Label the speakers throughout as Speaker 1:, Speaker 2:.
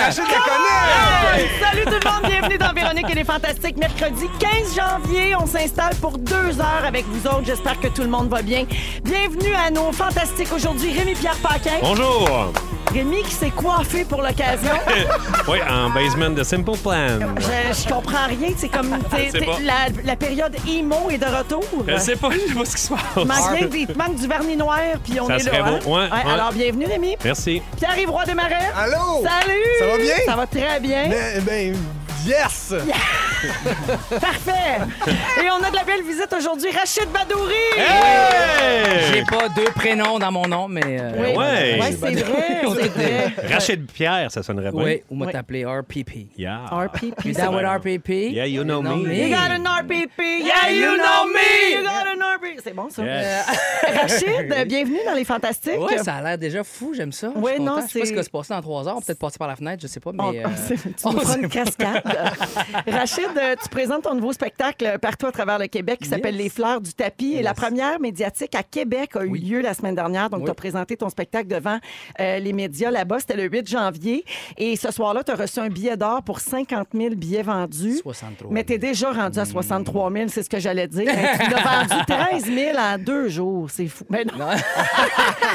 Speaker 1: Ah, je la connais!
Speaker 2: Salut tout le monde, bienvenue dans Véronique et les Fantastiques. Mercredi 15 janvier, on s'installe pour deux heures avec vous autres. J'espère que tout le monde va bien. Bienvenue à nos Fantastiques aujourd'hui. Rémi-Pierre Paquin.
Speaker 3: Oh. Bonjour!
Speaker 2: Rémi qui s'est coiffé pour l'occasion.
Speaker 3: Oui, en basement de Simple Plan.
Speaker 2: Je, je comprends rien. C'est comme t'es-
Speaker 3: Je sais
Speaker 2: t'es-
Speaker 3: pas.
Speaker 2: la, la période emo est de retour.
Speaker 3: Je sais pas, je sais pas ce qui se
Speaker 2: Il te
Speaker 3: passe.
Speaker 2: manque, rien, il te manque du vernis noir, puis on
Speaker 3: Ça
Speaker 2: est là.
Speaker 3: serait
Speaker 2: hein?
Speaker 3: beau. Ouais, ouais.
Speaker 2: Alors, bienvenue, Rémi.
Speaker 3: Merci.
Speaker 2: Pierre-Yves Roy de Marais.
Speaker 1: Allô?
Speaker 2: Salut!
Speaker 1: Ça va bien?
Speaker 2: Ça va très bien.
Speaker 1: Ben, ben, yes!
Speaker 2: Parfait! Et on a de la belle visite aujourd'hui. Rachid Badouri!
Speaker 3: Hey!
Speaker 4: J'ai pas deux prénoms dans mon nom, mais. euh,
Speaker 2: Oui,
Speaker 3: Ouais.
Speaker 2: Ben Ouais, c'est vrai, c'est vrai.
Speaker 3: Rachid Pierre, ça sonnerait bien.
Speaker 4: Oui, ou m'a
Speaker 2: Oui.
Speaker 4: t'appelé RPP.
Speaker 3: Yeah.
Speaker 4: You
Speaker 2: RPP.
Speaker 4: down with RPP?
Speaker 3: Yeah, you know me.
Speaker 2: You got an RPP. Yeah, you know me. You got an RPP. C'est bon, ça.
Speaker 3: Yes.
Speaker 4: Euh,
Speaker 2: Rachid, euh, bienvenue dans Les Fantastiques.
Speaker 4: Ouais, ça a l'air déjà fou, j'aime ça. Je
Speaker 2: Ouais,
Speaker 4: suis
Speaker 2: non,
Speaker 4: content. Je sais pas
Speaker 2: c'est- Oh,
Speaker 4: ce qui va se passer dans trois heures. On va peut-être passer par la fenêtre, je sais pas, mais.
Speaker 2: On-
Speaker 4: euh,
Speaker 2: on sait- tu
Speaker 4: on
Speaker 2: nous feras
Speaker 4: sait
Speaker 2: une
Speaker 4: pas.
Speaker 2: cascade. Rachid, euh, tu présentes ton nouveau spectacle euh, partout à travers le Québec qui s'appelle
Speaker 4: Yes.
Speaker 2: Les fleurs du tapis. Et la première médiatique à Québec a eu
Speaker 4: Oui.
Speaker 2: lieu la semaine dernière. Donc,
Speaker 4: Oui.
Speaker 2: tu as présenté ton spectacle devant euh, les médias là-bas. C'était le 8 janvier. Et ce soir-là, tu as reçu un billet d'or pour 50 000 billets vendus.
Speaker 4: 63 000.
Speaker 2: Mais tu es déjà rendu à 63 000, c'est ce que j'allais dire. Hey, tu l'as vendu 13 000 en deux jours. C'est fou. Mais non.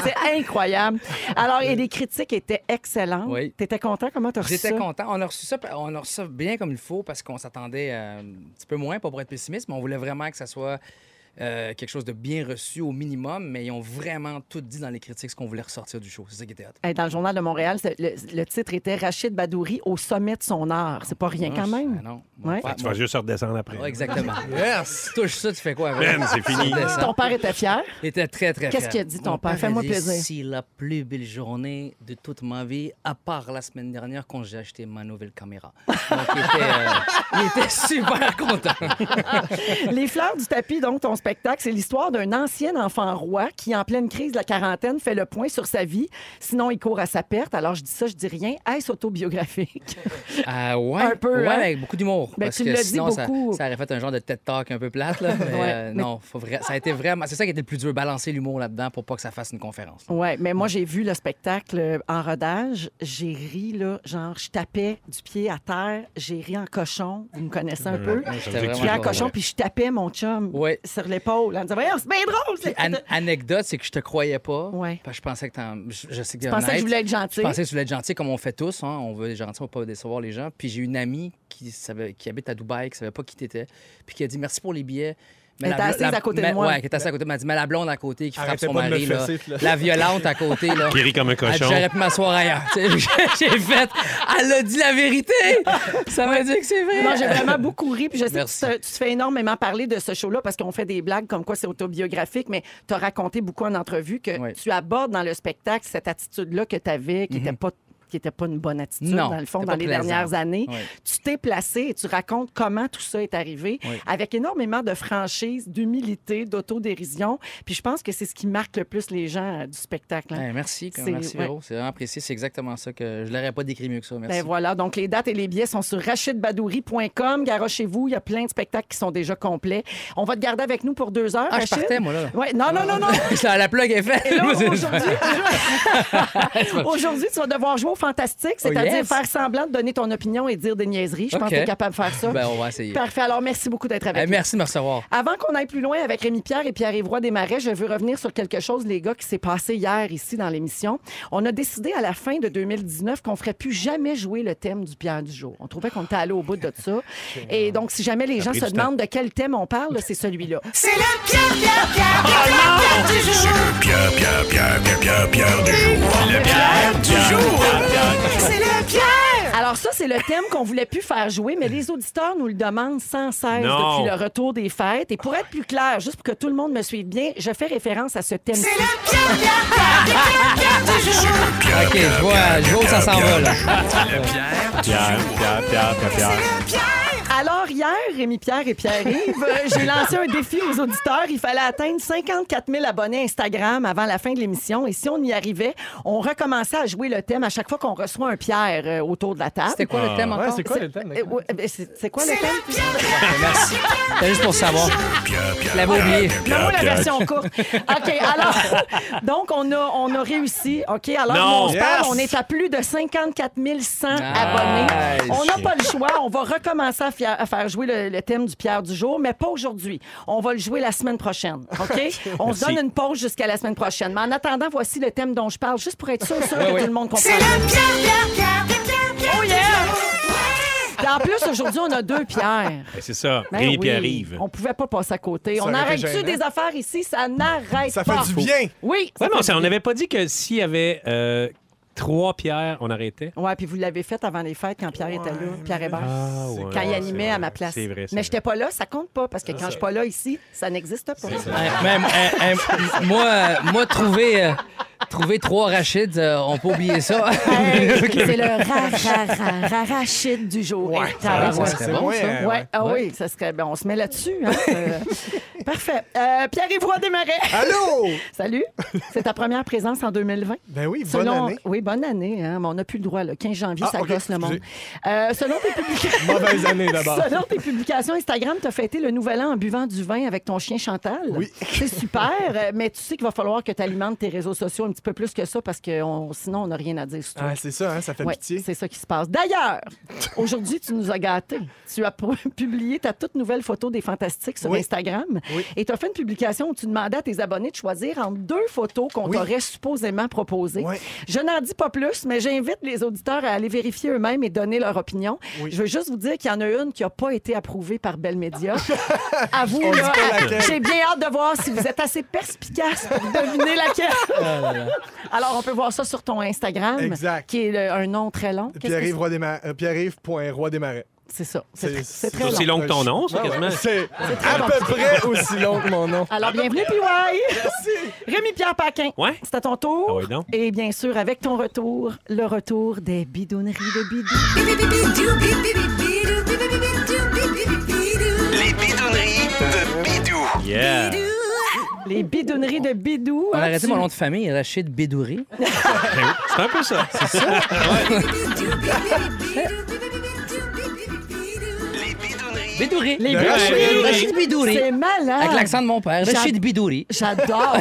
Speaker 2: c'est incroyable. Alors, et les critiques étaient excellentes.
Speaker 4: Oui.
Speaker 2: Tu étais content? Comment tu as reçu ça?
Speaker 4: J'étais content. On a reçu ça, on a reçu ça bien comme il faut parce qu'on s'attendait euh, un petit peu moins, pas pour être pessimiste, mais on voulait vraiment que ça soit euh, quelque chose de bien reçu au minimum. Mais ils ont vraiment tout dit dans les critiques ce qu'on voulait ressortir du show. C'est ça qui était hot.
Speaker 2: Hey, Dans le journal de Montréal, c'est- le, le titre était Rachid Badouri au sommet de son art. C'est pas rien quand
Speaker 4: Ah
Speaker 2: même.
Speaker 4: non.
Speaker 2: Ouais.
Speaker 4: Mon-
Speaker 3: Tu vas juste redescendre après.
Speaker 4: Ouais, exactement.
Speaker 1: Yes!
Speaker 4: Touche ça, tu fais quoi avec?
Speaker 3: Man, c'est fini.
Speaker 4: Tu descends.
Speaker 2: Ton père était fier.
Speaker 4: Il était très, très
Speaker 2: Qu'est-ce
Speaker 4: fier.
Speaker 2: qu'il a dit, ton
Speaker 4: Mon
Speaker 2: père?
Speaker 4: a
Speaker 2: Fais-moi
Speaker 4: dit,
Speaker 2: plaisir.
Speaker 4: C'est la plus belle journée de toute ma vie, à part la semaine dernière quand j'ai acheté ma nouvelle caméra. Donc, il était, euh, il était super content.
Speaker 2: Les fleurs du tapis, donc ton spectacle, c'est l'histoire d'un ancien enfant roi qui, en pleine crise de la quarantaine, fait le point sur sa vie. Sinon, il court à sa perte. Alors, je dis ça, je dis rien. Est-ce autobiographique?
Speaker 4: Ah ouais,
Speaker 2: Un peu,
Speaker 4: ouais,
Speaker 2: hein?
Speaker 4: avec beaucoup d'humour.
Speaker 2: Ben,
Speaker 4: parce
Speaker 2: tu
Speaker 4: que
Speaker 2: l'as dit
Speaker 4: sinon, ça-
Speaker 2: beaucoup.
Speaker 4: Ça, aurait fait un genre de TED Talk un peu plate. Là, mais,
Speaker 2: Ouais,
Speaker 4: euh,
Speaker 2: mais-
Speaker 4: Non, faut vra- ça a été vraiment. C'est ça qui était le plus dur, balancer l'humour là-dedans pour pas que ça fasse une conférence.
Speaker 2: Oui, mais moi, j'ai vu le spectacle euh, en rodage. J'ai ri, là, genre, je tapais du pied à terre. J'ai ri en cochon. Vous me connaissez un peu.
Speaker 4: Ouais, c'était
Speaker 3: veut dire que
Speaker 2: Je
Speaker 3: tu
Speaker 4: vraiment
Speaker 2: ris en
Speaker 4: drôle.
Speaker 2: cochon, puis je tapais mon chum
Speaker 4: Ouais.
Speaker 2: sur l'épaule. En disant, voyons, c'est bien drôle.
Speaker 4: Puis,
Speaker 2: c'est-
Speaker 4: an- anecdote, c'est que je te croyais pas.
Speaker 2: Ouais.
Speaker 4: Parce que je pensais que t'en- je, je sais que t'es
Speaker 2: pensais que
Speaker 4: honnête.
Speaker 2: je voulais être gentille.
Speaker 4: Je pensais que je voulais être gentil comme on fait tous. hein. On veut être gentil, on veut pas décevoir les gens. Puis j'ai une amie qui, savait, qui habite à Dubaï, qui savait pas qui t'étais, puis qui a dit merci pour les billets. Mais
Speaker 2: Elle était
Speaker 4: la blo-
Speaker 2: assise
Speaker 4: la-
Speaker 2: à côté de
Speaker 4: mais-
Speaker 2: moi.
Speaker 4: Ouais, qui était assise à côté. Elle m'a dit, mais la blonde à côté qui
Speaker 1: Arrêtez
Speaker 4: frappe son
Speaker 1: pas de me
Speaker 4: mari,
Speaker 1: le
Speaker 4: là.
Speaker 1: fesser, là.
Speaker 4: la violente à côté. Là.
Speaker 3: Qui rit comme un
Speaker 4: Elle dit,
Speaker 3: cochon.
Speaker 4: Ah, J'aurais pu m'asseoir ailleurs. Tu sais, j'ai fait. Elle a dit la vérité. Ça veut dire que c'est vrai.
Speaker 2: Non, j'ai vraiment beaucoup ri. Puis je sais
Speaker 4: Merci.
Speaker 2: que tu te, tu te fais énormément parler de ce show-là parce qu'on fait des blagues comme quoi c'est autobiographique, mais tu as raconté beaucoup en entrevue que
Speaker 4: Oui.
Speaker 2: tu abordes dans le spectacle cette attitude-là que tu avais, qui n'était pas qui n'était pas une bonne attitude,
Speaker 4: Mhm. Non,
Speaker 2: dans le fond,
Speaker 4: c'était
Speaker 2: dans
Speaker 4: pas
Speaker 2: les
Speaker 4: plaisant.
Speaker 2: dernières années.
Speaker 4: Oui.
Speaker 2: Tu t'es placé et tu racontes comment tout ça est arrivé,
Speaker 4: Oui.
Speaker 2: avec énormément de franchise, d'humilité, d'autodérision. Puis je pense que c'est ce qui marque le plus les gens euh, du spectacle. hein.
Speaker 4: Ouais, merci,
Speaker 2: C'est-
Speaker 4: merci
Speaker 2: ouais.
Speaker 4: Véro. C'est vraiment apprécié. C'est exactement ça que je l'aurais pas décrit mieux que ça. Merci.
Speaker 2: Ben voilà, donc les dates et les billets sont sur rachidbadouri.com. Garochez-vous, il y a plein de spectacles qui sont déjà complets. On va te garder avec nous pour deux heures.
Speaker 4: Ah, je
Speaker 2: Rachid.
Speaker 4: partais, moi, là. Ah,
Speaker 2: Ouais, non, non, non, non.
Speaker 4: Ça, la plug est faite.
Speaker 2: Et là,
Speaker 4: Moi, c'est-
Speaker 2: aujourd'hui- Aujourd'hui, tu vas devoir jouer au fantastique, c'est-à-dire
Speaker 4: Oh, yes.
Speaker 2: faire semblant de donner ton opinion et dire des niaiseries. Je pense
Speaker 4: OK.
Speaker 2: que tu es capable de faire ça.
Speaker 4: Ben, on va essayer.
Speaker 2: Parfait. Alors, merci beaucoup d'être avec
Speaker 4: Eh,
Speaker 2: nous.
Speaker 4: merci de me recevoir.
Speaker 2: Avant qu'on aille plus loin avec Rémi Pierre et Pierre-Évroy Desmarais, je veux revenir sur quelque chose, les gars, qui s'est passé hier ici dans l'émission. On a décidé à la fin de 2019 qu'on ferait plus jamais jouer le thème du Pierre du jour. On trouvait qu'on était allé au bout de ça. Et donc, si jamais les gens
Speaker 3: pris
Speaker 2: se
Speaker 3: du temps.
Speaker 2: demandent de quel thème on parle, c'est celui-là.
Speaker 5: C'est le Pierre, Pierre, Pierre, Pierre, Pierre, Pierre du jour.
Speaker 6: Pierre, Pierre, Pierre, Pierre, Pierre, Pierre du jour. Le Pierre du jour.
Speaker 5: C'est le Pierre.
Speaker 2: Alors ça, c'est le thème qu'on voulait plus faire jouer, mais les auditeurs nous le demandent sans cesse
Speaker 3: Non.
Speaker 2: depuis le retour des fêtes. Et pour être plus clair, juste pour que tout le monde me suive bien, je fais référence à ce thème.
Speaker 5: C'est le Pierre, Pierre, Pierre, Pierre, Pierre, Pierre du jour.
Speaker 6: Pierre,
Speaker 4: OK,
Speaker 6: Pierre,
Speaker 4: je vois,
Speaker 6: Pierre,
Speaker 4: je vois où ça
Speaker 6: Pierre,
Speaker 4: s'en va, là.
Speaker 6: Pierre du jour. Le Pierre du
Speaker 3: Pierre,
Speaker 6: jour.
Speaker 3: Pierre, Pierre, Pierre,
Speaker 5: C'est
Speaker 3: Pierre.
Speaker 5: le Pierre.
Speaker 2: Alors, hier, Rémi Pierre et Pierre-Yves, euh, j'ai lancé un défi aux auditeurs. Il fallait atteindre 54 000 abonnés Instagram avant la fin de l'émission. Et si on y arrivait, on recommençait à jouer le thème à chaque fois qu'on reçoit un Pierre euh, autour de la table.
Speaker 4: C'était quoi le thème encore?
Speaker 1: Ouais, c'est quoi le thème?
Speaker 2: Euh, ouais, euh, C'est c'est quoi le thème?
Speaker 4: Merci. C'était juste pour savoir.
Speaker 6: Pierre, Pierre,
Speaker 4: Je l'avais oublié.
Speaker 2: Non, la
Speaker 6: Pierre.
Speaker 2: version courte. OK, alors, donc, on a, on a réussi. OK, alors,
Speaker 3: Non.
Speaker 2: on se parle,
Speaker 1: Yes.
Speaker 2: on est à plus de 54 100 abonnés.
Speaker 4: Nice.
Speaker 2: On n'a pas le choix. On va recommencer à, fia- à faire jouer le, le thème du Pierre du jour, mais pas aujourd'hui. On va le jouer la semaine prochaine. OK? On se donne une pause jusqu'à la semaine prochaine. Mais en attendant, voici le thème dont je parle, juste pour être sûr, sûr que
Speaker 4: oui.
Speaker 2: tout le monde comprend.
Speaker 5: C'est le Pierre, Pierre, Pierre, Pierre, Pierre, Pierre.
Speaker 2: Oh,
Speaker 5: du
Speaker 2: yeah!
Speaker 5: jour.
Speaker 2: Puis en plus, aujourd'hui, on a deux Pierres.
Speaker 3: Ben, C'est ça.
Speaker 2: Ben
Speaker 3: Rémi
Speaker 2: oui,
Speaker 3: Pierre arrive.
Speaker 2: On pouvait pas passer à côté. on
Speaker 1: aurait été
Speaker 2: arrête-tu
Speaker 1: gênant.
Speaker 2: des affaires ici? Ça n'arrête
Speaker 1: Ça
Speaker 2: pas.
Speaker 1: fait du bien.
Speaker 2: Oui. ça
Speaker 3: Ouais, mais on
Speaker 2: fait
Speaker 3: s'est-
Speaker 2: du
Speaker 3: on
Speaker 2: bien.
Speaker 3: n'avait pas dit que s'il y avait euh, trois pierres, on arrêtait.
Speaker 2: Ouais, puis vous l'avez fait avant les fêtes quand Pierre était là, Pierre Hébert.
Speaker 3: ouais,
Speaker 2: quand il
Speaker 3: c'est
Speaker 2: animait
Speaker 3: vrai.
Speaker 2: à ma place.
Speaker 3: C'est vrai, c'est
Speaker 2: Mais j'étais pas là, ça compte pas, parce que quand je suis pas là ici, Ah, ça n'existe pas.
Speaker 4: Ouais, Même, hein, hein, moi, euh, moi, trouver, euh, trouver trois Rachids, euh, on peut oublier ça.
Speaker 2: Hey, c'est le ra ra ra ra rachide du jour. Et tabarouette.
Speaker 4: ça serait bon,
Speaker 1: moins,
Speaker 4: ça.
Speaker 1: euh,
Speaker 2: Ouais, ah oui, ça serait. ben, on se met là-dessus. hein. Euh, parfait. Euh, Pierre-Yvroy Desmarais.
Speaker 1: Allô?
Speaker 2: Salut. C'est ta première présence en 2020.
Speaker 1: Ben oui, bonne
Speaker 2: Selon-
Speaker 1: année.
Speaker 2: Oui, bonne année. hein, mais on n'a plus le droit. Le 15 janvier,
Speaker 1: Ah,
Speaker 2: ça
Speaker 1: ok,
Speaker 2: gosse le monde.
Speaker 1: excusez.
Speaker 2: Euh, selon, tes publica-
Speaker 1: Mauvaise année d'abord.
Speaker 2: selon tes publications Instagram, tu as fêté le nouvel an en buvant du vin avec ton chien Chantal.
Speaker 1: Oui.
Speaker 2: C'est super, euh, mais tu sais qu'il va falloir que tu alimentes tes réseaux sociaux un petit peu plus que ça parce que on- sinon, on n'a rien à dire sur toi.
Speaker 1: Ah, c'est ça, hein, ça fait
Speaker 2: Ouais,
Speaker 1: pitié.
Speaker 2: c'est ça qui se passe. D'ailleurs, aujourd'hui, tu nous as gâtés. Tu as pu- publié ta toute nouvelle photo des Fantastiques sur
Speaker 1: Oui.
Speaker 2: Instagram.
Speaker 1: Oui.
Speaker 2: Et tu as fait une publication où tu demandais à tes abonnés de choisir entre deux photos qu'on
Speaker 1: Oui.
Speaker 2: t'aurait supposément proposées.
Speaker 1: Oui.
Speaker 2: Je n'en dis pas plus, mais j'invite les auditeurs à aller vérifier eux-mêmes et donner leur opinion.
Speaker 1: Oui.
Speaker 2: Je veux juste vous dire qu'il y en a une qui n'a pas été approuvée par Bell Media. à vous,
Speaker 1: On dit
Speaker 2: là,
Speaker 1: pas
Speaker 2: à-
Speaker 1: laquelle.
Speaker 2: j'ai bien hâte de voir si vous êtes assez perspicace pour deviner laquelle.
Speaker 1: Ah
Speaker 2: Alors, on peut voir ça sur ton Instagram,
Speaker 1: Exact.
Speaker 2: qui est le- un nom très long. Qu'est-ce que
Speaker 1: Pierre-Yves
Speaker 2: c'est?
Speaker 1: Roy des Marais- euh, Pierre-Yves point Roy des Marais.
Speaker 2: C'est ça. C'est tr- C'est très
Speaker 3: aussi
Speaker 2: long.
Speaker 3: long que ton nom, ça,
Speaker 1: Ouais, ouais,
Speaker 3: quasiment.
Speaker 1: C'est à
Speaker 2: très
Speaker 1: peu près aussi long que mon nom.
Speaker 2: Alors, bienvenue, PY! Rémi-Pierre Paquin,
Speaker 3: euh, Ouais.
Speaker 2: c'est à ton tour.
Speaker 3: Ah oui, donc.
Speaker 2: Et bien sûr, avec ton retour, le retour des bidonneries de bidou.
Speaker 5: Les
Speaker 6: bidonneries de Bidou.
Speaker 2: Oh.
Speaker 3: Yeah. Ben
Speaker 2: Les bidonneries de bidou.
Speaker 4: On
Speaker 2: hein,
Speaker 4: a arrêté
Speaker 2: tu-
Speaker 4: mon nom de famille, Rachid Bédouri.
Speaker 3: C'est un peu ça.
Speaker 6: Les bidonneries.
Speaker 4: Bédouri.
Speaker 2: Les
Speaker 1: Rachid.
Speaker 2: bidonneries.
Speaker 4: Rachid Bédouri.
Speaker 2: C'est malade.
Speaker 4: Avec l'accent de mon père,
Speaker 2: J'ad-
Speaker 4: Rachid Bédouri.
Speaker 2: J'adore.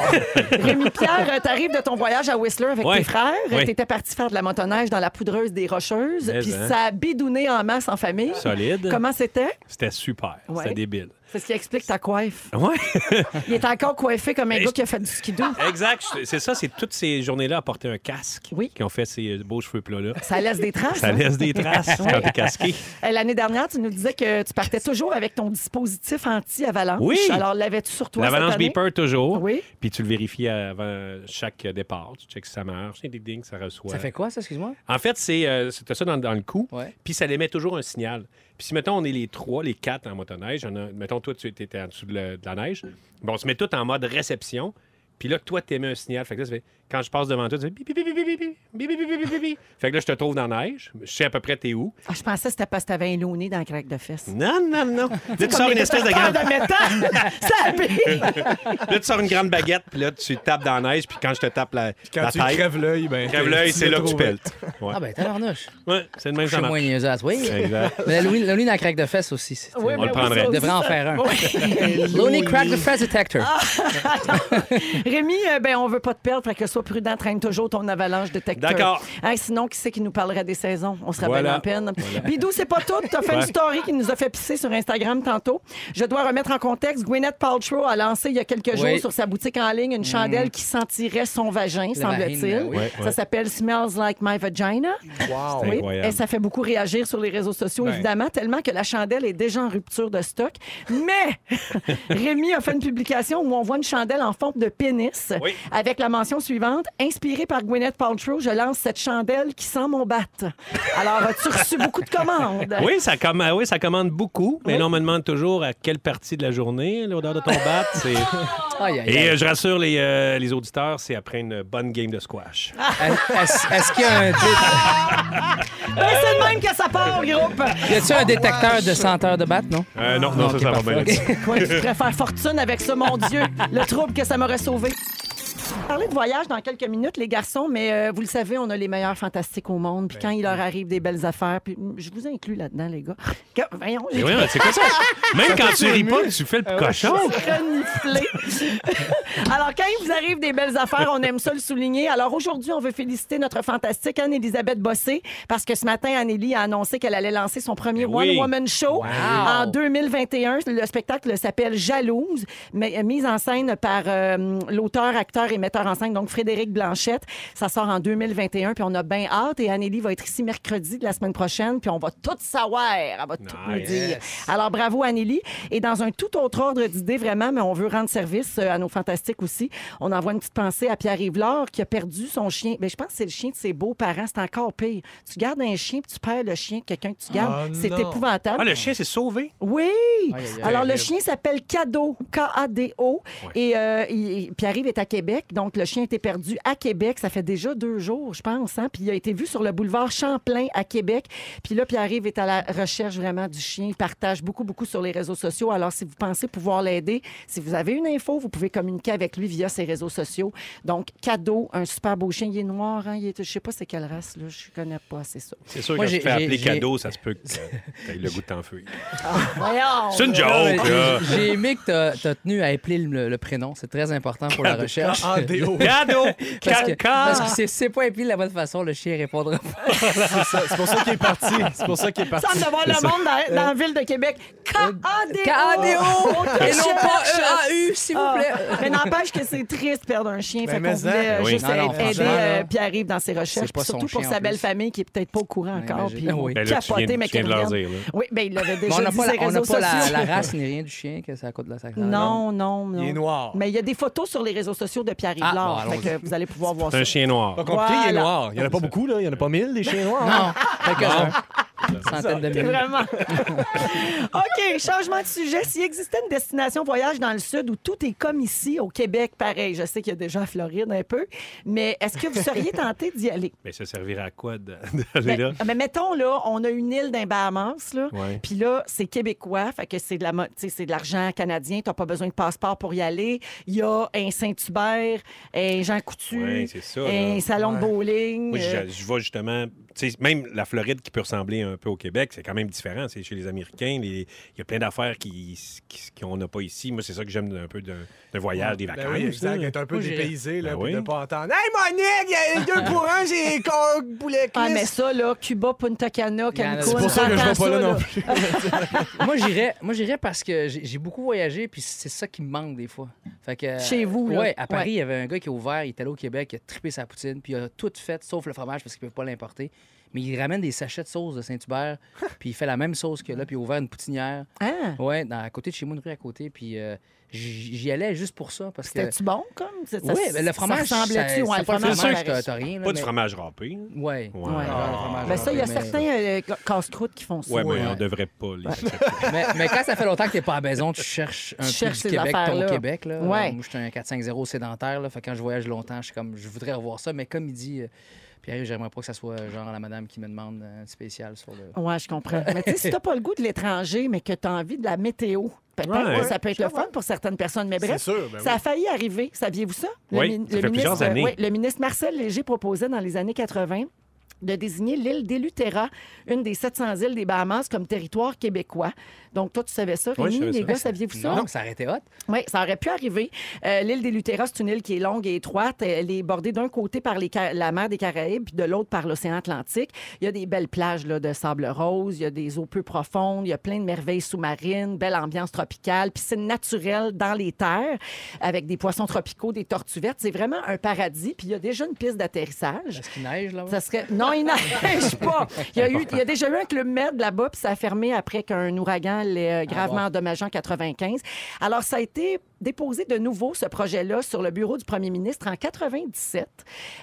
Speaker 2: Rémi-Pierre, euh, t'arrives de ton voyage à Whistler avec
Speaker 3: Ouais.
Speaker 2: tes frères.
Speaker 3: Ouais.
Speaker 2: T'étais parti faire de la motoneige dans la poudreuse des Rocheuses.
Speaker 3: Mais,
Speaker 2: Puis
Speaker 3: hein.
Speaker 2: ça a bidouné en masse en famille.
Speaker 3: Solide.
Speaker 2: Comment c'était?
Speaker 3: C'était super.
Speaker 2: Ouais.
Speaker 3: C'était débile.
Speaker 2: C'est ce qui explique ta coiffe.
Speaker 3: Ouais.
Speaker 2: Il est encore coiffé comme un
Speaker 3: Mais
Speaker 2: gars
Speaker 3: je-
Speaker 2: qui a fait du skidoo.
Speaker 3: exact. C'est ça, c'est toutes ces journées-là à porter un casque
Speaker 2: Oui.
Speaker 3: qui ont fait ces beaux cheveux plats-là.
Speaker 2: Ça laisse des traces.
Speaker 3: Ça
Speaker 2: hein?
Speaker 3: laisse des traces quand t'es casqué.
Speaker 2: Euh, L'année dernière, tu nous disais que tu partais toujours avec ton dispositif anti-avalanche.
Speaker 3: Oui.
Speaker 2: Alors, l'avais-tu sur toi
Speaker 3: L'avalanche
Speaker 2: cette année?
Speaker 3: beeper toujours.
Speaker 2: Oui.
Speaker 3: Puis tu le vérifies avant chaque départ. Tu checks si ça marche. Ding, ding, ding, ça reçoit.
Speaker 4: Ça fait quoi, ça, excuse-moi?
Speaker 3: En fait, c'est euh, c'est- t'as ça dans, dans le cou,
Speaker 4: Ouais.
Speaker 3: puis ça émet toujours un signal. Puis si, mettons, on est les trois, les quatre en motoneige, on a- mettons, toi, tu étais en dessous de, la- de la neige, bon, on se met tout en mode réception, puis là, toi, t'émets un signal. Fait que là, ça fait- quand je passe devant toi, tu fais bip, bip, bip, bip, bip, bip, bip, bip, bip, bip, bip, bip. Fait que là, je te trouve dans la neige, je sais à peu près t'es où.
Speaker 2: Ah, je pensais que c'était parce que t'avais un louné dans le crack de fesses.
Speaker 3: Non, non, non. Là, tu sors une espèce de
Speaker 2: Ah,
Speaker 3: grande,
Speaker 2: de métal! Ça pique!
Speaker 3: là, tu sors une grande baguette, puis là, tu tapes dans la neige, puis quand je te tape la,
Speaker 1: Quand
Speaker 3: la
Speaker 1: tu
Speaker 3: tête,
Speaker 1: crèves l'œil, ben.
Speaker 3: crève l'œil,
Speaker 1: tu
Speaker 3: c'est là
Speaker 1: l'as
Speaker 3: que tu
Speaker 1: trouvé.
Speaker 3: peltes. Ouais,
Speaker 4: Ah, ben, tabarnouche.
Speaker 3: Ouais, c'est le même
Speaker 4: Je suis
Speaker 3: genre.
Speaker 4: moins niaiseuse, oui.
Speaker 3: Exact.
Speaker 4: Mais la Louis, la Louis dans la craque de fesses aussi. c'est-
Speaker 2: Oui,
Speaker 3: On
Speaker 2: mais
Speaker 3: le
Speaker 2: oui,
Speaker 3: prendrait.
Speaker 2: ça
Speaker 4: On
Speaker 2: aussi,
Speaker 4: devrait en
Speaker 2: ça-
Speaker 4: faire un.
Speaker 2: Oui.
Speaker 4: Lonely Crack the Fast Detector.
Speaker 2: Rémi, euh, ben, on veut pas te perdre, fait que sois prudent, traîne toujours ton avalanche détecteur.
Speaker 3: D'accord.
Speaker 2: Hein, sinon, qui c'est qui nous parlerait des saisons? On serait
Speaker 3: Voilà.
Speaker 2: bien en peine. Bidou, c'est pas tout. T'as fait une
Speaker 3: Ouais.
Speaker 2: story qui nous a fait pisser sur Instagram tantôt. Je dois remettre en contexte, Gwyneth Paltrow a lancé il y a quelques jours
Speaker 4: Oui.
Speaker 2: sur sa boutique en ligne une
Speaker 3: Mm.
Speaker 2: chandelle qui sentirait son vagin, semble-t-il.
Speaker 4: vagine, oui.
Speaker 3: Ouais,
Speaker 2: Ça
Speaker 3: ouais.
Speaker 2: s'appelle Smells Like My Vagina.
Speaker 1: Wow.
Speaker 3: C'est
Speaker 2: Oui,
Speaker 3: incroyable.
Speaker 2: et ça fait beaucoup réagir sur les réseaux sociaux,
Speaker 1: Ben.
Speaker 2: évidemment, tellement que la chandelle est déjà en rupture de stock. Mais Rémi a fait une publication où on voit une chandelle en forme de pénis pénis
Speaker 3: Oui.
Speaker 2: avec la mention suivante. Inspiré par Gwyneth Paltrow, je lance cette chandelle qui sent mon bat. Alors, as-tu reçu beaucoup de commandes?
Speaker 3: Oui ça, comm- ah oui, ça commande beaucoup, mais là, on me demande toujours à quelle partie de la journée l'odeur de ton bat. c'est-
Speaker 4: Aïe, aïe,
Speaker 3: Et
Speaker 4: aïe.
Speaker 3: euh, je rassure les, euh, les auditeurs, c'est après une bonne game de squash.
Speaker 4: Ah. Est-ce est-ce qu'il y a un, dé-
Speaker 2: Mais Ben, c'est le même que ça part, groupe!
Speaker 4: y a-t-il un détecteur de senteur de batte, non?
Speaker 3: Euh, non, non,
Speaker 4: ok,
Speaker 3: ça, ça va
Speaker 4: parfait.
Speaker 3: bien. là-dessus.
Speaker 2: Quoi, tu pourrais faire fortune avec ça, mon Dieu. Le trouble que ça m'aurait sauvé. Parler de voyage dans quelques minutes, les garçons, mais euh, vous le savez, on a les meilleurs fantastiques au monde. Puis quand il leur arrive des belles affaires, puis mm, je vous inclus là-dedans, les gars. Que- voyons,
Speaker 3: Mais
Speaker 2: j'ai
Speaker 3: voyons, c'est quoi ça? Même quand tu ris pas, tu fais
Speaker 4: Ah
Speaker 3: le cochon.
Speaker 2: reniflé. Alors, quand il vous arrive des belles affaires, on aime ça le souligner. Alors, aujourd'hui, on veut féliciter notre fantastique Anne-Élisabeth Bossé parce que ce matin, Annélie a annoncé qu'elle allait lancer son premier
Speaker 3: Mais oui.
Speaker 2: One Woman Show en 2021. Le spectacle s'appelle Jalouse, mais euh, mise en scène par euh, l'auteur, acteur et metteur en scène, donc Frédéric Blanchette. Ça sort en 2021, puis on a bien hâte. Et Annélie va être ici mercredi de la semaine prochaine, puis on va tout savoir. Elle va tout nous
Speaker 3: Nice.
Speaker 2: dire. Alors, bravo, Anneli. Et dans un tout autre ordre d'idées, vraiment, mais on veut rendre service euh, à nos fantastiques aussi. On envoie une petite pensée à Pierre Yvelore qui a perdu son chien. Mais je pense que c'est le chien de ses beaux-parents. C'est encore pire. Tu gardes un chien puis tu perds le chien de quelqu'un que tu gardes.
Speaker 1: Oh
Speaker 2: c'est
Speaker 1: non.
Speaker 2: épouvantable.
Speaker 3: Ah, le chien s'est sauvé.
Speaker 2: Oui!
Speaker 4: Aïe, aïe, aïe.
Speaker 2: Alors, le chien s'appelle Cadeau, K-A-D-O. Et euh, il- il- Pierre-Yves est à Québec. Donc, le chien était perdu à Québec. Ça fait déjà deux jours, je pense. hein. Puis, il a été vu sur le boulevard Champlain à Québec. Puis là, Pierre-Yves est à la recherche vraiment du chien. Il partage beaucoup, beaucoup sur les réseaux sociaux. Alors, si vous pensez pouvoir l'aider, si vous avez une info, vous pouvez communiquer avec lui via ses réseaux sociaux. Donc, Cadeau, un super beau chien. Il est noir. Hein? Il est, je sais pas c'est quelle race, là. Je connais pas, c'est ça.
Speaker 3: C'est sûr,
Speaker 4: Moi,
Speaker 3: quand tu
Speaker 4: j'ai-
Speaker 3: te fais appeler
Speaker 4: j'ai- j'ai-
Speaker 3: cadeau, ça se peut que t'aies le goût de t'enfuir.
Speaker 2: Voyons!
Speaker 3: C'est une joke,
Speaker 4: Non, mais
Speaker 3: là.
Speaker 4: j'ai- J'ai aimé que t'as- t'as tenu à épeler le, le prénom. C'est très important pour la recherche.
Speaker 1: En déo.
Speaker 3: Cadeau!
Speaker 4: Parce que, parce que
Speaker 3: Caca!
Speaker 4: si c'est pas épeler de la bonne façon, le chien répondra pas.
Speaker 1: C'est ça, c'est pour ça qu'il est parti. C'est pour ça qu'il est parti.
Speaker 2: semble de voir le monde dans, dans la ville de Québec. K-A-D-O!
Speaker 4: Et non pas E-A-U, s'il
Speaker 2: Ah.
Speaker 4: vous plaît.
Speaker 2: Mais n'empêche que c'est triste perdre un chien.
Speaker 1: Ben,
Speaker 2: fait qu'on
Speaker 1: mais
Speaker 2: voulait euh,
Speaker 1: ça.
Speaker 3: Oui.
Speaker 2: juste
Speaker 4: Non, non,
Speaker 2: aider
Speaker 4: franchement,
Speaker 2: euh,
Speaker 1: là.
Speaker 2: Pierre-Yves dans ses recherches.
Speaker 4: C'est pas
Speaker 2: puis surtout
Speaker 4: son
Speaker 2: pour
Speaker 4: chien,
Speaker 2: sa
Speaker 4: en
Speaker 2: belle
Speaker 4: plus.
Speaker 2: famille qui est peut-être pas au courant
Speaker 4: Ouais,
Speaker 2: encore.
Speaker 4: imagine.
Speaker 2: Puis
Speaker 4: Ah oui.
Speaker 3: Ben là, tu viens
Speaker 2: capoté,
Speaker 3: de-
Speaker 2: mais
Speaker 3: tu viens de
Speaker 2: qu'elle
Speaker 3: leur
Speaker 2: regarde.
Speaker 3: dire, là.
Speaker 2: Oui, bien, il l'avait
Speaker 4: Mais
Speaker 2: déjà
Speaker 4: on n'a
Speaker 2: dit
Speaker 4: pas,
Speaker 2: ses
Speaker 4: la, on n'a
Speaker 2: réseaux
Speaker 4: pas la-
Speaker 2: sociaux.
Speaker 4: la race ni rien du chien, que ça coûte de la sacre.
Speaker 2: Non, non, non.
Speaker 1: Il est noir.
Speaker 2: Mais il y a des photos sur les réseaux sociaux de Pierre-Yves
Speaker 4: Ah,
Speaker 2: Lard,
Speaker 4: bon,
Speaker 2: fait que vous allez pouvoir voir
Speaker 3: C'est
Speaker 2: ça.
Speaker 3: un chien
Speaker 1: Pas
Speaker 3: noir.
Speaker 1: compliqué, il est
Speaker 2: Voilà.
Speaker 1: noir. Il n'y en a pas beaucoup, là. Il n'y en a pas mille, des chiens noirs.
Speaker 4: Non, fait que centaines de
Speaker 2: C'est
Speaker 4: milliers.
Speaker 2: vraiment. OK, changement de sujet. S'il existait une destination voyage dans le Sud où tout est comme ici, au Québec, pareil, je sais qu'il y a déjà en Floride un peu, mais est-ce que vous seriez tenté d'y aller?
Speaker 3: Mais ça servira à quoi de- d'aller là?
Speaker 2: Ben, Mais mettons, là, on a une île d'un Bahamas, là.
Speaker 3: Ouais.
Speaker 2: Puis là, c'est québécois, fait que c'est de la mo- tu sais, c'est de l'argent canadien, t'as pas besoin de passeport pour y aller. Il y a un Saint-Hubert, un Jean Coutu,
Speaker 3: Ouais, c'est ça,
Speaker 2: un
Speaker 3: là.
Speaker 2: salon de bowling.
Speaker 3: Moi,
Speaker 2: euh,
Speaker 3: je, je vois justement, tu sais, même la Floride qui peut ressembler un peu au Québec, c'est quand même différent. C'est chez les Américains, les- il y a plein d'affaires qui qui- qu'on n'a pas ici. Moi, c'est ça que j'aime un peu de, de
Speaker 7: Ah,
Speaker 3: voyage, des
Speaker 1: Ben
Speaker 3: vacances.
Speaker 1: oui, exact.
Speaker 3: là.
Speaker 1: Être un peu
Speaker 4: Moi, j'irais.
Speaker 1: dépaysé, là,
Speaker 3: Ben
Speaker 1: puis de
Speaker 3: oui.
Speaker 1: pas entendre. Hey, Monique, il y a les deux pour un, j'ai corps, poulet
Speaker 2: Ah, mais
Speaker 1: cuisse.
Speaker 2: ça, là, Cuba, Punta Cana,
Speaker 4: Il y en a-
Speaker 2: Cancun,
Speaker 4: C'est pour
Speaker 1: ça que je
Speaker 2: t'entends
Speaker 1: vais pas là
Speaker 2: ça,
Speaker 1: non
Speaker 2: là.
Speaker 1: plus.
Speaker 4: moi, j'irais, moi, j'irais parce que j'ai j'ai beaucoup voyagé, puis c'est ça qui me manque des fois. Fait que, euh,
Speaker 2: Chez vous, là.
Speaker 4: Ouais, à Paris,
Speaker 2: Ouais.
Speaker 4: il y avait un gars qui a ouvert, il est allé au Québec, il a trippé sa poutine, puis il a tout fait, sauf le fromage, parce qu'il ne peut pas l'importer. Mais il ramène des sachets de sauce de Saint-Hubert, puis il fait la même sauce que là, puis il a ouvert une poutinière.
Speaker 2: Ah.
Speaker 4: Ouais, dans, à côté de chez moi, une rue à côté, puis euh, j'y j'y allais juste pour ça, parce que...
Speaker 2: C'était-tu bon, comme? Ça- ça-
Speaker 4: Oui, ben, le fromage,
Speaker 2: Ça ressemblait-tu?
Speaker 4: ça-
Speaker 2: Ouais,
Speaker 4: c'est
Speaker 2: le
Speaker 4: pas
Speaker 2: fromage,
Speaker 4: fromage,
Speaker 2: pareil.
Speaker 4: t'as t'as rien. là,
Speaker 3: Pas du
Speaker 4: mais-
Speaker 3: fromage râpé. là.
Speaker 4: Ouais.
Speaker 3: Ouais.
Speaker 4: Ouais,
Speaker 3: Ah.
Speaker 4: le fromage
Speaker 2: Ben ça, il y a
Speaker 4: râpé, mais-
Speaker 2: certains euh, ca- casse-croûtes qui font ça.
Speaker 3: Ouais, mais
Speaker 4: Ouais.
Speaker 3: on devrait pas les
Speaker 4: mais, mais quand ça fait longtemps que t'es pas à la maison, tu cherches un
Speaker 2: Tu
Speaker 4: peu
Speaker 2: cherches ces
Speaker 4: du Québec,
Speaker 2: affaires-là.
Speaker 4: ton Québec. Là.
Speaker 2: Ouais.
Speaker 4: Euh, Moi, je suis un 4-5-0 sédentaire. Là, fait que quand je voyage longtemps, je suis comme, je voudrais revoir ça. Mais comme il dit, euh, Pierre, j'aimerais pas que ça soit euh, genre la madame qui me demande euh, un spécial sur le...
Speaker 2: Ouais, je comprends. Mais tu sais, si t'as pas le goût de l'étranger, mais que t'as envie de la météo, peut-être
Speaker 3: Ouais.
Speaker 2: que ça peut être le fun pour certaines personnes. Mais bref,
Speaker 1: C'est sûr, ben
Speaker 2: ça a
Speaker 1: oui.
Speaker 2: failli arriver. Saviez-vous ça?
Speaker 3: Oui,
Speaker 2: min-
Speaker 3: ça fait plusieurs
Speaker 2: ministre,
Speaker 3: années.
Speaker 2: oui, le ministre Marcel Léger proposait dans les années 80 de désigner l'île d'Élutéra, une des 700 îles des Bahamas, comme territoire québécois. Donc, toi, tu savais ça,
Speaker 3: Oui,
Speaker 2: Rémi?
Speaker 3: je savais
Speaker 2: les
Speaker 3: ça.
Speaker 2: gars, saviez-vous ça?
Speaker 4: Non, ça arrêtait hot.
Speaker 2: Oui, ça aurait pu arriver. Euh, l'île des Lutéras, c'est une île qui est longue et étroite. Elle est bordée d'un côté par les Ca- la mer des Caraïbes, puis de l'autre par l'océan Atlantique. Il y a des belles plages là, de sable rose, il y a des eaux peu profondes, il y a plein de merveilles sous-marines, belle ambiance tropicale, piscine naturelle dans les terres, avec des poissons tropicaux, des tortues vertes. C'est vraiment un paradis, puis il y a déjà une piste d'atterrissage.
Speaker 4: Est-ce qu'il neige là
Speaker 2: Ça serait... Non, Non, il n'arrête pas. Il y, a eu, il y a déjà eu un club med là-bas, puis ça a fermé après qu'un ouragan
Speaker 3: Ah
Speaker 2: l'ait euh, gravement endommagé en 95. Alors, ça a été déposé de nouveau, ce projet-là, sur le bureau du premier ministre en 97.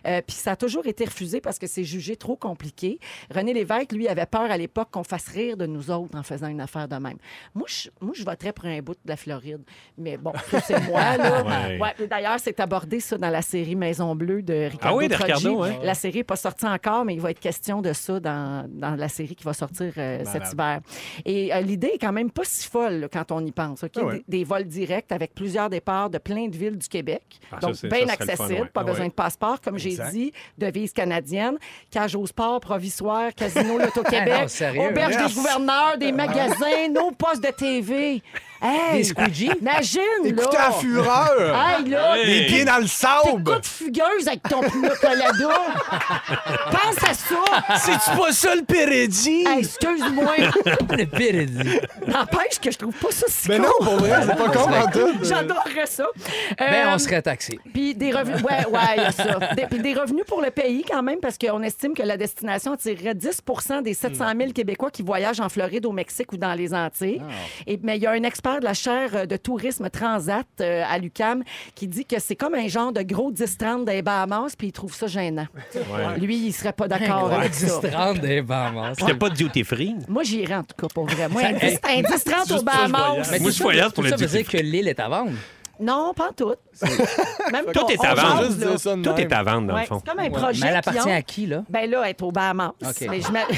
Speaker 2: Euh, puis ça a toujours été refusé parce que c'est jugé trop compliqué. René Lévesque, lui, avait peur à l'époque qu'on fasse rire de nous autres en faisant une affaire de même. Moi, je, moi, je voterais pour un bout de la Floride. Mais bon, ça, c'est moi, là.
Speaker 3: Ouais.
Speaker 2: Ouais, mais D'ailleurs, c'est abordé, ça, dans la série Maison Bleue de Ricardo
Speaker 3: Ah oui, de
Speaker 2: Trogi.
Speaker 3: Ricardo, ouais.
Speaker 2: La série n'est pas sortie encore, mais il va être question de ça dans, dans la série qui va sortir euh, cet hiver. Et euh, l'idée est quand même pas si folle là, quand on y pense. OK?
Speaker 7: Ah ouais.
Speaker 2: des, des vols directs avec plusieurs départs de plein de villes du Québec.
Speaker 3: Ah, ça,
Speaker 2: Donc,
Speaker 3: c'est-
Speaker 2: bien
Speaker 3: ça serait le fun,
Speaker 2: accessible,
Speaker 3: ouais.
Speaker 2: pas
Speaker 3: Ah
Speaker 2: besoin
Speaker 3: ouais.
Speaker 2: de passeport, comme j'ai
Speaker 7: Exact.
Speaker 2: dit, devise canadienne, cage au sport, provisoire, casino, l'Auto-Québec,
Speaker 4: Ah non, sérieux,
Speaker 2: auberge
Speaker 7: yes.
Speaker 2: des gouverneurs,
Speaker 3: Ah
Speaker 2: des magasins, nos postes de TV. Hey,
Speaker 4: Des squeegees?
Speaker 2: Imagine,
Speaker 7: Écoutez
Speaker 2: là!
Speaker 7: la
Speaker 4: Ah.
Speaker 7: fureur!
Speaker 2: Hey, là!
Speaker 3: Hey.
Speaker 7: Les pieds dans le sable!
Speaker 2: T'écoutes fugueuse avec ton pina colada. Pense à ça.
Speaker 1: C'est-tu pas ça le Pérédie?
Speaker 2: Hey, Excuse-moi.
Speaker 4: Le pire est dit.
Speaker 2: N'empêche que je trouve pas ça si
Speaker 7: Mais
Speaker 2: con.
Speaker 7: Ben non, pour vrai, c'est pas con en tout!
Speaker 2: J'adorerais ça.
Speaker 4: Ben,
Speaker 2: Euh,
Speaker 4: on serait taxé.
Speaker 2: Puis des revenus. Ouais, ouais, il y a ça. Des, puis des revenus pour le pays quand même, parce qu'on estime que la destination attirerait 10 des 700 000 Québécois qui voyagent en Floride, au Mexique ou dans les Antilles. Et, mais il y a un expert de la chaire euh, de tourisme Transat euh, à l'UCAM qui dit que c'est comme un genre de gros 10-30 des Bahamas, puis il trouve ça gênant. Lui, il serait pas d'accord avec ça.
Speaker 4: 10-30 des Bahamas.
Speaker 3: C'était pas de duty free.
Speaker 2: Moi, j'irais en tout cas, pour vrai. Moi, un 10 un 10-30 aux
Speaker 3: Mais
Speaker 2: Bahamas.
Speaker 3: Moi,
Speaker 4: tout
Speaker 3: je
Speaker 4: ça-
Speaker 3: voyage
Speaker 4: tout
Speaker 3: pour le
Speaker 4: ça veut
Speaker 3: duty
Speaker 4: dire que l'île est à vendre.
Speaker 2: Non, pas en tout. Même pas.
Speaker 3: Tout est
Speaker 2: On
Speaker 3: à
Speaker 2: jase,
Speaker 3: vendre.
Speaker 7: juste
Speaker 2: là.
Speaker 7: dire ça de
Speaker 3: Tout
Speaker 7: même.
Speaker 3: est à vendre, dans
Speaker 2: Ouais,
Speaker 3: le fond.
Speaker 2: c'est comme un
Speaker 4: Mais
Speaker 2: projet.
Speaker 4: elle
Speaker 2: qu'ils
Speaker 4: appartient
Speaker 2: ont.
Speaker 4: à qui, là?
Speaker 2: Ben là, être au Bahamas.
Speaker 4: OK.
Speaker 2: Mais je m'a-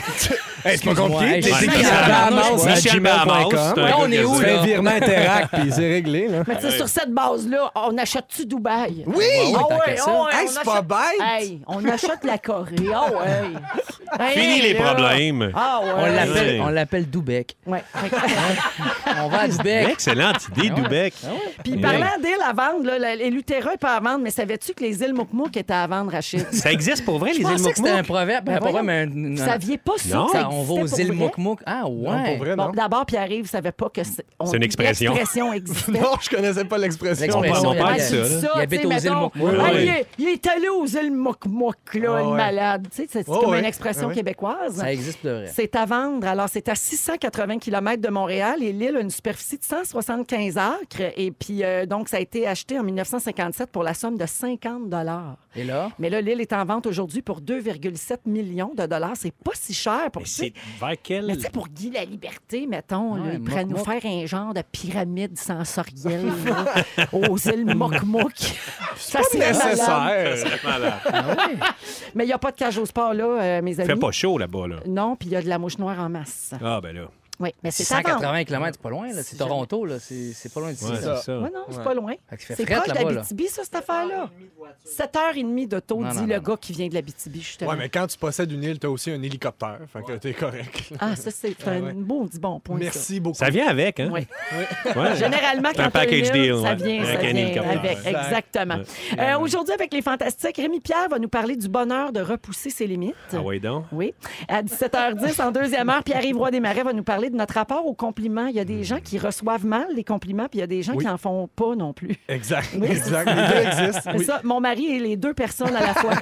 Speaker 7: Hey, c'est pas compliqué!
Speaker 4: Excuse-moi,
Speaker 7: T'es
Speaker 4: hey,
Speaker 7: écrit
Speaker 4: je-
Speaker 7: à Bahamas à
Speaker 3: Michel Bahamas,
Speaker 7: gmail.com.
Speaker 3: c'est un
Speaker 4: Ouais, on
Speaker 3: gars
Speaker 4: est
Speaker 3: qui a
Speaker 4: où,
Speaker 3: dit-
Speaker 7: Fais
Speaker 4: là?
Speaker 7: un virement Interac, puis c'est réglé, là.
Speaker 2: Mais tu sais, sur cette base-là, on achète-tu Dubaï?
Speaker 7: Oui!
Speaker 2: Ah
Speaker 4: tant
Speaker 2: ouais,
Speaker 4: qu'à ça.
Speaker 2: ah ouais,
Speaker 1: Hey,
Speaker 2: on
Speaker 1: c'est pas
Speaker 2: achète-
Speaker 1: bête.
Speaker 2: Hey, on achète la Corée. Ah ouais. Hey,
Speaker 3: Fini les
Speaker 2: là.
Speaker 3: problèmes.
Speaker 2: Ah ouais.
Speaker 4: On l'appelle-
Speaker 3: Ouais.
Speaker 4: On l'appelle Dubec.
Speaker 2: Ouais.
Speaker 4: On va à Dubec.
Speaker 3: Excellente idée, Dubec.
Speaker 2: Puis parlant d'îles à vendre, là, la- les Lutera est pas à vendre, mais savais-tu que les îles Moukmouk étaient à vendre, Rachid?
Speaker 3: Ça existe pour vrai, les
Speaker 4: Je
Speaker 3: îles
Speaker 4: pensais que c'était un
Speaker 3: Moukmouk?
Speaker 4: proverbe. Ben,
Speaker 2: Ben
Speaker 4: pas vrai,
Speaker 2: voyons.
Speaker 4: mais un-
Speaker 2: Vous
Speaker 4: un-
Speaker 2: saviez pas ça
Speaker 3: Non.
Speaker 2: que ça
Speaker 4: Ah, on va aux
Speaker 2: existait
Speaker 4: îles
Speaker 2: pour vrai?
Speaker 4: Mouk-Mouk. Ah,
Speaker 7: Non,
Speaker 4: ouais.
Speaker 7: pour vrai,
Speaker 2: Bon,
Speaker 7: non.
Speaker 2: d'abord, Pierre-Yves savait pas que c'est... on-
Speaker 3: C'est une expression.
Speaker 2: L'expression existait.
Speaker 7: Non, je connaissais pas l'expression.
Speaker 4: L'expression.
Speaker 3: On
Speaker 4: il
Speaker 3: parle
Speaker 4: y
Speaker 3: de
Speaker 4: a-
Speaker 3: ça, là.
Speaker 4: Il habite
Speaker 2: tu
Speaker 4: aux
Speaker 2: sais,
Speaker 4: îles
Speaker 2: mettons,
Speaker 4: Mouk-Mouk.
Speaker 2: Ah,
Speaker 3: Oui.
Speaker 2: il, est, il est allé aux îles Mouk-Mouk, là,
Speaker 7: Ah
Speaker 2: le
Speaker 7: ouais.
Speaker 2: malade. Tu sais, c'est c'est
Speaker 7: Ah
Speaker 2: comme
Speaker 7: ouais.
Speaker 2: une expression
Speaker 7: Ah ouais.
Speaker 2: québécoise.
Speaker 4: Ça existe de vrai.
Speaker 2: C'est à vendre. Alors, c'est à 680 km de Montréal et l'île a une superficie de 175 acres. Et puis, euh, donc, ça a été acheté en 1957 pour la somme de 50 dollars.
Speaker 4: Et là?
Speaker 2: Mais là, l'île est en vente aujourd'hui pour 2,7 millions de dollars. C'est pas si cher pour
Speaker 3: Mais c'est vers quel...
Speaker 2: mais tu sais, pour Guy la Liberté, mettons, là,
Speaker 4: Ouais,
Speaker 2: il pourrait nous
Speaker 4: Mokmok.
Speaker 2: faire un genre de pyramide sensorielle là, aux îles Mokmok. Ça,
Speaker 7: Pas euh,
Speaker 2: c'est malade.
Speaker 7: nécessaire.
Speaker 2: Mais il n'y a pas de cage au sport, là, euh, mes amis.
Speaker 3: Fait pas chaud là-bas, là.
Speaker 2: Non, puis il y a de la mouche noire en masse.
Speaker 3: Ah, ben là.
Speaker 2: Oui, mais c'est à vendre.
Speaker 4: 180 km, c'est pas loin, là. C'est Toronto, là. C'est c'est pas loin d'ici.
Speaker 3: Ouais,
Speaker 4: ça.
Speaker 3: c'est ça.
Speaker 2: Ouais, non, c'est pas loin.
Speaker 4: Fait qu'il fait
Speaker 2: C'est
Speaker 4: fret
Speaker 2: proche
Speaker 4: là-bas, là.
Speaker 2: d'Abitibi, ça, cette affaire-là. 7h30 d'auto,
Speaker 4: Non,
Speaker 2: dit
Speaker 4: non,
Speaker 2: le
Speaker 4: non,
Speaker 2: gars qui vient de l'Abitibi, justement.
Speaker 7: Ouais, mais quand tu possèdes une île, t'as aussi un hélicoptère. Fait que t'es correct. là.
Speaker 2: Ah, ça, c'est un
Speaker 7: ouais.
Speaker 2: beau, dit bon point. ça.
Speaker 7: Merci beaucoup.
Speaker 3: Ça vient avec, hein?
Speaker 2: Ouais.
Speaker 3: Ouais.
Speaker 2: Généralement,
Speaker 3: C'est
Speaker 2: quand
Speaker 3: un package
Speaker 2: t'as une île,
Speaker 3: deal,
Speaker 2: ça
Speaker 3: ouais.
Speaker 2: vient,
Speaker 3: Avec
Speaker 2: ça
Speaker 3: un
Speaker 2: vient
Speaker 3: hélicoptère.
Speaker 2: avec.
Speaker 7: Exact.
Speaker 2: Exactement. Euh, Aujourd'hui, avec les Fantastiques, Rémi Pierre va nous parler du bonheur de repousser ses limites.
Speaker 3: Ah ouais, donc.
Speaker 2: Oui. À 17h10, en deuxième heure, Pierre-Yves Roy Desmarais va nous parler de notre rapport aux compliments. Il y a
Speaker 3: Hmm.
Speaker 2: des gens qui reçoivent mal les compliments, puis il y a des gens
Speaker 7: Oui.
Speaker 2: qui en font pas non plus.
Speaker 7: Exact. Exact. Les deux existent.
Speaker 3: Ah
Speaker 2: C'est
Speaker 7: Oui.
Speaker 2: ça, mon mari et les deux personnes à la fois.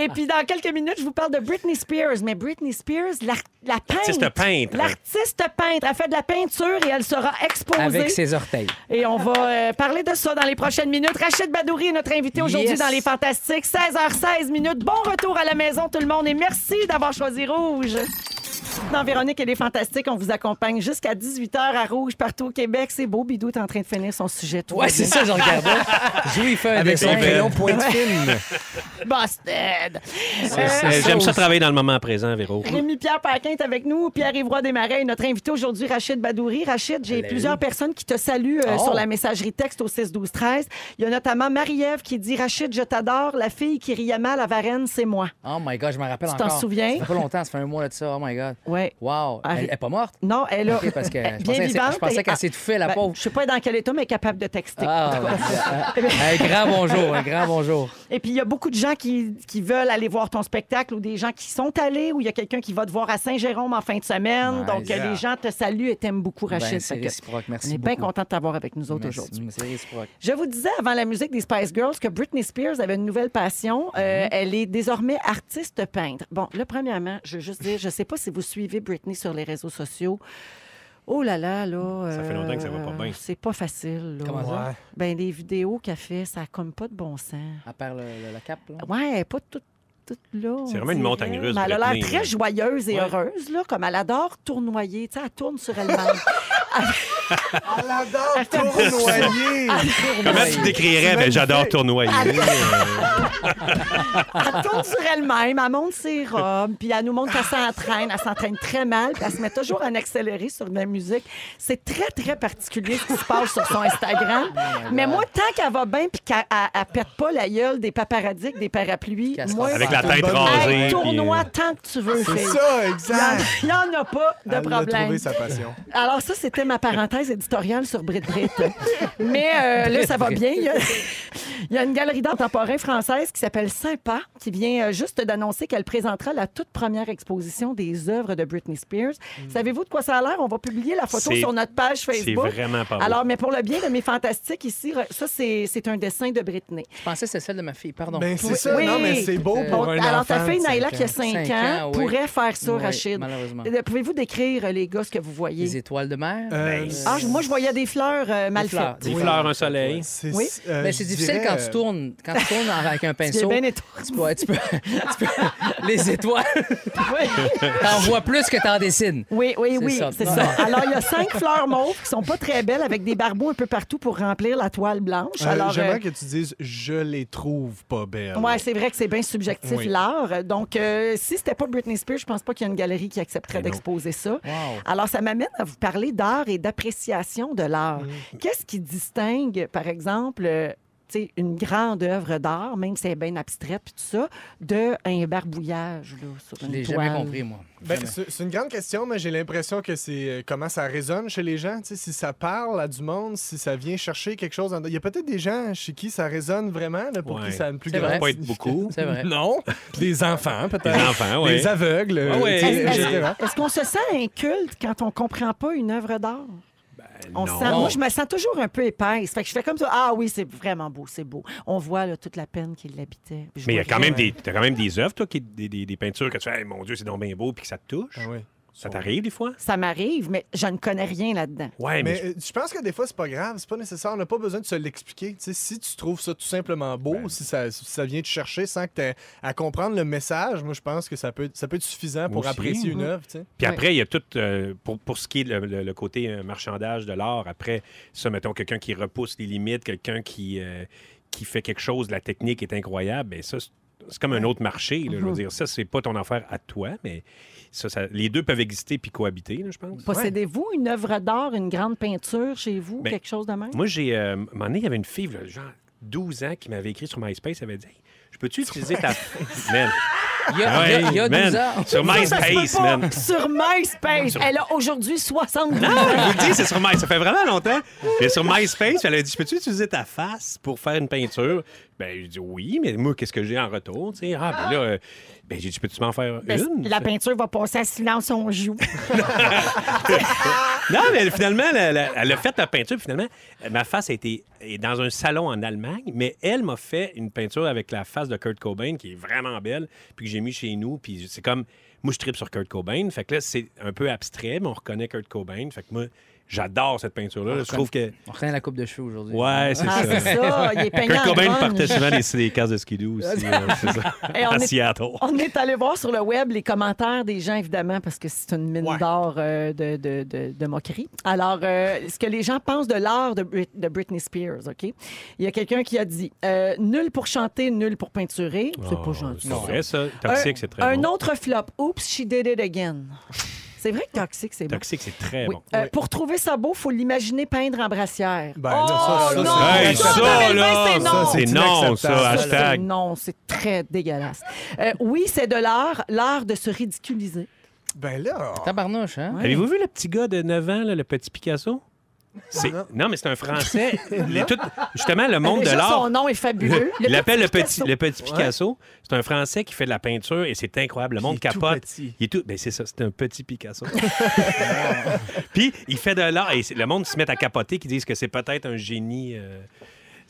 Speaker 2: Et puis, dans quelques minutes, je vous parle de Britney Spears. Mais Britney Spears, l'ar- la,
Speaker 3: L'artiste
Speaker 2: peintre.
Speaker 3: peintre.
Speaker 2: L'artiste peintre. Elle fait de la peinture et elle sera exposée.
Speaker 4: Avec ses orteils.
Speaker 2: Et on va euh, parler de ça dans les prochaines minutes. Rachid Badouri est notre invité aujourd'hui
Speaker 4: Yes.
Speaker 2: dans Les Fantastiques. 16h16 minutes. Bon retour à la maison, tout le monde. Et merci d'avoir choisi Rouge. Dans Véronique et les Fantastiques, on vous accompagne jusqu'à 18h à Rouge, partout au Québec. C'est beau, Bidou est en train de finir son sujet. tout va
Speaker 4: Ouais, c'est
Speaker 2: bien.
Speaker 4: ça, je regardais. Jou, il fait un
Speaker 7: Avec
Speaker 4: dessin.
Speaker 7: son crayon pointe fine.
Speaker 2: Busted!
Speaker 3: Euh, J'aime ça travailler dans le moment présent, Véro.
Speaker 2: Rémi-Pierre Mmh. Paquin est avec nous. Pierre-Yvroy Desmarais est notre invité aujourd'hui, Rachid Badouri. Rachid, j'ai plusieurs personnes qui te saluent euh,
Speaker 4: Oh.
Speaker 2: sur la messagerie texte au 6-12-13. Il y a notamment Marie-Ève qui dit « Rachid, je t'adore. La fille qui riait mal à Varennes, c'est moi.
Speaker 4: Oh my God, je m'en rappelle
Speaker 2: Tu
Speaker 4: encore.
Speaker 2: t'en souviens?
Speaker 4: Ça fait pas longtemps, ça fait un mois de ça. Oh my God.
Speaker 2: Ouais. Ouais. Ah,
Speaker 4: Wow.
Speaker 2: Arrête.
Speaker 4: Elle n'est pas morte?
Speaker 2: Non, elle a.
Speaker 4: Ok, parce que
Speaker 2: bien
Speaker 4: je pensais qu'elle s'est-
Speaker 2: vivante,
Speaker 4: je pensais
Speaker 2: elle-
Speaker 4: qu'elle s'est étouffée, la
Speaker 2: Ben,
Speaker 4: pauvre.
Speaker 2: Je sais pas dans quel état, mais elle est capable de texter.
Speaker 4: Ah, ben, un grand bonjour, un grand bonjour.
Speaker 2: Et puis, il y a beaucoup de gens qui, qui veulent aller voir ton spectacle ou des gens qui sont allés ou il y a quelqu'un qui va te voir à Saint-Jérôme en fin de semaine.
Speaker 4: Nice.
Speaker 2: Donc, euh, les gens te saluent et t'aiment beaucoup, Rachid.
Speaker 4: Ben, c'est
Speaker 2: Fait que
Speaker 4: réciproque, merci
Speaker 2: On est bien
Speaker 4: beaucoup.
Speaker 2: content de t'avoir avec nous autres
Speaker 4: Merci,
Speaker 2: aujourd'hui.
Speaker 4: C'est réciproque.
Speaker 2: Je vous disais avant la musique des Spice Girls que Britney Spears avait une nouvelle passion.
Speaker 3: Mhm.
Speaker 2: Euh, Elle est désormais artiste peintre. Bon, là, premièrement, je veux juste dire, je sais pas si vous suivez Britney sur les réseaux sociaux. Oh là là, là. euh,
Speaker 3: Ça fait longtemps que ça va pas bien.
Speaker 2: C'est pas facile, là.
Speaker 4: Comment ça?
Speaker 2: Ben, les vidéos qu'elle fait, ça a comme pas de bon sens.
Speaker 4: À part le, le- la cape, là.
Speaker 2: Ouais, elle est pas toute. toute là, on
Speaker 3: C'est vraiment une
Speaker 2: dirait.
Speaker 3: montagne russe,
Speaker 2: Mais elle a l'air
Speaker 3: Britney, là.
Speaker 2: très joyeuse et
Speaker 4: Ouais.
Speaker 2: heureuse, là, comme elle adore tournoyer. Tu sais, elle tourne sur elle-même.
Speaker 1: Elle adore tournoyer.
Speaker 3: Comment tu te décrirais? Ben, j'adore tournoyer. euh,
Speaker 2: elle tourne sur elle-même, elle monte ses robes, puis elle nous montre qu'elle s'entraîne. Elle s'entraîne très mal, puis elle se met toujours en accéléré sur de la musique. C'est très, très particulier ce qui se passe sur son Instagram.
Speaker 7: Oh
Speaker 2: Mais moi, tant qu'elle va bien, puis qu'elle elle- elle pète pas la gueule des paparadis, des parapluies,
Speaker 4: Qu'elle se
Speaker 2: moi,
Speaker 4: fasse
Speaker 3: Avec la
Speaker 4: C'est une
Speaker 3: tête
Speaker 7: bonne-
Speaker 3: rasée.
Speaker 2: Hey,
Speaker 3: puis, euh,
Speaker 2: tournoi tant que tu veux,
Speaker 7: C'est
Speaker 2: fille.
Speaker 7: ça,
Speaker 2: Il y en-
Speaker 7: exact.
Speaker 2: Il n'y en a pas de
Speaker 7: Elle a
Speaker 2: problème.
Speaker 7: trouvé sa passion.
Speaker 2: Alors ça, c'était ma parenthèse éditoriale sur Brit Brit. Mais euh, là, ça va bien. Il y a, il y a une galerie d'art contemporain française qui s'appelle Sympa, qui vient euh, juste d'annoncer qu'elle présentera la toute première exposition des œuvres de Britney Spears.
Speaker 7: Hmm.
Speaker 2: Savez-vous de quoi ça a l'air? On va publier la photo
Speaker 3: C'est-
Speaker 2: sur notre page
Speaker 3: c'est
Speaker 2: Facebook.
Speaker 3: vraiment pas beau.
Speaker 2: Alors, mais pour le bien de mes fantastiques ici, re- ça, c'est c'est un dessin de Britney.
Speaker 4: Je pensais que c'était celle de ma fille, pardon. Euh,
Speaker 7: Ben,
Speaker 2: Oui.
Speaker 7: c'est ça, non, mais c'est beau
Speaker 4: Oui.
Speaker 7: pour
Speaker 2: Donc,
Speaker 7: un
Speaker 2: Oh, alors,
Speaker 7: enfant.
Speaker 2: ta fille
Speaker 7: de cinq
Speaker 2: Naïla, qui a
Speaker 7: ans.
Speaker 2: 5
Speaker 4: Cinq
Speaker 2: ans,
Speaker 4: ans, oui.
Speaker 2: pourrait faire ça,
Speaker 4: Oui,
Speaker 2: Rachid.
Speaker 4: malheureusement.
Speaker 2: Euh, Pouvez-vous décrire, euh, les gars, ce que vous voyez?
Speaker 4: Les étoiles de mer.
Speaker 7: Euh,
Speaker 2: Ah, je- moi, je voyais des fleurs euh, mal
Speaker 4: fleurs.
Speaker 2: faites.
Speaker 3: Des
Speaker 7: Oui.
Speaker 3: fleurs, un soleil.
Speaker 7: C'est
Speaker 2: Oui.
Speaker 7: euh,
Speaker 4: Ben, c'est
Speaker 7: je
Speaker 4: difficile
Speaker 7: dirais,
Speaker 4: quand tu
Speaker 7: euh,
Speaker 4: tournes, quand tu tournes avec un
Speaker 2: C'est
Speaker 4: pinceau.
Speaker 2: bien étoile.
Speaker 4: Tu peux, tu peux- tu peux- les étoiles, t'en vois plus que t'en dessines.
Speaker 2: Oui, oui,
Speaker 4: C'est
Speaker 2: oui,
Speaker 4: ça.
Speaker 2: c'est
Speaker 4: Non.
Speaker 2: ça. Alors, il y a cinq fleurs mauves qui sont pas très belles avec des barbeaux un peu partout pour remplir la toile blanche.
Speaker 7: euh,
Speaker 2: Alors,
Speaker 7: J'aimerais
Speaker 2: euh,
Speaker 7: que tu dises je les trouve pas belles.
Speaker 2: ouais, c'est vrai que c'est bien subjectif,
Speaker 7: Oui.
Speaker 2: l'art. Donc, euh, si c'était pas Britney Spears, je pense pas qu'il y a une galerie qui accepterait
Speaker 7: Ben
Speaker 2: d'exposer ça. Alors, ça m'amène à vous parler d'art et d'appréciation de l'art.
Speaker 7: Mm.
Speaker 2: Qu'est-ce qui distingue, par exemple, euh, tu sais, une grande œuvre d'art, même si elle est bien abstraite, puis tout ça, de un barbouillage là, sur
Speaker 4: Je
Speaker 2: une
Speaker 4: l'ai
Speaker 2: toile?
Speaker 4: jamais compris, moi.
Speaker 7: Ben,
Speaker 4: Jamais.
Speaker 7: c'est c'est une grande question, mais j'ai l'impression que c'est euh, comment ça résonne chez les gens. tu sais, Si ça parle à du monde, si ça vient chercher quelque chose. en- Il y a peut-être des gens chez qui ça résonne vraiment, là, pour
Speaker 3: Ouais.
Speaker 7: qui ça a une plus
Speaker 4: C'est
Speaker 7: grande
Speaker 4: vrai.
Speaker 3: Pas être beaucoup.
Speaker 4: C'est vrai.
Speaker 7: Non, des enfants peut-être.
Speaker 3: Des enfants, ouais. Ah
Speaker 7: Des aveugles, euh,
Speaker 3: ouais.
Speaker 7: tu sais,
Speaker 2: Est-ce- Est-ce
Speaker 7: etc.
Speaker 2: est-ce qu'on se sent inculte quand on comprend pas une œuvre d'art? On se
Speaker 3: non.
Speaker 2: sent- moi, je me sens toujours un peu épaisse. Fait que je fais comme ça. Ah oui, c'est vraiment beau, c'est beau. On voit là, toute la peine qui l'habitait. Puis je
Speaker 3: Mais il y a
Speaker 2: vois
Speaker 3: quand même
Speaker 2: rien.
Speaker 3: des, t'as quand même des œuvres, toi, qui, des, des, des peintures que tu fais, Hey, mon Dieu, c'est donc bien beau, puis que ça te touche.
Speaker 7: Ah oui.
Speaker 3: Ça t'arrive des fois?
Speaker 2: Ça m'arrive, mais je ne connais rien là-dedans.
Speaker 3: Ouais, mais,
Speaker 7: Mais euh, je pense que des fois, c'est pas grave, c'est pas nécessaire, on n'a pas besoin de se l'expliquer. Tu sais, si tu trouves ça tout simplement beau,
Speaker 3: Ben.
Speaker 7: si, ça, si ça vient te chercher sans que tu à comprendre le message, moi je pense que ça peut, être- ça peut être suffisant pour
Speaker 3: aussi,
Speaker 7: apprécier une
Speaker 3: ouais.
Speaker 7: œuvre. tu sais.
Speaker 3: Puis
Speaker 2: Ouais.
Speaker 3: après, il y a tout, euh, pour, pour ce qui est le, le- le côté euh, marchandage de l'art, après, ça, mettons, quelqu'un qui repousse les limites, quelqu'un qui, euh, qui fait quelque chose, la technique est incroyable, mais ça, c'est- c'est comme un autre marché. là, Je
Speaker 4: Mm-hmm.
Speaker 3: veux dire, ça, c'est pas ton affaire à toi, mais ça, ça- les deux peuvent exister puis cohabiter, là, je pense.
Speaker 2: Possédez-vous une œuvre d'art, une grande peinture chez vous,
Speaker 3: Ben,
Speaker 2: quelque chose de même?
Speaker 3: Moi, j'ai. Euh, un moment donné, il y avait une fille, là, genre 12 ans, qui m'avait écrit sur MySpace. Elle avait dit Hey, Je peux-tu utiliser ta. Man.
Speaker 4: Il y a, il y a- il y a 12
Speaker 3: man.
Speaker 4: ans.
Speaker 3: Sur
Speaker 2: Ça, ça se peut
Speaker 3: MySpace,
Speaker 2: pas.
Speaker 3: man.
Speaker 2: Sur MySpace. Elle a aujourd'hui 70 ans.
Speaker 3: Non, je vous le dis, c'est sur MySpace. Ça fait vraiment longtemps. Mais sur MySpace, elle a dit Je peux-tu utiliser ta face pour faire une peinture Ben, j'ai dit Oui, mais moi, qu'est-ce que j'ai en retour tu sais? Ah, ben là, euh, ben, j'ai dit Peux-tu m'en faire
Speaker 2: Ben,
Speaker 3: une
Speaker 2: La peinture va passer à silence, on joue.
Speaker 3: Non, mais finalement, la- la- elle a fait la peinture. puis Finalement, euh, ma face a été est dans un salon en Allemagne, mais elle m'a fait une peinture avec la face de Kurt Cobain qui est vraiment belle, puis que j'ai mis chez nous. Puis c'est comme, moi, je tripe sur Kurt Cobain. Fait que là, c'est un peu abstrait, mais on reconnaît Kurt Cobain. Fait que moi, j'adore cette peinture-là. là. Je trouve que.
Speaker 4: On reconnaît la coupe de cheveux aujourd'hui.
Speaker 3: Ouais, c'est
Speaker 2: Ah, c'est
Speaker 3: ça.
Speaker 2: ça. Il est peigné
Speaker 3: Kurt
Speaker 2: en
Speaker 3: Cobain
Speaker 2: grunge.
Speaker 3: partait souvent des, des cases de skidoo aussi. euh, c'est ça.
Speaker 2: Et on
Speaker 3: à
Speaker 2: est- Oh,
Speaker 3: Seattle.
Speaker 2: On est allé voir sur le web les commentaires des gens, évidemment, parce que c'est une mine d'or euh, de, de- de- de moquerie. Alors, euh, ce que les gens pensent de l'art de, Brit- de Britney Spears, OK? Il y a quelqu'un qui a dit euh, Nul pour chanter, nul pour peinturer. C'est pas
Speaker 3: Oh,
Speaker 2: gentil.
Speaker 3: C'est vrai, ça.
Speaker 2: Un-
Speaker 3: Toxique, c'est très
Speaker 2: Un
Speaker 3: bon.
Speaker 2: autre flop. Oops, she did it again. C'est vrai que toxique, c'est bon.
Speaker 3: Toxique, c'est très
Speaker 2: Oui.
Speaker 3: bon.
Speaker 2: Euh, pour trouver ça beau, faut l'imaginer peindre en brassière.
Speaker 7: Ben, là, ça, ça,
Speaker 2: non!
Speaker 7: c'est-
Speaker 3: Hey,
Speaker 2: Ça,
Speaker 3: ça,
Speaker 2: Paris-Vingt,
Speaker 3: là,
Speaker 2: c'est
Speaker 3: ça,
Speaker 2: non!
Speaker 3: c'est
Speaker 7: C'est
Speaker 3: non,
Speaker 7: inacceptable.
Speaker 3: ça,
Speaker 2: Ça, c'est-
Speaker 3: hashtag.
Speaker 2: Non, c'est très dégueulasse. Euh, oui, c'est de l'art, l'art de se ridiculiser.
Speaker 7: Ben là,
Speaker 4: Tabarnouche, hein?
Speaker 2: Ouais.
Speaker 3: Avez-vous vu le petit gars de 9 ans, là, le petit Picasso? C'est-
Speaker 7: Non.
Speaker 3: Non, mais c'est un Français. Les- tout- Justement, le monde
Speaker 2: Ah, Déjà,
Speaker 3: de l'art.
Speaker 2: son nom est fabuleux.
Speaker 3: Il l'appelle le petit,
Speaker 2: Picasso.
Speaker 3: le petit Picasso. C'est un Français qui fait de la peinture et c'est incroyable. Le monde
Speaker 7: est tout
Speaker 3: capote.
Speaker 7: petit.
Speaker 3: Il est tout. Ben c'est ça, c'est un petit Picasso. Puis il fait de l'art et c'est- le monde se met à capoter, qui disent que c'est peut-être un génie. euh,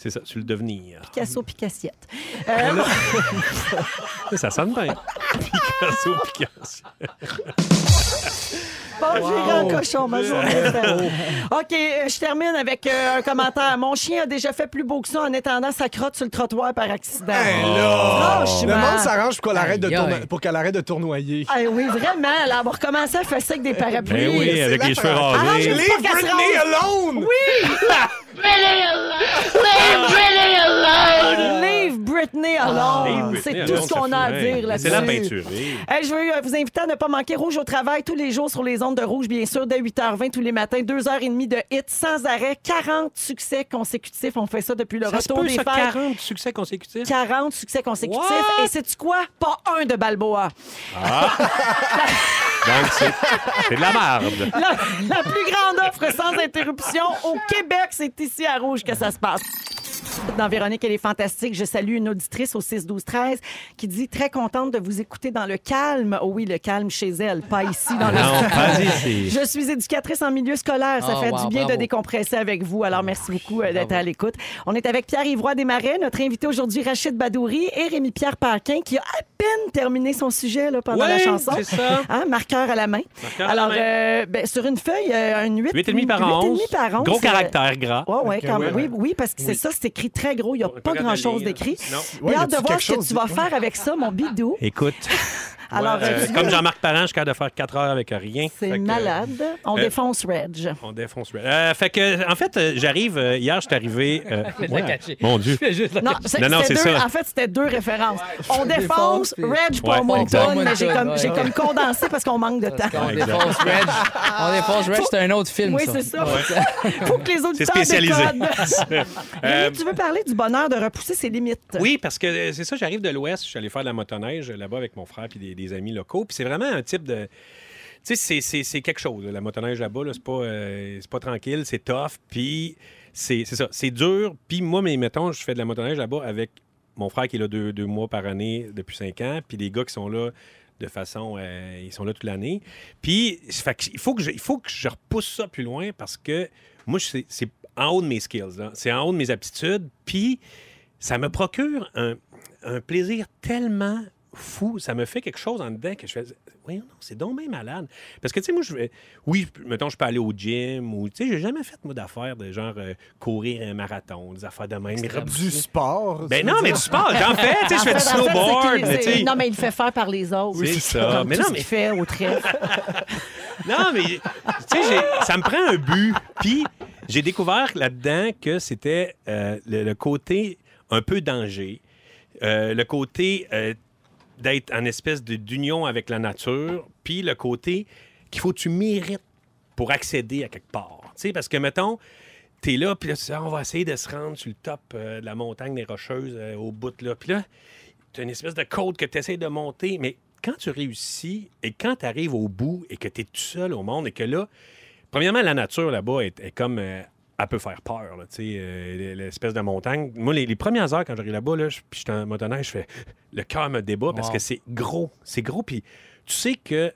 Speaker 3: C'est ça, sur le devenir.
Speaker 2: Picasso, Picassiette.
Speaker 3: Ça sonne bien. Picasso, Picasso.
Speaker 2: Bon, j'ai un cochon, ma journée est faite.
Speaker 3: Oh.
Speaker 2: OK, euh, je termine avec euh, un commentaire. Mon chien a déjà fait plus beau que ça en étendant sa crotte sur le trottoir par accident.
Speaker 7: ben
Speaker 3: Ah.
Speaker 7: là.
Speaker 2: Franchement.
Speaker 7: Le monde s'arrange pour qu'elle arrête, de
Speaker 4: Aïe,
Speaker 7: tourno-
Speaker 4: aïe.
Speaker 7: pour qu'elle arrête de tournoyer.
Speaker 2: Ah oui, vraiment, elle va recommencer à fesser avec des parapluies.
Speaker 3: Ben oui,
Speaker 7: c'est
Speaker 3: avec
Speaker 7: la
Speaker 3: les cheveux
Speaker 7: fin.
Speaker 2: Ah,
Speaker 3: rasés.
Speaker 2: j'ai-
Speaker 7: Leave
Speaker 2: qu'elle se
Speaker 7: Britney alone!
Speaker 2: Leave Britney alone.
Speaker 3: Leave
Speaker 2: Ah, C'est
Speaker 3: Ah. Britney
Speaker 2: tout
Speaker 3: alone,
Speaker 2: ce qu'on
Speaker 3: ça
Speaker 2: a à
Speaker 3: fait bien.
Speaker 2: dire là-dessus.
Speaker 3: C'est la peinture. oui.
Speaker 2: Hey, je veux euh, vous inviter à ne pas manquer Rouge au travail tous les jours sur les ondes de Rouge, bien sûr, dès 8h20 tous les matins. 2h30 de hits sans arrêt. 40 succès consécutifs. On fait ça depuis le
Speaker 3: Ça se
Speaker 2: retour
Speaker 3: peut,
Speaker 2: des
Speaker 3: ça,
Speaker 2: fêtes.
Speaker 3: 40 succès consécutifs.
Speaker 2: 40 succès consécutifs.
Speaker 3: What?
Speaker 2: Et sais-tu quoi? Pas un de Balboa.
Speaker 3: Donc, c'est c'est de la marde.
Speaker 2: La, la plus grande offre sans interruption au Québec, c'est ici à Rouge que ça se passe. Dans Véronique, elle est fantastique. Je salue une auditrice au 6-12-13 qui dit très contente de vous écouter dans le calme. Oh oui, le calme chez elle, pas ici dans le
Speaker 3: Non, vas-y, c'est.
Speaker 2: Je suis éducatrice en milieu scolaire. Ça
Speaker 4: Ah,
Speaker 2: fait
Speaker 4: wow,
Speaker 2: du bien de
Speaker 4: bravo.
Speaker 2: décompresser avec vous. Alors, merci beaucoup euh, d'être à l'écoute. On est avec Pierre Ivroy Desmarais, notre invité aujourd'hui, Rachid Badouri et Rémi-Pierre Paquin, qui a à peine terminé son sujet là, pendant la
Speaker 3: Ouais,
Speaker 2: chanson.
Speaker 3: c'est ça.
Speaker 2: Hein, marqueur à la main.
Speaker 3: Marqueur à la
Speaker 2: Alors,
Speaker 3: main.
Speaker 2: euh, ben, sur une feuille, euh, un 8.
Speaker 3: 8,5 par 11.
Speaker 2: 8,5 par 11.
Speaker 3: Gros
Speaker 2: c'est-
Speaker 3: caractère gras.
Speaker 2: Ouais, ouais,
Speaker 7: Ok,
Speaker 2: quand
Speaker 7: ouais,
Speaker 2: même.
Speaker 7: ouais.
Speaker 2: Oui, oui, parce que c'est ça, c'est écrit très gros. Il n'y a
Speaker 3: Pas
Speaker 2: pas
Speaker 3: grand
Speaker 2: grand-chose
Speaker 3: ligne, hein.
Speaker 2: d'écrit.
Speaker 3: Non.
Speaker 7: Ouais,
Speaker 2: J'ai
Speaker 7: y
Speaker 2: hâte de
Speaker 7: a-tu
Speaker 2: voir
Speaker 7: quelque
Speaker 2: ce que
Speaker 7: chose
Speaker 2: tu vas faire avec ça, mon bidou.
Speaker 3: Écoute,
Speaker 2: Alors,
Speaker 3: euh,
Speaker 2: euh, tu-
Speaker 3: comme Jean-Marc Parent, je suis capable de faire 4 heures avec rien.
Speaker 2: c'est
Speaker 3: Fait que,
Speaker 2: malade. On
Speaker 3: euh,
Speaker 2: défonce Reg.
Speaker 3: On défonce. Euh, fait que, en fait, euh, j'arrive. euh, hier, je suis arrivé. euh, ouais,
Speaker 4: caché.
Speaker 3: mon Dieu.
Speaker 4: Fais juste la-
Speaker 2: Non, c'est
Speaker 3: Non, non,
Speaker 2: c'était
Speaker 3: c'est
Speaker 2: deux-
Speaker 3: ça.
Speaker 2: En fait, c'était deux références. on
Speaker 4: défonce,
Speaker 2: défonce,
Speaker 4: puis-
Speaker 2: Reg pour
Speaker 3: Ouais,
Speaker 2: mon
Speaker 3: exact.
Speaker 2: tonne, mais j'ai
Speaker 4: Pour mon
Speaker 2: comme,
Speaker 4: tonne,
Speaker 2: j'ai
Speaker 4: ouais.
Speaker 2: comme condensé parce qu'on manque de temps.
Speaker 4: On
Speaker 3: Exact.
Speaker 4: défonce Reg. On défonce Reg, c'est un autre film,
Speaker 2: Oui,
Speaker 4: ça.
Speaker 2: c'est ça. Faut que les autres
Speaker 3: C'est spécialisé. Euh,
Speaker 2: tu veux parler du bonheur de repousser ses limites.
Speaker 3: Oui, parce que euh, c'est ça, j'arrive de l'Ouest, je suis allé faire de la motoneige euh, là-bas avec mon frère puis des, des amis locaux. Puis c'est vraiment un type de. Tu sais, c'est- c'est- c'est quelque chose. là, La motoneige là-bas, là, c'est pas, euh, c'est pas tranquille, c'est tough, puis c'est c'est ça, c'est dur. Puis moi, mais mettons, je fais de la motoneige là-bas avec mon frère qui est là deux, deux mois par année depuis cinq ans, puis des gars qui sont là de façon. euh, ils sont là toute l'année. Puis fait que il, faut que je, il faut que je repousse ça plus loin parce que moi, je- c'est c'est en haut de mes skills, là. c'est en haut de mes aptitudes, puis ça me procure un, un plaisir tellement fou. Ça me fait quelque chose en dedans que je fais. Oui, non, c'est donc bien malade. Parce que, tu sais, moi, je vais- Oui, je- mettons, je peux aller au gym ou. Tu sais, j'ai jamais fait, moi, d'affaires de genre euh, courir un marathon, des affaires de même. Mais rep-
Speaker 7: Du sport. tu
Speaker 3: Ben
Speaker 7: veux
Speaker 3: non, mais
Speaker 7: dire?
Speaker 3: du sport, j'en fais. Tu sais, je fais du snowboard.
Speaker 2: C'est-
Speaker 3: tu sais.
Speaker 2: Non, mais il le fait faire par les autres.
Speaker 3: Oui, c'est ça.
Speaker 2: Comme
Speaker 3: Mais
Speaker 2: tout
Speaker 3: non,
Speaker 2: ce qu'il
Speaker 3: mais-
Speaker 2: fait au trèfle.
Speaker 3: Non, mais tu sais, j'ai- ça me prend un but. Puis j'ai découvert là-dedans que c'était euh, le, le côté un peu danger, euh, le côté euh, d'être en espèce de- d'union avec la nature, puis le côté qu'il faut que tu mérites pour accéder à quelque part. Tu sais, parce que, mettons, t'es là, puis là, tu dis, Ah, on va essayer de se rendre sur le top euh, de la montagne des Rocheuses, euh, au bout, là. Puis là, t'as une espèce de côte que t'essayes de monter, mais quand tu réussis et quand t'arrives au bout et que t'es tout seul au monde et que là, premièrement, la nature là-bas est, est comme. euh, elle peut faire peur, là, tu sais, euh, l'espèce de montagne. Moi, les, les premières heures, quand j'arrive là-bas, là, je- puis j'étais en motoneige, je fais... Le cœur me débat parce
Speaker 4: Wow.
Speaker 3: que c'est gros. C'est gros, puis tu sais que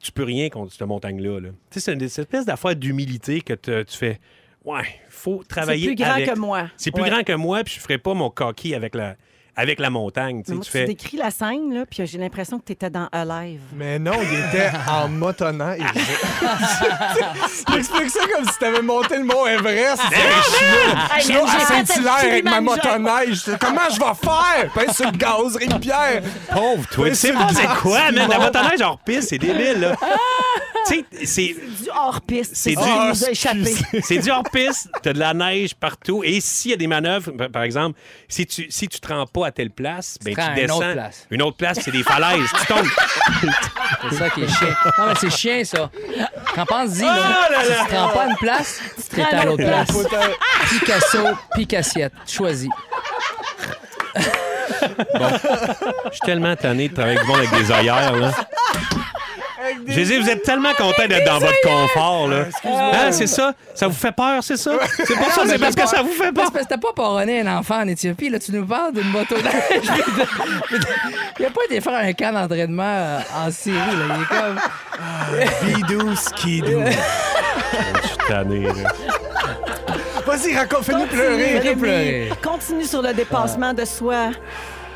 Speaker 3: tu peux rien contre cette montagne-là. là. Tu sais, c'est une cette espèce d'affaire d'humilité que te- tu fais. Ouais, faut
Speaker 2: C'est
Speaker 3: travailler.
Speaker 2: plus grand
Speaker 3: avec-
Speaker 2: que moi.
Speaker 3: C'est plus
Speaker 2: Ouais.
Speaker 3: grand que moi, puis je ferai pas mon coquille avec la, avec la montagne. Tu, sais,
Speaker 2: Moi,
Speaker 3: tu
Speaker 2: tu
Speaker 3: fais.
Speaker 2: décris la scène, là, puis j'ai l'impression que tu étais dans Alive.
Speaker 7: Mais non, il était en motoneige. T'expliques ça comme si t'avais monté le mont Everest. Tu sais, Je suis là- je suis là
Speaker 2: Hey,
Speaker 7: à
Speaker 2: mais j'ai
Speaker 7: Saint-Hilaire
Speaker 2: fait
Speaker 7: avec ma
Speaker 2: Kilimanjaro.
Speaker 7: motoneige. Comment je vais faire? Pince sur le gaz, Rivière.
Speaker 3: Pauvre, toi, tu sais pas c'est quoi, man. La montagne, genre pisse, c'est débile, là. tu sais, c'est.
Speaker 2: Du hors-piste.
Speaker 3: C'est
Speaker 2: ce
Speaker 3: du-
Speaker 2: qui
Speaker 3: Ah,
Speaker 2: nous a échappé.
Speaker 3: C'est du hors-piste, t'as de la neige partout. Et s'il y a des manœuvres, par- par exemple, si tu, si tu te rends pas à telle place, ben, tu,
Speaker 4: te rends à une
Speaker 3: descends.
Speaker 4: autre place.
Speaker 3: Une autre place, c'est des falaises. tu tombes.
Speaker 4: C'est ça qui est chiant. Non, mais c'est chiant, ça. T'en penses-y, là.
Speaker 3: Oh là là!
Speaker 4: Si tu te rends pas à une place, tu es à l'autre place. Picasso, Picassiette. Choisis.
Speaker 3: Je suis tellement tanné de travailler avec du monde avec des ailleurs, là.
Speaker 7: Avec
Speaker 3: Jésus, vous êtes tellement content d'être dans votre confort, là.
Speaker 7: excuse-moi.
Speaker 3: Hein, c'est ça? Ça vous fait peur, c'est ça? C'est pour ça, c'est parce que ça vous fait
Speaker 4: Parce
Speaker 3: peur.
Speaker 4: que t'as pas paronné un enfant en Éthiopie, là, tu nous parles d'une moto neige. Il a pas été faire un camp d'entraînement euh, en Syrie, là. Il est comme.
Speaker 7: Bidou, skidou.
Speaker 3: Je suis tanné, là.
Speaker 7: Vas-y, raconte, fais-nous pleurer.
Speaker 4: Fais-nous pleurer.
Speaker 2: Continue sur le dépassement de soi.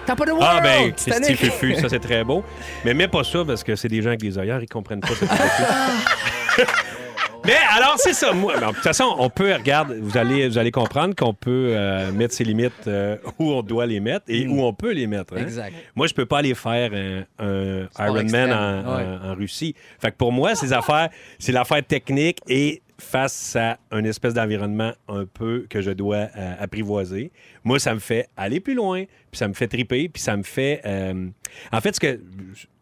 Speaker 4: Top of the world!
Speaker 3: Ah, ben,
Speaker 4: cette
Speaker 3: Christy
Speaker 4: année.
Speaker 3: Fufu, ça, c'est très beau. Mais mets pas ça parce que c'est des gens avec des œillères, ils comprennent pas ce que c'est. Mais alors, c'est ça. Moi, ben, de toute façon, on peut, regarde, vous allez, vous allez comprendre qu'on peut euh, mettre ses limites euh, où on doit les mettre et où on peut les mettre. hein.
Speaker 4: Exact.
Speaker 3: Moi, je peux pas aller faire un, un
Speaker 4: extrême,
Speaker 3: Ironman en,
Speaker 4: ouais.
Speaker 3: en- en Russie. Fait que pour moi, ces affaires, c'est l'affaire technique et face à une espèce d'environnement un peu que je dois euh, apprivoiser. Moi, ça me fait aller plus loin, puis ça me fait triper, puis ça me fait... euh, En fait, ce que...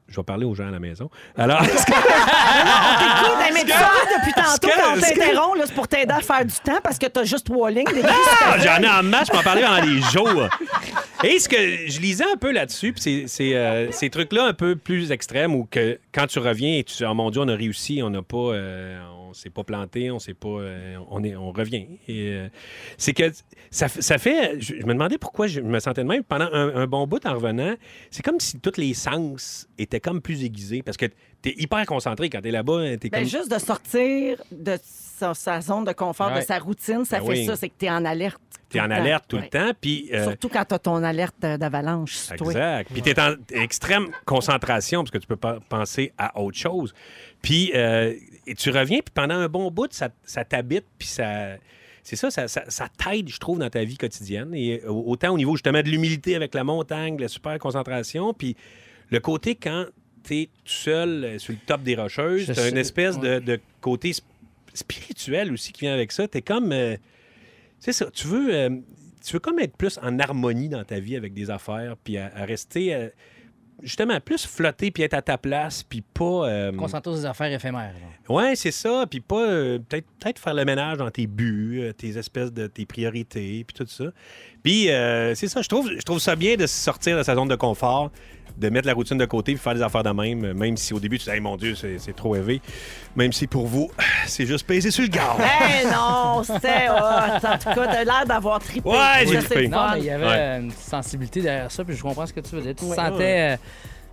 Speaker 3: Je vais parler aux gens à la maison. Alors, ce que-
Speaker 2: Écoute, hey, mais tu parles depuis tantôt
Speaker 3: Scott,
Speaker 2: quand on
Speaker 3: Scott.
Speaker 2: t'interrompt, là, c'est pour t'aider à faire du temps parce que t'as juste trois lignes. d'écrit.
Speaker 3: Ah, J'en ai en masse, je m'en parlais pendant des jours. Et ce que je lisais un peu là-dessus, puis c'est- c'est, euh, ces trucs-là un peu plus extrêmes où que quand tu reviens et tu dis, oh mon Dieu, on a réussi, on n'a pas, euh, on s'est pas planté, on s'est pas, euh, on est, on revient. Et euh, c'est que ça, f- ça fait, je, je me demandais pourquoi je me sentais de même pendant un, un bon bout en revenant. C'est comme si tous les sens étaient comme plus aiguisés parce que t'es hyper concentré quand t'es là-bas, t'es
Speaker 2: Ben,
Speaker 3: comme
Speaker 2: juste de sortir de sa, sa zone de confort,
Speaker 4: Ouais.
Speaker 2: de sa routine, ça
Speaker 3: Ben
Speaker 2: fait
Speaker 3: oui.
Speaker 2: ça, c'est que t'es en alerte.
Speaker 3: t'es
Speaker 2: tout
Speaker 3: en
Speaker 2: le
Speaker 3: alerte tout le
Speaker 2: Ouais.
Speaker 3: temps, puis euh,
Speaker 2: Surtout quand t'as ton alerte euh, d'avalanche. sur toi.
Speaker 3: Exact. Puis t'es en extrême concentration parce que tu peux pas penser à autre chose. Puis euh, et tu reviens, puis pendant un bon bout, ça, ça t'habite, puis ça... C'est ça, ça, ça- ça t'aide, je trouve, dans ta vie quotidienne. Et au- autant au niveau justement de l'humilité avec la montagne, de la super concentration, puis le côté quand t'es tout seul euh, sur le top des rocheuses,
Speaker 4: Je
Speaker 3: t'as une
Speaker 4: sais,
Speaker 3: espèce de,
Speaker 4: ouais.
Speaker 3: de côté sp- spirituel aussi qui vient avec ça. T'es comme... euh, c'est ça. Tu veux, euh, tu veux comme être plus en harmonie dans ta vie avec des affaires, puis à, à rester euh, justement plus flotter, puis être à ta place, puis pas. euh,
Speaker 4: Concentre-toi sur des affaires éphémères. genre.
Speaker 3: ouais, c'est ça. Puis pas euh, peut-être peut-être faire le ménage dans tes buts, euh, tes espèces de tes priorités, puis tout ça. Puis euh, c'est ça. Je trouve, je trouve ça bien de sortir de sa zone de confort, de mettre la routine de côté, puis faire des affaires de même, même si au début tu dis, hey, mon Dieu, c'est c'est trop élevé. Même si pour vous, c'est juste peser sur le gaz.
Speaker 2: Ben non, c'est hot. En tout cas, t'as l'air d'avoir trippé.
Speaker 3: Ouais,
Speaker 2: Ça,
Speaker 3: j'ai
Speaker 2: c'est
Speaker 3: trippé.
Speaker 2: le
Speaker 4: Non,
Speaker 2: fun.
Speaker 4: mais euh, il y avait
Speaker 3: Ouais.
Speaker 4: une sensibilité derrière ça, puis je comprends ce que tu veux dire. Tu te
Speaker 3: Ouais.
Speaker 4: sentais. euh,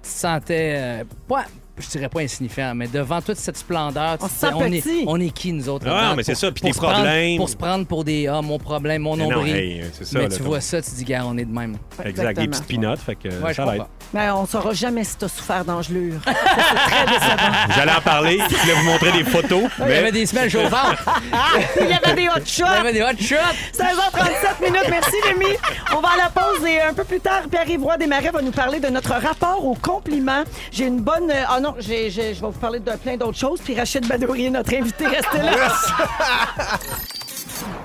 Speaker 4: tu te sentais. euh, pas. Je dirais pas insignifiant, mais devant toute cette splendeur, tu
Speaker 2: On
Speaker 4: te
Speaker 2: se
Speaker 4: disais,
Speaker 2: sent
Speaker 4: est,
Speaker 2: petit.
Speaker 4: on est qui, nous autres?
Speaker 3: Ouais,
Speaker 4: là-dedans,
Speaker 3: mais c'est
Speaker 4: pour-
Speaker 3: ça, puis
Speaker 4: pour
Speaker 3: tes
Speaker 4: se prendre-
Speaker 3: problèmes.
Speaker 4: Pour se prendre pour des Ah, mon problème, mon
Speaker 3: Mais non,
Speaker 4: nombril.
Speaker 3: hey, c'est ça,
Speaker 4: mais
Speaker 3: là,
Speaker 4: tu
Speaker 3: ton-
Speaker 4: vois ça, tu te dis, gars, on est de même.
Speaker 3: Exact. Des
Speaker 2: Exactement.
Speaker 3: petites pinottes, fait que
Speaker 4: Ouais, je
Speaker 3: ça l'aide.
Speaker 4: comprends.
Speaker 2: Mais on saura jamais si t'as souffert d'engelure.
Speaker 3: J'allais en parler, je voulais vous montrer des photos,
Speaker 4: Il y avait
Speaker 3: mais
Speaker 4: des semaines chauffantes.
Speaker 2: Il y avait des hot
Speaker 4: Il y
Speaker 2: shots.
Speaker 4: avait des hot shots.
Speaker 2: 16h37 minutes. Merci, Rémi. On va à la pause et un peu plus tard, Pierre-Yves Roy Desmarais va nous parler de notre rapport aux compliments. J'ai une bonne. euh, Ah non, j'ai- j'ai- je vais vous parler de plein d'autres choses. Puis Rachid Badouri, notre invité, restez là.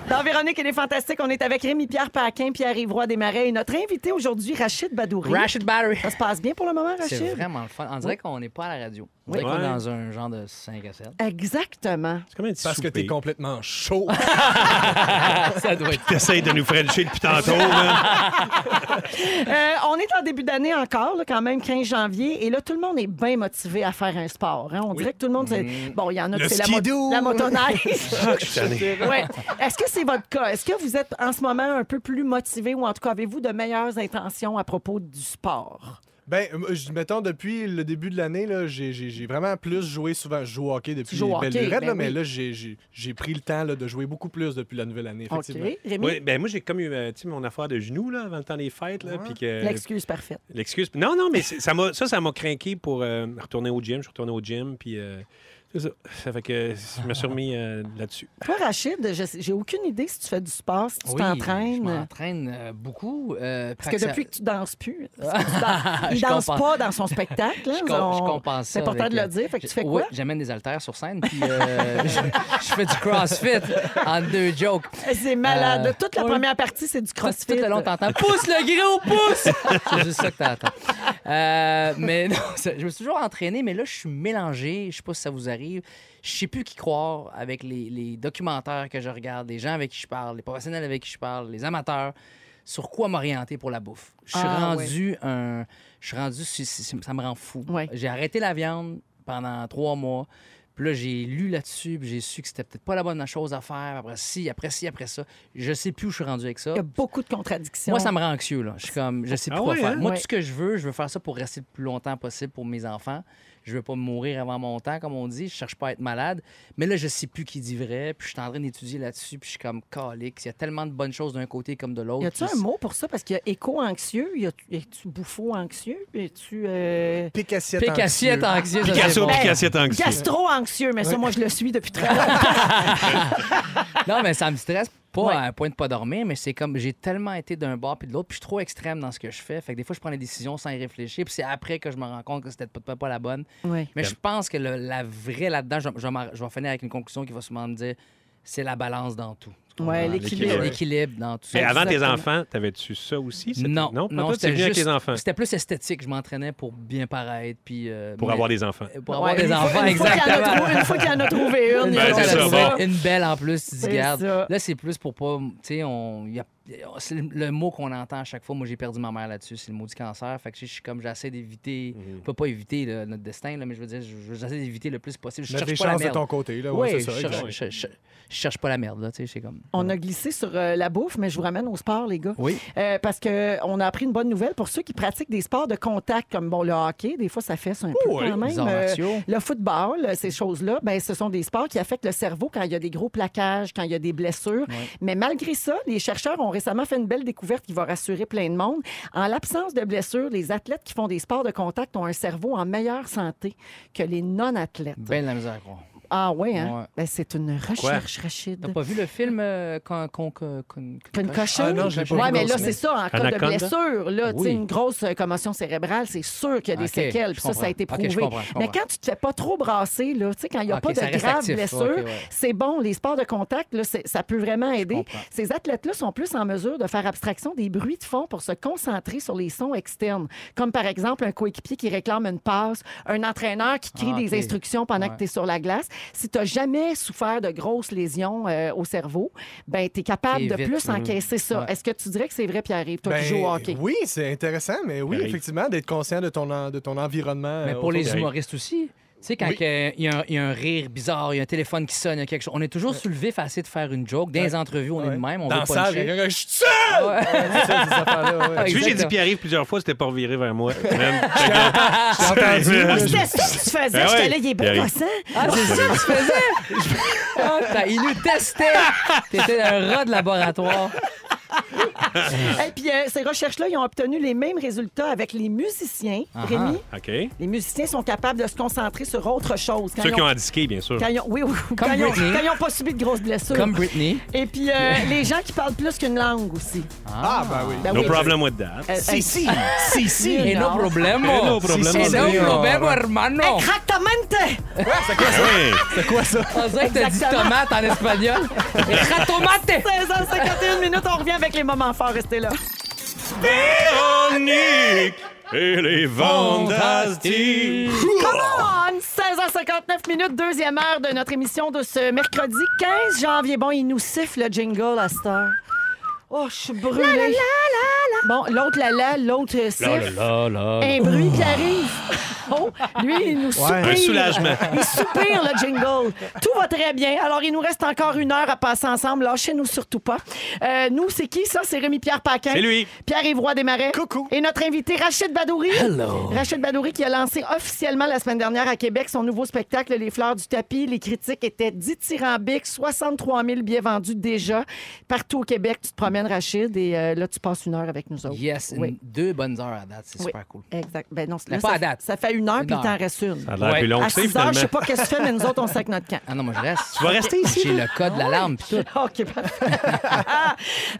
Speaker 2: Dans Véronique, elle est fantastique. On est avec Rémi-Pierre Paquin, Pierre-Yves Roy Desmarais et notre invité aujourd'hui, Rachid Badouri.
Speaker 4: Rashid Battery.
Speaker 2: Ça se passe bien pour le moment, Rachid?
Speaker 4: C'est vraiment le fun. On dirait qu'on n'est pas à la radio. On dirait
Speaker 3: Oui.
Speaker 4: qu'on est
Speaker 3: Ouais.
Speaker 4: dans un genre de 5 à 7.
Speaker 2: Exactement.
Speaker 3: c'est comme un petit
Speaker 7: Parce que
Speaker 3: souper.
Speaker 7: t'es complètement chaud.
Speaker 4: Ça doit être.
Speaker 3: T'essayes de nous frencher depuis tantôt, là.
Speaker 2: Euh, on est en début d'année encore, là, quand même, 15 janvier. Et là, tout le monde est bien motivé à faire un sport. hein. On dirait que tout le monde... c'est-
Speaker 4: Mm.
Speaker 2: Bon, il y en a
Speaker 7: Le
Speaker 2: qui c'est la, mo-
Speaker 7: skidoo.
Speaker 2: la motoneige.
Speaker 4: Ah,
Speaker 2: Ouais. Est-ce que c'est votre cas? Est-ce que vous êtes en ce moment un peu plus motivé ou en tout cas avez-vous de meilleures intentions à propos du sport?
Speaker 7: Ben, euh, je- mettons, depuis le début de l'année, là, j'ai- j'ai j'ai vraiment plus joué souvent. Je joue au hockey depuis
Speaker 2: joues au
Speaker 7: les belles
Speaker 2: hockey,
Speaker 7: lurettes,
Speaker 2: ben
Speaker 7: là, mais
Speaker 2: oui.
Speaker 7: là, j'ai- j'ai j'ai pris le temps là, de jouer beaucoup plus depuis la nouvelle année,
Speaker 2: OK.
Speaker 7: effectivement.
Speaker 2: Rémi,
Speaker 3: Oui, ben moi, j'ai comme eu, euh, tu sais, mon affaire de genoux, là, avant le temps des fêtes, là, puis
Speaker 4: euh,
Speaker 3: que...
Speaker 2: l'excuse parfaite.
Speaker 3: L'excuse. Non, non, mais c'est- ça m'a, ça, ça m'a craqué pour euh, retourner au gym. Je suis retourné au gym, puis... euh, c'est ça. Ça fait que je me suis remis euh, là-dessus.
Speaker 2: Toi, Rachid, je sais- j'ai aucune idée si tu fais du sport, si tu
Speaker 4: Oui, Je
Speaker 2: t'entraînes.
Speaker 4: m'entraîne euh, beaucoup. euh,
Speaker 2: Parce que
Speaker 4: ça-
Speaker 2: depuis que tu danses plus, parce que tu danses- il
Speaker 4: Je
Speaker 2: danse
Speaker 4: comprends.
Speaker 2: pas dans son spectacle. hein.
Speaker 4: Je, com- je
Speaker 2: On-
Speaker 4: compense ça
Speaker 2: C'est important
Speaker 4: avec,
Speaker 2: de
Speaker 4: euh,
Speaker 2: le dire. Fait que tu fais
Speaker 4: je-
Speaker 2: quoi?
Speaker 4: ouais, J'amène des haltères sur scène, puis euh, je, je fais du crossfit en deux jokes.
Speaker 2: C'est malade.
Speaker 4: Euh,
Speaker 2: Toute la
Speaker 4: oui.
Speaker 2: première partie, c'est du
Speaker 4: Tout,
Speaker 2: crossfit.
Speaker 4: tout le long, t'entends « Pousse le gros, pousse! » C'est juste ça que t'entends. Euh, mais non, ça- je me suis toujours entraîné, mais là, je suis mélangé. Je sais pas si ça vous arrive. Je sais plus qui croire avec les, les documentaires que je regarde, les gens avec qui je parle, les professionnels avec qui je parle, les amateurs. Sur quoi m'orienter pour la bouffe? Je suis
Speaker 2: Ah,
Speaker 4: rendu un... Je suis rendu... si- si- si- Ça me rend fou.
Speaker 2: Ouais.
Speaker 4: J'ai arrêté la viande pendant trois mois. Puis là, j'ai lu là-dessus, puis j'ai su que c'était peut-être pas la bonne chose à faire. Après si, après si, après ça. Je sais plus où je suis rendu avec ça.
Speaker 8: Il y a beaucoup de contradictions.
Speaker 4: Moi, ça me rend anxieux. Là. Je suis comme, je sais plus
Speaker 3: Ah
Speaker 4: quoi
Speaker 3: ouais,
Speaker 4: faire.
Speaker 3: hein?
Speaker 4: Moi,
Speaker 8: Ouais.
Speaker 4: tout ce que je veux, je veux faire ça pour rester le plus longtemps possible pour mes enfants. Je veux pas mourir avant mon temps, comme on dit. Je cherche pas à être malade. Mais là, je sais plus qui dit vrai. Puis je suis en train d'étudier là-dessus. Puis je suis comme calique. Il y a tellement de bonnes choses d'un côté comme de l'autre.
Speaker 2: Y a-tu
Speaker 4: Puis
Speaker 2: un mot pour ça? Parce qu'il y a éco-anxieux, y a-tu- y a-tu bouffo-anxieux, y a-tu euh,
Speaker 7: Pique assiette.
Speaker 4: Pique assiette
Speaker 7: anxieux.
Speaker 4: anxieux. ça, c'est
Speaker 3: Picasso,
Speaker 4: bon. Ben,
Speaker 3: Picasso est anxieux.
Speaker 2: gastro-anxieux? Mais ça, moi, je le suis depuis très longtemps.
Speaker 4: Non, mais ça me stresse pas
Speaker 2: Ouais.
Speaker 4: à un point de pas dormir, mais c'est comme j'ai tellement été d'un bord puis de l'autre, puis je suis trop extrême dans ce que je fais. Fait que des fois, je prends des décisions sans y réfléchir, puis c'est après que je me rends compte que c'était peut-être pas- pas la bonne.
Speaker 2: Oui.
Speaker 4: Mais je pense que le- la vraie là-dedans, je, je vais m'en- je vais finir avec une conclusion qui va souvent me dire c'est la balance dans tout.
Speaker 2: Ouais,
Speaker 3: l'équilibre.
Speaker 2: l'équilibre.
Speaker 4: L'équilibre dans tout ça.
Speaker 3: Mais avant tes
Speaker 2: Exactement.
Speaker 3: enfants, t'avais-tu ça aussi? c'était-
Speaker 4: Non,
Speaker 3: Non, pas toi, t'es
Speaker 4: c'était
Speaker 3: venu avec
Speaker 4: juste-
Speaker 3: les enfants.
Speaker 4: C'était plus esthétique. Je m'entraînais pour bien paraître. Puis, euh,
Speaker 3: Pour
Speaker 4: mais-
Speaker 3: avoir des enfants.
Speaker 4: Pour avoir
Speaker 2: Ouais,
Speaker 4: des
Speaker 2: une fois-
Speaker 4: enfants,
Speaker 2: une fois qu'il y en a
Speaker 4: exactement.
Speaker 2: trouvé- Une fois qu'il y en a trouvé une,
Speaker 4: Une,
Speaker 3: Ben,
Speaker 2: ils ont
Speaker 3: c'est ça,
Speaker 2: trouvé
Speaker 3: bon.
Speaker 4: une belle en plus, tu dis,
Speaker 2: C'est
Speaker 4: garde.
Speaker 2: ça.
Speaker 4: Là, c'est plus pour pas. Tu sais, on- y a- y a- c'est le, le mot qu'on entend à chaque fois. Moi, j'ai perdu ma mère là-dessus. C'est le mot du cancer. Fait que je suis comme, j'essaie d'éviter.
Speaker 7: Mm-hmm.
Speaker 4: On peut pas éviter là, notre destin, là, mais je veux dire, je- j'essaie d'éviter le plus possible. Je
Speaker 7: Mettre des
Speaker 4: cherche pas la
Speaker 7: chances de
Speaker 4: merde.
Speaker 7: ton côté. Là.
Speaker 4: Oui,
Speaker 7: Ouais, c'est
Speaker 4: je,
Speaker 7: ça.
Speaker 4: cherche,
Speaker 7: exact.
Speaker 4: je, je- je cherche pas la merde, là, tu sais, c'est comme...
Speaker 2: On a glissé sur euh, la bouffe, mais je vous ramène au sport, les gars.
Speaker 4: Oui.
Speaker 2: Euh, parce qu'on a appris une bonne nouvelle pour ceux qui pratiquent des sports de contact, comme bon, le hockey, des fois ça fait ça un peu
Speaker 7: ouais.
Speaker 2: quand
Speaker 4: Oh, Les
Speaker 2: même.
Speaker 4: arts
Speaker 2: Euh,
Speaker 4: martiaux.
Speaker 2: le football, euh, ces choses-là, ben, ce sont des sports qui affectent le cerveau quand il y a des gros plaquages, quand il y a des blessures. Mais malgré ça, les chercheurs ont récemment fait une belle découverte qui va rassurer plein de monde. En l'absence de blessures, les athlètes qui font des sports de contact ont un cerveau en meilleure santé que les non-athlètes.
Speaker 4: Ben de la misère, quoi.
Speaker 2: ah ouais, hein?
Speaker 4: Ouais.
Speaker 2: Ben, c'est une recherche, Rachid.
Speaker 4: T'as pas vu le film euh, con, con, con- con-
Speaker 2: Une cochonne?
Speaker 7: Ah non, je l'ai pas
Speaker 2: Ouais,
Speaker 7: vu,
Speaker 2: mais
Speaker 7: non,
Speaker 2: là,
Speaker 7: c'est-
Speaker 2: c'est ça, en cas de
Speaker 3: Anaconda?
Speaker 2: blessure, là, tu sais,
Speaker 4: Oui.
Speaker 2: une grosse euh, commotion cérébrale, c'est sûr qu'il y a des
Speaker 4: Ok,
Speaker 2: séquelles.
Speaker 4: je
Speaker 2: Puis ça, ça a
Speaker 4: comprends.
Speaker 2: été
Speaker 4: Ok,
Speaker 2: prouvé.
Speaker 4: je comprends, je
Speaker 2: mais
Speaker 4: comprends.
Speaker 2: quand tu te fais pas trop brasser, là, tu sais, quand il n'y a
Speaker 4: Ok, ça
Speaker 2: pas de
Speaker 4: reste
Speaker 2: graves
Speaker 4: actif,
Speaker 2: blessures,
Speaker 4: ok, ouais.
Speaker 2: c'est bon. Les sports de contact, là, c'est- ça peut vraiment aider.
Speaker 4: comprends.
Speaker 2: Ces athlètes-là sont plus en mesure de faire abstraction des bruits de fond pour se concentrer sur les sons externes. Comme par exemple un coéquipier qui réclame une passe, un entraîneur qui crie
Speaker 4: Ah,
Speaker 2: des
Speaker 4: ok.
Speaker 2: instructions pendant
Speaker 4: Ouais.
Speaker 2: que tu es sur la glace. Si tu n'as jamais souffert de grosses lésions euh, au cerveau, ben, tu es capable
Speaker 4: Et
Speaker 2: de
Speaker 4: vite.
Speaker 2: plus encaisser ça.
Speaker 4: Ouais.
Speaker 2: Est-ce que tu dirais que c'est vrai, Pierre-Yves, toi qui
Speaker 7: Ben,
Speaker 2: joues au hockey?
Speaker 7: Oui, c'est intéressant, mais oui,
Speaker 3: Pierre-Yves.
Speaker 7: effectivement, d'être conscient de ton, en- de ton environnement.
Speaker 4: Mais
Speaker 7: euh,
Speaker 4: pour les
Speaker 7: autour de-
Speaker 4: humoristes aussi. Tu sais, quand
Speaker 7: Oui.
Speaker 4: que- euh, il y, a un- il y a un rire bizarre, il y a un téléphone qui sonne, il y a quelque chose. On est toujours sur le vif à essayer de faire une joke. Dans les entrevues, on est
Speaker 7: Ouais.
Speaker 4: de même, on
Speaker 7: Dans
Speaker 4: veut
Speaker 7: la
Speaker 4: pas
Speaker 7: salle, il y a quelqu'un, je suis seul! Ouais, c'est ça, ces affaires-là, ouais.
Speaker 4: Ah,
Speaker 3: Tu vois, j'ai dit
Speaker 4: exactement.
Speaker 3: Pierre-Yves plusieurs fois, c'était pas reviré vers moi. Man,
Speaker 7: J'ai entendu. là,
Speaker 8: C'était ça que tu faisais.
Speaker 3: Ben
Speaker 8: J'étais
Speaker 3: ouais.
Speaker 8: là, il est beau,
Speaker 3: Pierre-Yves.
Speaker 8: gossant.
Speaker 4: Ah, c'est
Speaker 7: hein.
Speaker 4: ça que tu faisais! Ah, t'as- il nous testait! T'étais un rat de laboratoire.
Speaker 3: Ah.
Speaker 2: Et puis, euh, ces recherches-là, ils ont obtenu les mêmes résultats avec les musiciens. Rémi,
Speaker 3: OK.
Speaker 2: les musiciens sont capables de se concentrer sur autre chose. Quand
Speaker 3: Ceux
Speaker 2: ils
Speaker 3: qui
Speaker 2: ont-
Speaker 3: ont indiqué, bien sûr.
Speaker 2: quand ils ont- oui, oui, quand
Speaker 4: Comme
Speaker 2: ils ont-
Speaker 4: Britney.
Speaker 2: quand ils n'ont pas subi de grosses blessures.
Speaker 4: Comme Britney.
Speaker 2: Et puis, euh, les gens qui parlent plus qu'une langue aussi.
Speaker 7: Ah, ben oui.
Speaker 2: Ben
Speaker 3: No
Speaker 2: oui.
Speaker 3: problem with that.
Speaker 2: Euh, euh,
Speaker 7: Si, si.
Speaker 4: Et nos problèmes. Et nos
Speaker 3: problèmes.
Speaker 4: problèmes, hermano.
Speaker 8: Exactement.
Speaker 3: Ouais.
Speaker 7: C'est quoi ça?
Speaker 4: On dirait que t'as dit
Speaker 2: Exactement.
Speaker 4: tomate en espagnol. Ratomate!
Speaker 2: 16h51 minutes, on revient avec les moments forts, restez là.
Speaker 3: Véronique, elle est fantastique.
Speaker 2: Come on! 16h59 minutes, deuxième heure de notre émission de ce mercredi 15 janvier. Bon, il nous siffle le jingle à cette heure. Oh, je suis brûlée. Bon, l'autre la la, l'autre euh, siffle. Un bruit qui arrive. Oh, lui, il nous soupire.
Speaker 3: Un soulagement.
Speaker 2: Il soupire, le jingle. Tout va très bien. Alors, il nous reste encore une heure à passer ensemble. Lâchez-nous surtout pas. Euh, nous, c'est qui, ça? C'est Rémi-Pierre Paquin.
Speaker 3: C'est lui.
Speaker 2: Pierre-Yves Desmarais.
Speaker 7: Coucou.
Speaker 2: Et notre invité, Rachid Badouri. Rachid Badouri qui a lancé officiellement la semaine dernière à Québec son nouveau spectacle Les fleurs du tapis. Les critiques étaient dithyrambiques. 63 000 billets vendus déjà. Partout au Québec, tu te promènes, Rachid, et euh, là, tu passes une heure avec nous autres.
Speaker 4: Yes, une-
Speaker 2: Oui.
Speaker 4: deux bonnes heures à date, c'est
Speaker 2: Oui.
Speaker 4: super cool.
Speaker 2: Exact. Ben non,
Speaker 4: Mais
Speaker 2: là,
Speaker 4: pas
Speaker 2: ça,
Speaker 4: à date.
Speaker 2: ça fait une heure,
Speaker 4: Une
Speaker 2: puis il t'en
Speaker 4: heure.
Speaker 2: reste une.
Speaker 3: Ça a l'air
Speaker 4: Ouais.
Speaker 3: plus long
Speaker 2: À
Speaker 3: que ça,
Speaker 2: 6 heures, je sais
Speaker 3: finalement.
Speaker 2: pas qu'est-ce que tu fais, mais nous autres, on sac notre camp.
Speaker 4: Ah non, moi je reste.
Speaker 3: Tu vas rester ici.
Speaker 4: J'ai le code
Speaker 2: Ah
Speaker 4: de l'alarme pis tout.
Speaker 2: OK, parfait.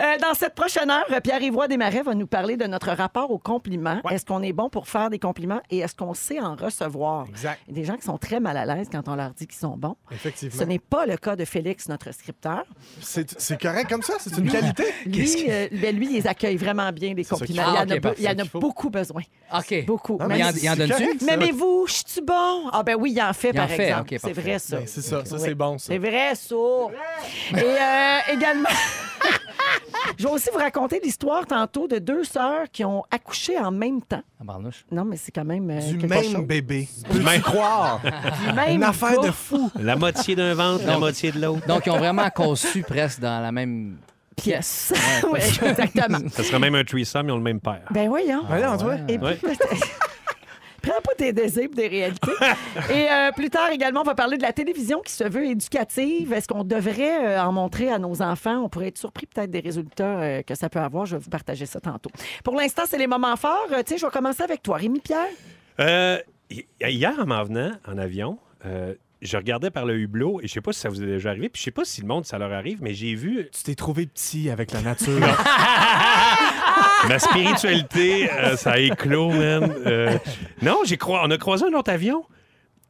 Speaker 2: Euh, Dans cette prochaine heure, Pierre-Yvois Desmarais va nous parler de notre rapport aux compliments. Est-ce qu'on est bon pour faire des compliments et est-ce qu'on sait en recevoir?
Speaker 7: Exact.
Speaker 2: Il y a Des gens qui sont très mal à l'aise quand on leur dit qu'ils sont bons. Ce
Speaker 7: Effectivement.
Speaker 2: n'est pas le cas de Félix, notre scripteur.
Speaker 7: C'est c'est correct comme ça, c'est une qualité.
Speaker 2: Lui, euh, ben, lui, il les accueille vraiment bien, les
Speaker 7: ça qu'il
Speaker 2: compliments. Il y
Speaker 4: faut. Ah,
Speaker 2: en a,
Speaker 4: ok,
Speaker 2: be- il y en
Speaker 7: parfait,
Speaker 2: a
Speaker 7: qu'il faut.
Speaker 2: beaucoup besoin.
Speaker 4: OK.
Speaker 2: Beaucoup.
Speaker 7: Non,
Speaker 2: Même
Speaker 4: mais il y en-
Speaker 7: c'est-
Speaker 4: il y en
Speaker 7: c'est
Speaker 4: donne-tu?
Speaker 7: correct, ça.
Speaker 2: Mais mais vous, je suis bon. Ah ben oui, il en fait
Speaker 4: Il en
Speaker 2: par
Speaker 4: fait,
Speaker 2: exemple.
Speaker 4: ok,
Speaker 2: c'est
Speaker 4: parfait.
Speaker 2: vrai ça.
Speaker 7: Ben, C'est ça, ça
Speaker 2: Oui.
Speaker 7: c'est bon, ça.
Speaker 2: C'est vrai ça. Et euh, également Je vais aussi vous raconter l'histoire tantôt de deux sœurs qui ont accouché en même temps.
Speaker 4: Ah, barnouche.
Speaker 2: Non, mais c'est quand même. euh,
Speaker 7: Du
Speaker 2: quelque
Speaker 7: même
Speaker 2: chose.
Speaker 7: bébé.
Speaker 3: Du même-
Speaker 7: Peux-tu croire?
Speaker 2: Du même
Speaker 7: Une affaire de
Speaker 2: gars.
Speaker 7: fou.
Speaker 3: La moitié d'un ventre, la
Speaker 4: Donc-
Speaker 3: moitié de l'autre.
Speaker 4: Donc, ils ont vraiment conçu presque dans la même.
Speaker 2: pièce. Ouais, exactement.
Speaker 3: Ça serait même un threesome, ils ont le même père.
Speaker 2: Ben voyons.
Speaker 7: Allez, Antoine.
Speaker 2: Et puis,
Speaker 3: Ouais.
Speaker 2: Prends pas tes désirs pour des réalités. Et euh, plus tard également, on va parler de la télévision qui se veut éducative. Est-ce qu'on devrait euh, en montrer à nos enfants? On pourrait être surpris peut-être des résultats euh, que ça peut avoir. Je vais vous partager ça tantôt. Pour l'instant, c'est les moments forts. Euh, Tiens, je vais commencer avec toi, Rémi-Pierre.
Speaker 3: Euh, hi- hier, en m'en venant en avion, euh, je regardais par le hublot et je sais pas si ça vous est déjà arrivé, puis je sais pas si le monde ça leur arrive, mais j'ai vu
Speaker 7: Tu t'es trouvé petit avec la nature.
Speaker 3: la spiritualité, euh, ça éclos, man. Euh, non, j'ai croi- on a croisé un autre avion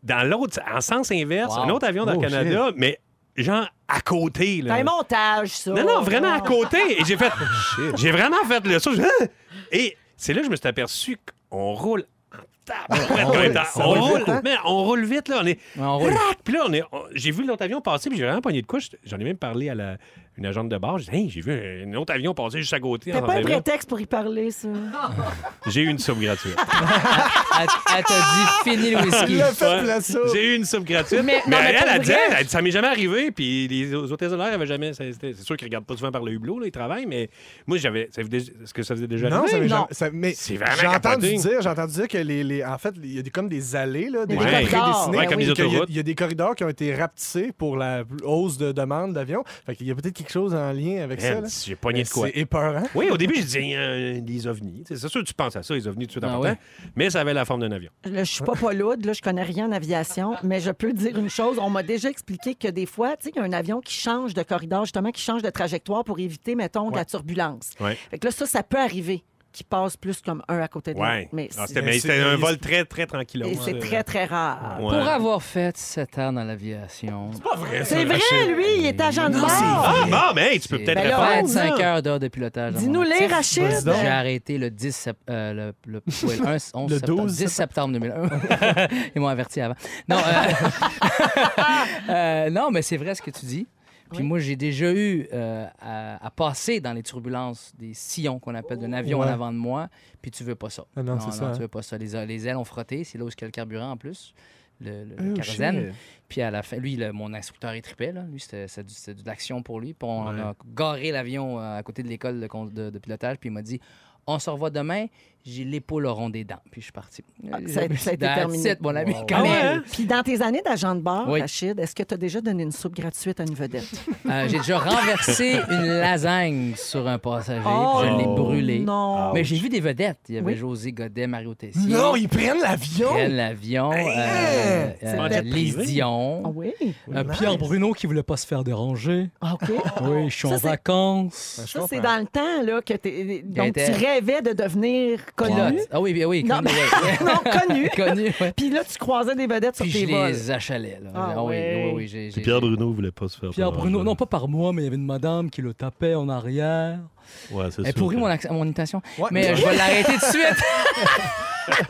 Speaker 3: dans l'autre, en sens inverse,
Speaker 4: Wow.
Speaker 3: un autre avion dans
Speaker 7: Oh,
Speaker 3: le Canada, mais genre à côté.
Speaker 2: C'est
Speaker 3: Là.
Speaker 2: un Oh, montage, ça.
Speaker 3: Euh.
Speaker 2: Ah.
Speaker 3: Non, non, vraiment à côté. Et j'ai fait. J'ai vraiment fait le saut. J'ai- Ah! Et c'est là que je me suis aperçu qu'on roule en tabarouette.
Speaker 4: on roule,
Speaker 3: dans-
Speaker 4: ça
Speaker 3: on
Speaker 4: roule
Speaker 3: roule, mais on roule vite, là. On est.
Speaker 4: Ouais, on roule.
Speaker 3: Rac! Puis là, on est, on- j'ai vu l'autre avion passer, puis j'ai vraiment pogné de couche. J'en ai même parlé à la, une agente de bord. J'ai dit, Hey, j'ai vu un, autre avion passer juste à côté.
Speaker 2: T'as
Speaker 3: en
Speaker 2: pas un
Speaker 3: avion.
Speaker 2: prétexte pour y parler, ça.
Speaker 3: J'ai eu une soupe gratuite.
Speaker 4: Elle, elle t'a dit, fini le
Speaker 7: Tu
Speaker 4: whisky.
Speaker 7: l'as fait
Speaker 3: Ouais.
Speaker 7: la soupe.
Speaker 3: J'ai eu une soupe gratuite.
Speaker 2: Mais-
Speaker 3: Mais,
Speaker 2: non, mais
Speaker 3: elle,
Speaker 2: pour
Speaker 3: elle, a dit,
Speaker 2: vrai.
Speaker 3: elle a dit, ça m'est jamais arrivé. Puis les hôtesses de l'air avaient jamais. ça- c'était- C'est sûr qu'ils regardent pas souvent par le hublot, là, ils travaillent, mais moi, j'avais. ça vous dé- Est-ce que ça faisait déjà
Speaker 7: Non,
Speaker 3: arrivé?
Speaker 7: ça m'est
Speaker 2: non.
Speaker 7: jamais- ça- mais
Speaker 3: Ben C'est vraiment
Speaker 7: j'ai entendu
Speaker 3: capoté.
Speaker 7: dire, j'ai entendu dire que les, les- en fait, il y a des, comme des allées là, des
Speaker 2: Des
Speaker 7: gens
Speaker 2: corridors.
Speaker 7: prédessinés,
Speaker 3: Ouais, comme
Speaker 7: et
Speaker 3: des
Speaker 7: qu'il y a-
Speaker 3: autoroutes.
Speaker 7: Il y, a des corridors qui ont été rapetissés pour la hausse de demande d'avion. Fait qu'il y a peut-être quelque chose en lien avec ça.
Speaker 3: Man,
Speaker 7: là.
Speaker 3: J'ai pogné de quoi.
Speaker 7: C'est épeurant.
Speaker 3: Oui, au début, je disais euh, des ovnis. Tu sais, C'est sûr, tu penses à ça, les ovnis, tout de suite en
Speaker 4: Ah
Speaker 3: partant. Mais ça avait la forme d'un avion.
Speaker 2: Là, je suis pas paloude, là, je connais rien en aviation, mais je peux dire une chose. On m'a déjà expliqué que des fois, tu sais, il y a un avion qui change de corridor, justement, qui change de trajectoire pour éviter, mettons, de la turbulence.
Speaker 3: Ouais.
Speaker 2: Fait que là, ça, ça peut arriver qu'il passe plus comme un à côté de l'autre.
Speaker 3: Ouais.
Speaker 2: Mais
Speaker 3: Ah,
Speaker 2: c'est
Speaker 3: c'était- Mais
Speaker 7: c'est-
Speaker 3: c'était un vol très, très tranquille.
Speaker 2: et c'est très, très rare.
Speaker 3: Ouais.
Speaker 4: Pour avoir fait 7 ans dans l'aviation,
Speaker 2: C'est vrai, lui, il est agent de bord.
Speaker 3: Ah, bon, mais hey, tu peux
Speaker 4: c'est
Speaker 3: peut-être
Speaker 2: Ben là,
Speaker 3: répondre. hein.
Speaker 4: 25
Speaker 2: là.
Speaker 4: heures d'heures de pilotage. dans
Speaker 2: Dis-nous
Speaker 4: mon
Speaker 2: les,
Speaker 4: actif.
Speaker 2: Rachid.
Speaker 4: J'ai arrêté le 10 septembre. le, le, ouais, le 11 11
Speaker 7: Le
Speaker 4: septembre.
Speaker 7: 12
Speaker 4: 10 septembre 2001. Ils m'ont averti avant. Non, euh, euh, non mais c'est vrai ce que tu dis. Puis moi, j'ai déjà eu euh, à, à passer dans les turbulences des sillons qu'on appelle d'un avion
Speaker 7: Ouais.
Speaker 4: en avant de moi. Puis tu veux pas ça.
Speaker 7: Ah non, c'est ça, hein.
Speaker 4: tu veux pas ça. Les, a- les ailes ont frotté. C'est là où il y a le carburant en plus. Le,
Speaker 7: Ah,
Speaker 4: le- le kérosène. Puis à la fin, lui, le- mon instructeur, il tripait. Là. Lui, c'était c'était du- c'était de l'action pour lui. Puis on a garé l'avion euh, à côté de l'école de, con- de- de pilotage. Puis il m'a dit On se revoit demain, j'ai l'épaule au rond des dents. Puis je suis parti.
Speaker 2: Ah, ça a- ça a été
Speaker 4: That's
Speaker 2: terminé.
Speaker 4: it, mon ami.
Speaker 7: Wow.
Speaker 2: Ah
Speaker 4: Quand
Speaker 2: ouais,
Speaker 4: même.
Speaker 2: hein? Puis dans tes années d'agent de bord,
Speaker 4: Oui.
Speaker 2: Rachid, est-ce que tu as déjà donné une soupe gratuite à une vedette?
Speaker 4: Euh, j'ai déjà renversé une lasagne sur un passager. puis je l'ai
Speaker 3: Oh.
Speaker 4: brûlé.
Speaker 2: Non.
Speaker 4: Mais j'ai vu des vedettes. Il y avait
Speaker 2: Oui.
Speaker 4: José Godet, Mario Tessier.
Speaker 7: Non, ils prennent l'avion.
Speaker 4: Ren Lavion, euh,
Speaker 7: C'est
Speaker 4: euh,
Speaker 3: une jet
Speaker 4: Lise
Speaker 3: privée.
Speaker 4: Dion,
Speaker 2: Ah oui?
Speaker 4: Euh, Pierre Bruno qui voulait pas se faire déranger.
Speaker 2: Ah, OK.
Speaker 4: Oui, je suis
Speaker 2: Ça,
Speaker 4: en
Speaker 2: c'est-
Speaker 4: vacances.
Speaker 2: Ça, c'est dans le temps là, que t'es- euh, donc, tu
Speaker 4: était-
Speaker 2: rêvais de devenir connu.
Speaker 4: Ouais. Ah oui, oui, oui.
Speaker 2: Non,
Speaker 4: connu, ouais.
Speaker 2: non, connu.
Speaker 4: Connu, ouais.
Speaker 2: Puis là, tu croisais des vedettes
Speaker 4: Puis
Speaker 2: sur
Speaker 4: je
Speaker 2: tes vols.
Speaker 4: les achalais. Là.
Speaker 2: Ah
Speaker 4: oui,
Speaker 2: ouais.
Speaker 4: oui, oui, j'ai- j'ai-
Speaker 3: Bruno voulait pas se faire.
Speaker 9: Pierre Bruno, non pas par moi, mais il y avait une madame qui le tapait en arrière.
Speaker 3: Ouais, c'est
Speaker 4: Elle pourrit mon, accent- mon imitation.
Speaker 7: Ouais.
Speaker 4: Mais euh, je vais l'arrêter tout de suite.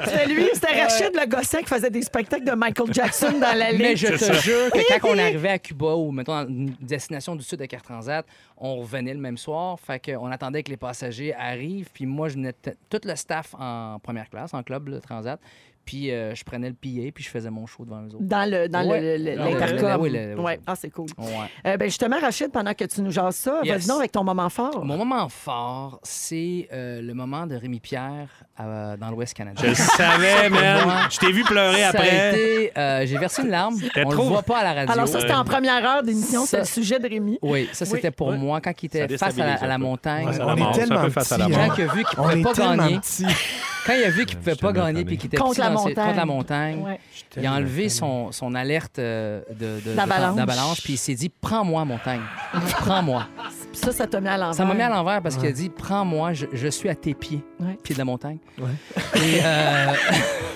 Speaker 2: C'était lui, c'était Rachid le gossin qui faisait des spectacles de Michael Jackson dans la
Speaker 4: Mais
Speaker 2: ligne.
Speaker 4: je te jure que quand on arrivait à Cuba ou, mettons, dans une destination du sud de Air Transat, on revenait le même soir. Fait qu'on attendait que les passagers arrivent. Puis moi, je venais t- tout le staff en première classe, en club, le Transat. Puis euh, je prenais le pillet, puis je faisais mon show devant les autres.
Speaker 2: Dans le dans
Speaker 4: Ouais.
Speaker 2: le- le-
Speaker 4: Ah,
Speaker 2: l'intercom.
Speaker 4: oui, le- oui, le-
Speaker 2: Ouais. Ah, c'est cool.
Speaker 4: Ouais.
Speaker 2: Euh, ben justement, Rachid, pendant que tu nous jases ça,
Speaker 4: Yes.
Speaker 2: vas-y donc avec ton moment fort.
Speaker 4: Mon moment fort, c'est euh, le moment de Rémi Pierre euh, dans l'Ouest canadien.
Speaker 3: Je le savais,
Speaker 4: Moi.
Speaker 3: man. Je t'ai vu pleurer
Speaker 4: Ça a
Speaker 3: après.
Speaker 4: été, euh, j'ai versé une larme. On
Speaker 3: trop.
Speaker 4: le voit pas à la radio.
Speaker 2: Alors ça, c'était en première heure d'émission, c'est
Speaker 4: Ça-
Speaker 2: le sujet de Rémi.
Speaker 4: Oui, ça c'était pour
Speaker 3: Ouais.
Speaker 4: moi quand il
Speaker 3: Ça
Speaker 4: était face à la,
Speaker 3: déstabilise
Speaker 4: à la
Speaker 3: un peu.
Speaker 4: montagne.
Speaker 3: Face à
Speaker 7: On
Speaker 3: la mort,
Speaker 7: est
Speaker 3: c'est un peu
Speaker 7: tellement
Speaker 3: face à
Speaker 7: petits.
Speaker 3: la
Speaker 7: hein.
Speaker 4: Quand il a vu qu'il
Speaker 7: On
Speaker 4: pouvait
Speaker 7: est
Speaker 4: pas
Speaker 7: tellement
Speaker 4: gagner,
Speaker 7: petits.
Speaker 4: quand il a vu qu'il pouvait
Speaker 3: J'étais
Speaker 4: pas gagner
Speaker 3: tanné.
Speaker 4: puis qu'il était
Speaker 2: Contre
Speaker 4: petit
Speaker 2: la
Speaker 4: dans
Speaker 2: montagne.
Speaker 4: ses- contre la montagne,
Speaker 2: Ouais.
Speaker 4: il a enlevé son, son alerte euh, de, de- de-
Speaker 2: D'avalanche.
Speaker 4: d'avalanche puis il s'est dit prends-moi montagne, prends-moi.
Speaker 2: Puis Ça, ça t'a mis à l'envers.
Speaker 4: Ça m'a mis à l'envers parce qu'il a dit Prends-moi, je, je suis à tes pieds.
Speaker 2: Ouais.
Speaker 4: Pieds de la montagne. Et, euh,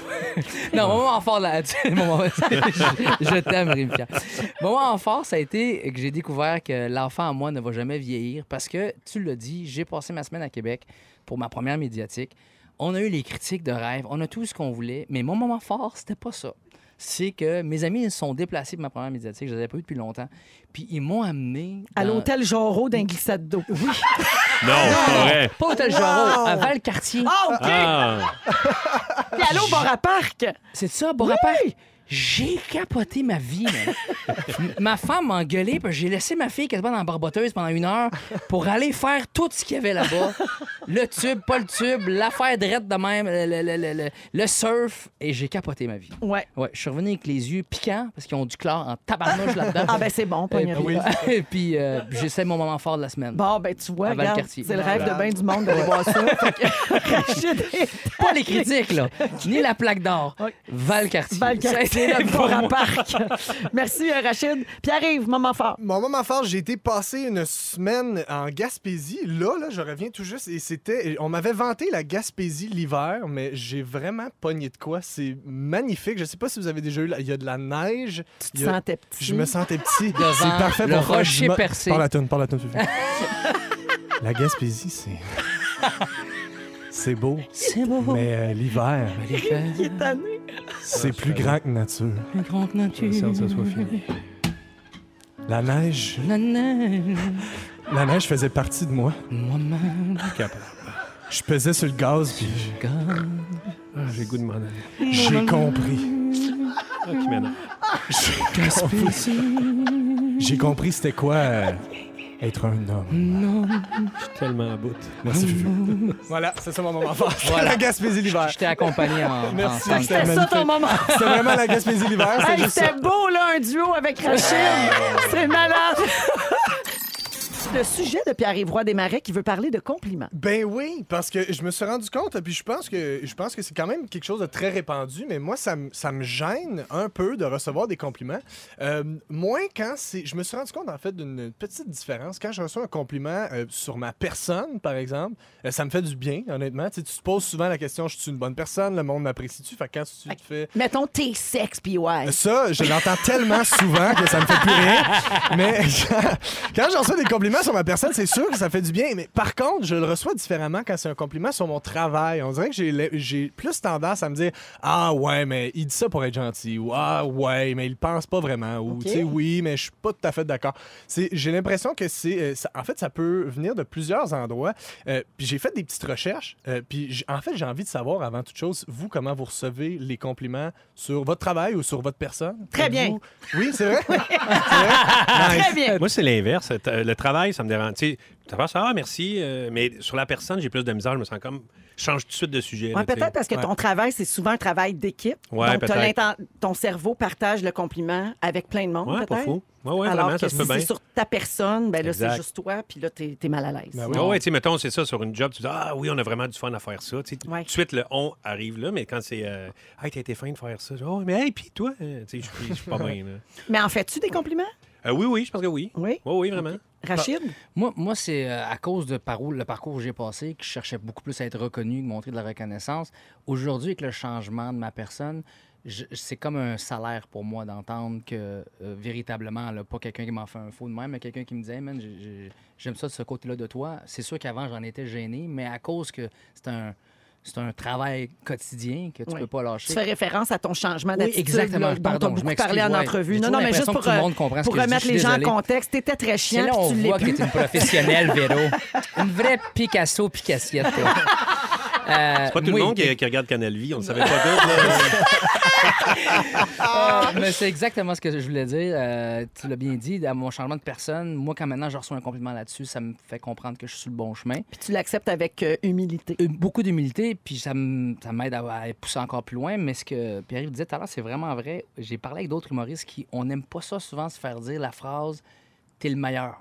Speaker 4: non, mon moment fort là-dessus. mon moment- je je t'aime, Rémi Pierre. Mon Moment fort, ça a été que j'ai découvert que l'enfant à moi ne va jamais vieillir parce que, tu l'as dit, j'ai passé ma semaine à Québec pour ma première médiatique. On a eu les critiques de rêve, on a tout ce qu'on voulait, mais mon moment fort, c'était pas ça. c'est que mes amis ils se sont déplacés pour ma première médiatique. Je les avais pas vus depuis longtemps. Puis ils m'ont amené.
Speaker 8: À
Speaker 4: dans-
Speaker 8: l'hôtel Jorro d'un glissade d'eau. Oui.
Speaker 3: Non,
Speaker 2: Ah,
Speaker 3: c'est pas vrai.
Speaker 4: Pas Hôtel Jarreau, à Valcartier.
Speaker 8: Oh,
Speaker 3: Ah,
Speaker 8: puis allô, Bora Park!
Speaker 4: C'est ça, Borapère? J'ai capoté ma vie, man. M- ma femme m'a engueulé, puis j'ai laissé ma fille quasiment dans la barboteuse pendant une heure pour aller faire tout ce qu'il y avait là-bas. le tube, pas le tube, l'affaire drette de même, le, le- le- le- le- le surf, et j'ai capoté ma vie.
Speaker 8: Ouais.
Speaker 4: Ouais, je suis revenu avec les yeux piquants parce qu'ils ont du chlore en tabarnouche là-dedans.
Speaker 8: Ah, ben c'est bon,
Speaker 7: Eh,
Speaker 4: Et
Speaker 8: pognerie.
Speaker 4: puis, et puis, euh, j'ai- c'est mon moment fort de la semaine.
Speaker 8: Bon, ben tu vois,
Speaker 4: À
Speaker 8: regarde,
Speaker 4: Valcartier.
Speaker 8: c'est le rêve de bien du monde d'aller voir ça. Fait que- Rachid est
Speaker 4: Pas les critiques, là. Ni la plaque d'or.
Speaker 8: Ok.
Speaker 4: Valcartier.
Speaker 8: Valcartier,
Speaker 4: Ça a été notre
Speaker 8: Bora Park. Merci, euh, Rachid. Pierre-Yves, moment fort.
Speaker 7: Mon moment fort, j'ai été passer une semaine en Gaspésie. Là, là, je reviens tout juste et c'était. On m'avait vanté la Gaspésie l'hiver, mais j'ai vraiment pogné de quoi. C'est magnifique. Je sais pas si vous avez déjà eu. la- Il y a de la neige.
Speaker 8: Tu te
Speaker 7: Il y a-
Speaker 8: sentais petit.
Speaker 7: Je me sentais petit.
Speaker 4: Devant
Speaker 7: C'est parfait
Speaker 4: le
Speaker 7: pour faire
Speaker 4: rocher
Speaker 7: du mo-
Speaker 4: percé.
Speaker 7: Parle la tonne, parle la tonne, Sophie. La Gaspésie, c'est. C'est beau,
Speaker 4: C'est beau.
Speaker 7: mais euh, l'hiver,
Speaker 8: Il est tanné.
Speaker 7: c'est plus grand que nature.
Speaker 4: Une grande nature.
Speaker 7: La neige,
Speaker 4: Nanan,
Speaker 7: la neige faisait partie de moi.
Speaker 4: maman,
Speaker 7: Je pesais sur le gaz, puis je-
Speaker 4: gars.
Speaker 3: ah, j'ai le goût de m'en aller.
Speaker 7: j'ai compris.
Speaker 3: Ah, qui m'énerve.
Speaker 7: J'ai compris c'était quoi euh, être un homme.
Speaker 3: Je suis tellement à bout.
Speaker 2: Ah,
Speaker 7: Merci, Fufu. Voilà, c'est ça mon moment fort.
Speaker 4: Voilà.
Speaker 7: La Gaspésie l'hiver.
Speaker 4: Je t'ai accompagné en.
Speaker 7: Merci,
Speaker 4: en-
Speaker 7: c'était
Speaker 8: C'est ça ton
Speaker 7: magnifique.
Speaker 8: moment.
Speaker 7: C'était vraiment la Gaspésie l'hiver, c'était
Speaker 8: Hey,
Speaker 7: juste ça. Ah.
Speaker 8: C'était beau, là, un duo avec Rachid. C'est malade. Le sujet de Pierre-Yves Roy Desmarais qui veut parler de compliments.
Speaker 7: Ben oui, parce que je me suis rendu compte, puis je pense que je pense que c'est quand même quelque chose de très répandu, mais moi ça me ça me gêne un peu de recevoir des compliments. Euh, moins quand c'est, je me suis rendu compte en fait d'une petite différence quand je reçois un compliment euh, sur ma personne par exemple, euh, ça me fait du bien honnêtement. Tu, sais, tu te poses souvent la question, je suis une bonne personne, le monde m'apprécie-tu, fait que quand tu te fais
Speaker 2: Mettons tes sexes, puis ouais.
Speaker 7: ça, je l'entends tellement souvent que ça me fait plus rien. Mais quand j'en reçois des compliments sur ma personne, c'est sûr que ça fait du bien. Mais par contre, je le reçois différemment quand c'est un compliment sur mon travail. On dirait que j'ai le- j'ai plus tendance à me dire Ah ouais, mais il dit ça pour être gentil. Ou Ah ouais, mais il pense pas vraiment. Ou tu sais, oui, mais je suis pas tout à fait d'accord. C'est- J'ai l'impression que c'est. euh, ça- en fait, ça peut venir de plusieurs endroits. Euh, puis j'ai fait des petites recherches. euh, puis j'- en fait, j'ai envie de savoir avant toute chose, vous, comment vous recevez les compliments sur votre travail ou sur votre personne.
Speaker 8: Très bien.
Speaker 7: Êtes-vous- Oui, c'est vrai.
Speaker 8: Très bien.
Speaker 3: Moi, Ah, c'est l'inverse. Euh, Le travail, ça me dérange. Tu sais, t'as pas ça, ah, merci. euh, mais sur la personne, j'ai plus de misère. Je me sens comme. Je change tout de suite de sujet.
Speaker 2: Ouais,
Speaker 3: là, tu sais.
Speaker 2: peut-être parce que ton travail, c'est souvent un travail d'équipe.
Speaker 3: Ouais,
Speaker 2: Donc, t'as
Speaker 3: peut-être.
Speaker 2: l'inten- ton cerveau partage le compliment avec plein de monde,
Speaker 3: Ouais, pas
Speaker 2: peut-être.
Speaker 3: fou. Ouais, ouais,
Speaker 2: Alors
Speaker 3: vraiment, ça
Speaker 2: que
Speaker 3: se
Speaker 2: si
Speaker 3: peut
Speaker 2: c'est
Speaker 3: bien.
Speaker 2: sur ta personne, ben là, c'est
Speaker 3: Exact.
Speaker 2: juste toi, puis là, t'es es mal à l'aise.
Speaker 7: Ben oui.
Speaker 3: Ah ouais, tu sais, mettons, c'est ça, sur une job, tu dis, ah oui, on a vraiment du fun à faire ça. Tu sais, tout
Speaker 2: Ouais.
Speaker 3: de suite, le on arrive là, mais quand c'est, euh, hey, t'as été fin de faire ça. Oh, mais hey, puis toi, euh, tu sais, je suis- je suis pas bien. là.
Speaker 2: Mais en fais-tu des compliments?
Speaker 3: Euh, oui, oui, je pense que oui.
Speaker 2: Oui.
Speaker 3: Oui, oui, vraiment.
Speaker 2: Rachid?
Speaker 4: Moi, moi c'est euh, à cause de par où- le parcours que j'ai passé que je cherchais beaucoup plus à être reconnu, que montrer de la reconnaissance. Aujourd'hui, avec le changement de ma personne, je- c'est comme un salaire pour moi d'entendre que euh, véritablement, là, pas quelqu'un qui m'en fait un faux de même, mais quelqu'un qui me dit Hey, man, j'ai- j'ai- j'aime ça de ce côté-là de toi. C'est sûr qu'avant, j'en étais gêné, mais à cause que c'est un, c'est un travail quotidien que tu
Speaker 2: Ouais.
Speaker 4: peux pas
Speaker 2: Tu
Speaker 4: lâcher.
Speaker 2: fais référence à ton changement
Speaker 4: Oui,
Speaker 2: d'attitude
Speaker 4: exactement.
Speaker 2: là, dont tu
Speaker 4: Pardon,
Speaker 2: as
Speaker 4: je
Speaker 2: beaucoup
Speaker 4: m'excuse,
Speaker 2: parlé en
Speaker 4: ouais.
Speaker 2: entrevue.
Speaker 4: J'ai
Speaker 2: Non,
Speaker 4: toujours
Speaker 2: non, mais juste
Speaker 4: l'impression
Speaker 2: pour,
Speaker 4: que tout le
Speaker 2: euh,
Speaker 4: monde comprend ce
Speaker 2: pour
Speaker 4: que je dis,
Speaker 2: remettre
Speaker 4: je suis
Speaker 2: les gens en
Speaker 4: désolé.
Speaker 2: contexte, t'étais très
Speaker 4: C'est
Speaker 2: chiant,
Speaker 4: là,
Speaker 2: puis
Speaker 4: on
Speaker 2: tu l'es
Speaker 4: voit que
Speaker 2: plus.
Speaker 4: t'es une professionnelle, Véro. Une vraie Picasso, Picassiette. toi. Euh,
Speaker 3: Pas tout
Speaker 4: oui,
Speaker 3: le monde qui, qui regarde Canal Vie, on ne savait pas d'autres. là. Ah!
Speaker 4: Mais c'est exactement ce que je voulais dire. Euh, tu l'as bien dit, à mon changement de personne, moi, quand maintenant je reçois un compliment là-dessus, ça me fait comprendre que je suis sur le bon chemin.
Speaker 2: Puis tu l'acceptes avec euh, humilité.
Speaker 4: Euh, Beaucoup d'humilité, puis ça me- ça m'aide à, à pousser encore plus loin. Mais ce que Pierre-Yves disait tout à l'heure, c'est vraiment vrai. J'ai parlé avec d'autres humoristes qui, on n'aime pas ça souvent, se faire dire la phrase « t'es le meilleur ».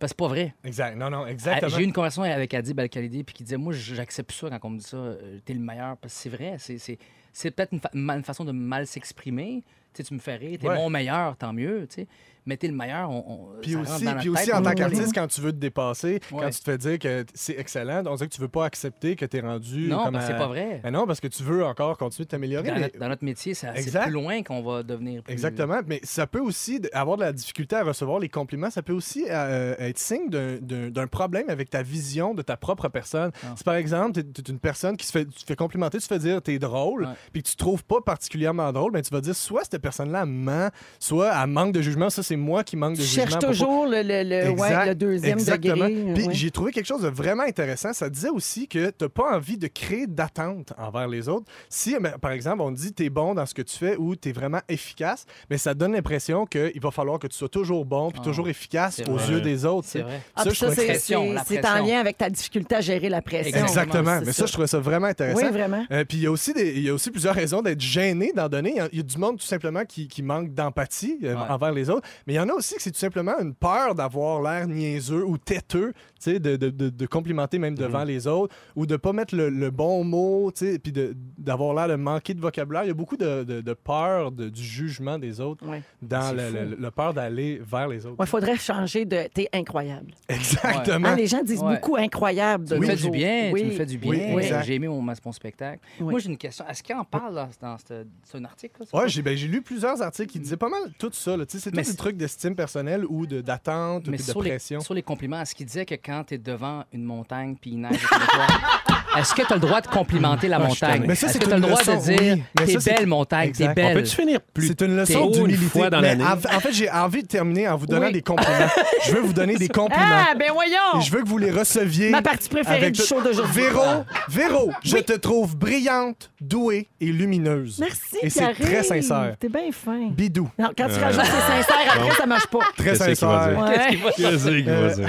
Speaker 4: Parce que c'est pas vrai.
Speaker 7: Exact. Non, non,
Speaker 4: Ah,
Speaker 7: exactement.
Speaker 4: J'ai eu une conversation avec Adi Balkalidi puis qui disait Moi, j'accepte plus ça quand on me dit ça, euh, t'es le meilleur. Parce que c'est vrai, c'est- c'est c'est peut-être une, fa- ma- une façon de mal s'exprimer. Tu sais, tu me fais rire, t'es
Speaker 7: Ouais.
Speaker 4: mon meilleur, tant mieux, tu sais. Mais t'es le meilleur, on, on-
Speaker 7: Puis
Speaker 4: ça rentre
Speaker 7: aussi,
Speaker 4: dans la
Speaker 7: puis
Speaker 4: tête,
Speaker 7: aussi
Speaker 4: on
Speaker 7: en
Speaker 4: le
Speaker 7: tant
Speaker 4: connaît.
Speaker 7: qu'artiste, quand tu veux te dépasser,
Speaker 4: Ouais.
Speaker 7: quand tu te fais dire que t- c'est excellent, on dirait que tu veux pas accepter que t'es rendu.
Speaker 4: Non,
Speaker 7: comme
Speaker 4: parce que
Speaker 7: à-
Speaker 4: c'est pas vrai.
Speaker 7: Ben non, parce que tu veux encore continuer de t'améliorer.
Speaker 4: Dans
Speaker 7: mais-
Speaker 4: notre, dans notre métier, ça- c'est
Speaker 7: Exact.
Speaker 4: plus loin qu'on va devenir. plus-
Speaker 7: Exactement, mais ça peut aussi d- avoir de la difficulté à recevoir les compliments. Ça peut aussi euh, être signe d'un- d'un d'un problème avec ta vision de ta propre personne.
Speaker 4: Ah.
Speaker 7: Si par exemple, tu es, une personne qui se fait, tu te fais complimenter, tu te fais dire t'es drôle,
Speaker 4: Ouais.
Speaker 7: puis que tu te trouves pas particulièrement drôle, ben, tu vas dire soit cette personne-là ment, soit elle manque de jugement. Ça, c'est moi qui manque de
Speaker 2: Tu
Speaker 7: jugement.
Speaker 2: cherches
Speaker 7: à propos-
Speaker 2: toujours le, le, le- Euh, ouais,
Speaker 7: Exact,
Speaker 2: le deuxième
Speaker 7: exactement.
Speaker 2: degré.
Speaker 7: Puis
Speaker 2: ouais.
Speaker 7: j'ai trouvé quelque chose de vraiment intéressant. Ça disait aussi que t'as pas envie de créer d'attente envers les autres. Si, ben, par exemple, on dit t'es bon dans ce que tu fais ou t'es vraiment efficace, mais ça donne l'impression qu'il va falloir que tu sois toujours bon puis
Speaker 4: Ah,
Speaker 7: toujours efficace
Speaker 4: c'est
Speaker 7: aux
Speaker 3: vrai.
Speaker 7: yeux des autres.
Speaker 4: C'est vrai.
Speaker 2: Ah,
Speaker 7: ça,
Speaker 2: puis
Speaker 7: je
Speaker 2: ça,
Speaker 7: trouvais
Speaker 2: c'est-
Speaker 4: que- Pression, la
Speaker 2: c'est c'est en
Speaker 4: pression.
Speaker 2: lien avec ta difficulté à gérer la pression.
Speaker 7: Exactement.
Speaker 2: hein, C'est
Speaker 7: Mais ça, je trouvais ça vraiment intéressant.
Speaker 2: Oui, vraiment.
Speaker 7: Euh, puis il y a aussi des- il y a aussi plusieurs raisons d'être gêné d'en donner. Il y a- Il y, a du monde tout simplement qui, qui manque d'empathie euh,
Speaker 4: Ouais.
Speaker 7: envers les autres, mais il y en a aussi que c'est tout simplement une peur d'avoir l'air niaiseux ou têteux, tu sais, de, de- de- de complimenter même devant
Speaker 4: Mhm.
Speaker 7: les autres ou de pas mettre le, le bon mot, tu sais, puis de- d'avoir l'air de manquer de vocabulaire. Il y a beaucoup de, de- de peur de- du jugement des autres
Speaker 2: Ouais.
Speaker 7: dans
Speaker 4: C'est
Speaker 7: le,
Speaker 4: fou.
Speaker 7: le- le peur d'aller vers les
Speaker 2: Il
Speaker 7: autres.
Speaker 2: faudrait changer de. T'es incroyable.
Speaker 7: Exactement.
Speaker 2: Ah, les gens disent
Speaker 4: Ouais.
Speaker 2: beaucoup incroyable.
Speaker 4: Tu
Speaker 2: de
Speaker 4: me
Speaker 2: nos
Speaker 4: fais du
Speaker 2: jours.
Speaker 4: bien,
Speaker 2: Oui.
Speaker 4: tu me fais du bien.
Speaker 7: Oui,
Speaker 4: Euh,
Speaker 7: exact.
Speaker 4: J'ai aimé mon, mon spectacle.
Speaker 2: Oui.
Speaker 4: Moi, j'ai une question. Est-ce qu'on en parle dans, dans ce- c'est un article? là, ça?
Speaker 7: Ouais, j'ai ben, j'ai lu plusieurs articles qui disaient pas mal tout ça. là. Tu sais, C'est
Speaker 4: Mais
Speaker 7: tout des
Speaker 4: c'est-
Speaker 7: trucs d'estime personnelle ou de- d'attente ou
Speaker 4: Mais
Speaker 7: puis de
Speaker 4: sur les,
Speaker 7: pression.
Speaker 4: sur les compliments, est-ce qu'il disait que quand tu es devant une montagne puis il neige autour de toi, est-ce que tu as le droit de complimenter la montagne?
Speaker 7: Ah, Mais ça,
Speaker 4: est-ce
Speaker 7: c'est
Speaker 4: que tu as le
Speaker 7: une
Speaker 4: droit de
Speaker 7: leçon,
Speaker 4: dire
Speaker 7: oui. Mais
Speaker 4: t'es
Speaker 7: ça, c'est-
Speaker 4: belle montagne, t'es
Speaker 7: Exact.
Speaker 3: On
Speaker 4: belle?
Speaker 3: peut-tu finir plus
Speaker 7: C'est une leçon
Speaker 3: tôt
Speaker 7: d'humilité.
Speaker 3: une fois dans
Speaker 7: Mais
Speaker 3: l'année?
Speaker 7: en, en fait, j'ai envie de terminer en vous donnant des compliments. je veux vous donner des compliments.
Speaker 2: Ah, ben voyons!
Speaker 7: Et je veux que vous les receviez.
Speaker 2: Ma partie préférée
Speaker 7: avec
Speaker 2: du
Speaker 7: tout-
Speaker 2: show d'aujourd'hui. Ah.
Speaker 7: Véro, Véro, je te trouve brillante, douée et lumineuse.
Speaker 2: Merci,
Speaker 7: Et c'est
Speaker 2: Pierre-Yves.
Speaker 7: très sincère. Euh,
Speaker 2: T'es bien fin.
Speaker 7: Bidou.
Speaker 2: Non, quand tu rajoutes c'est sincère, après, ça marche pas.
Speaker 7: Très
Speaker 3: Qu'est-ce qu'il va
Speaker 7: sincère.
Speaker 3: dire?
Speaker 2: Ouais.
Speaker 3: Qu'est-ce qu'il va
Speaker 7: Euh,
Speaker 3: dire?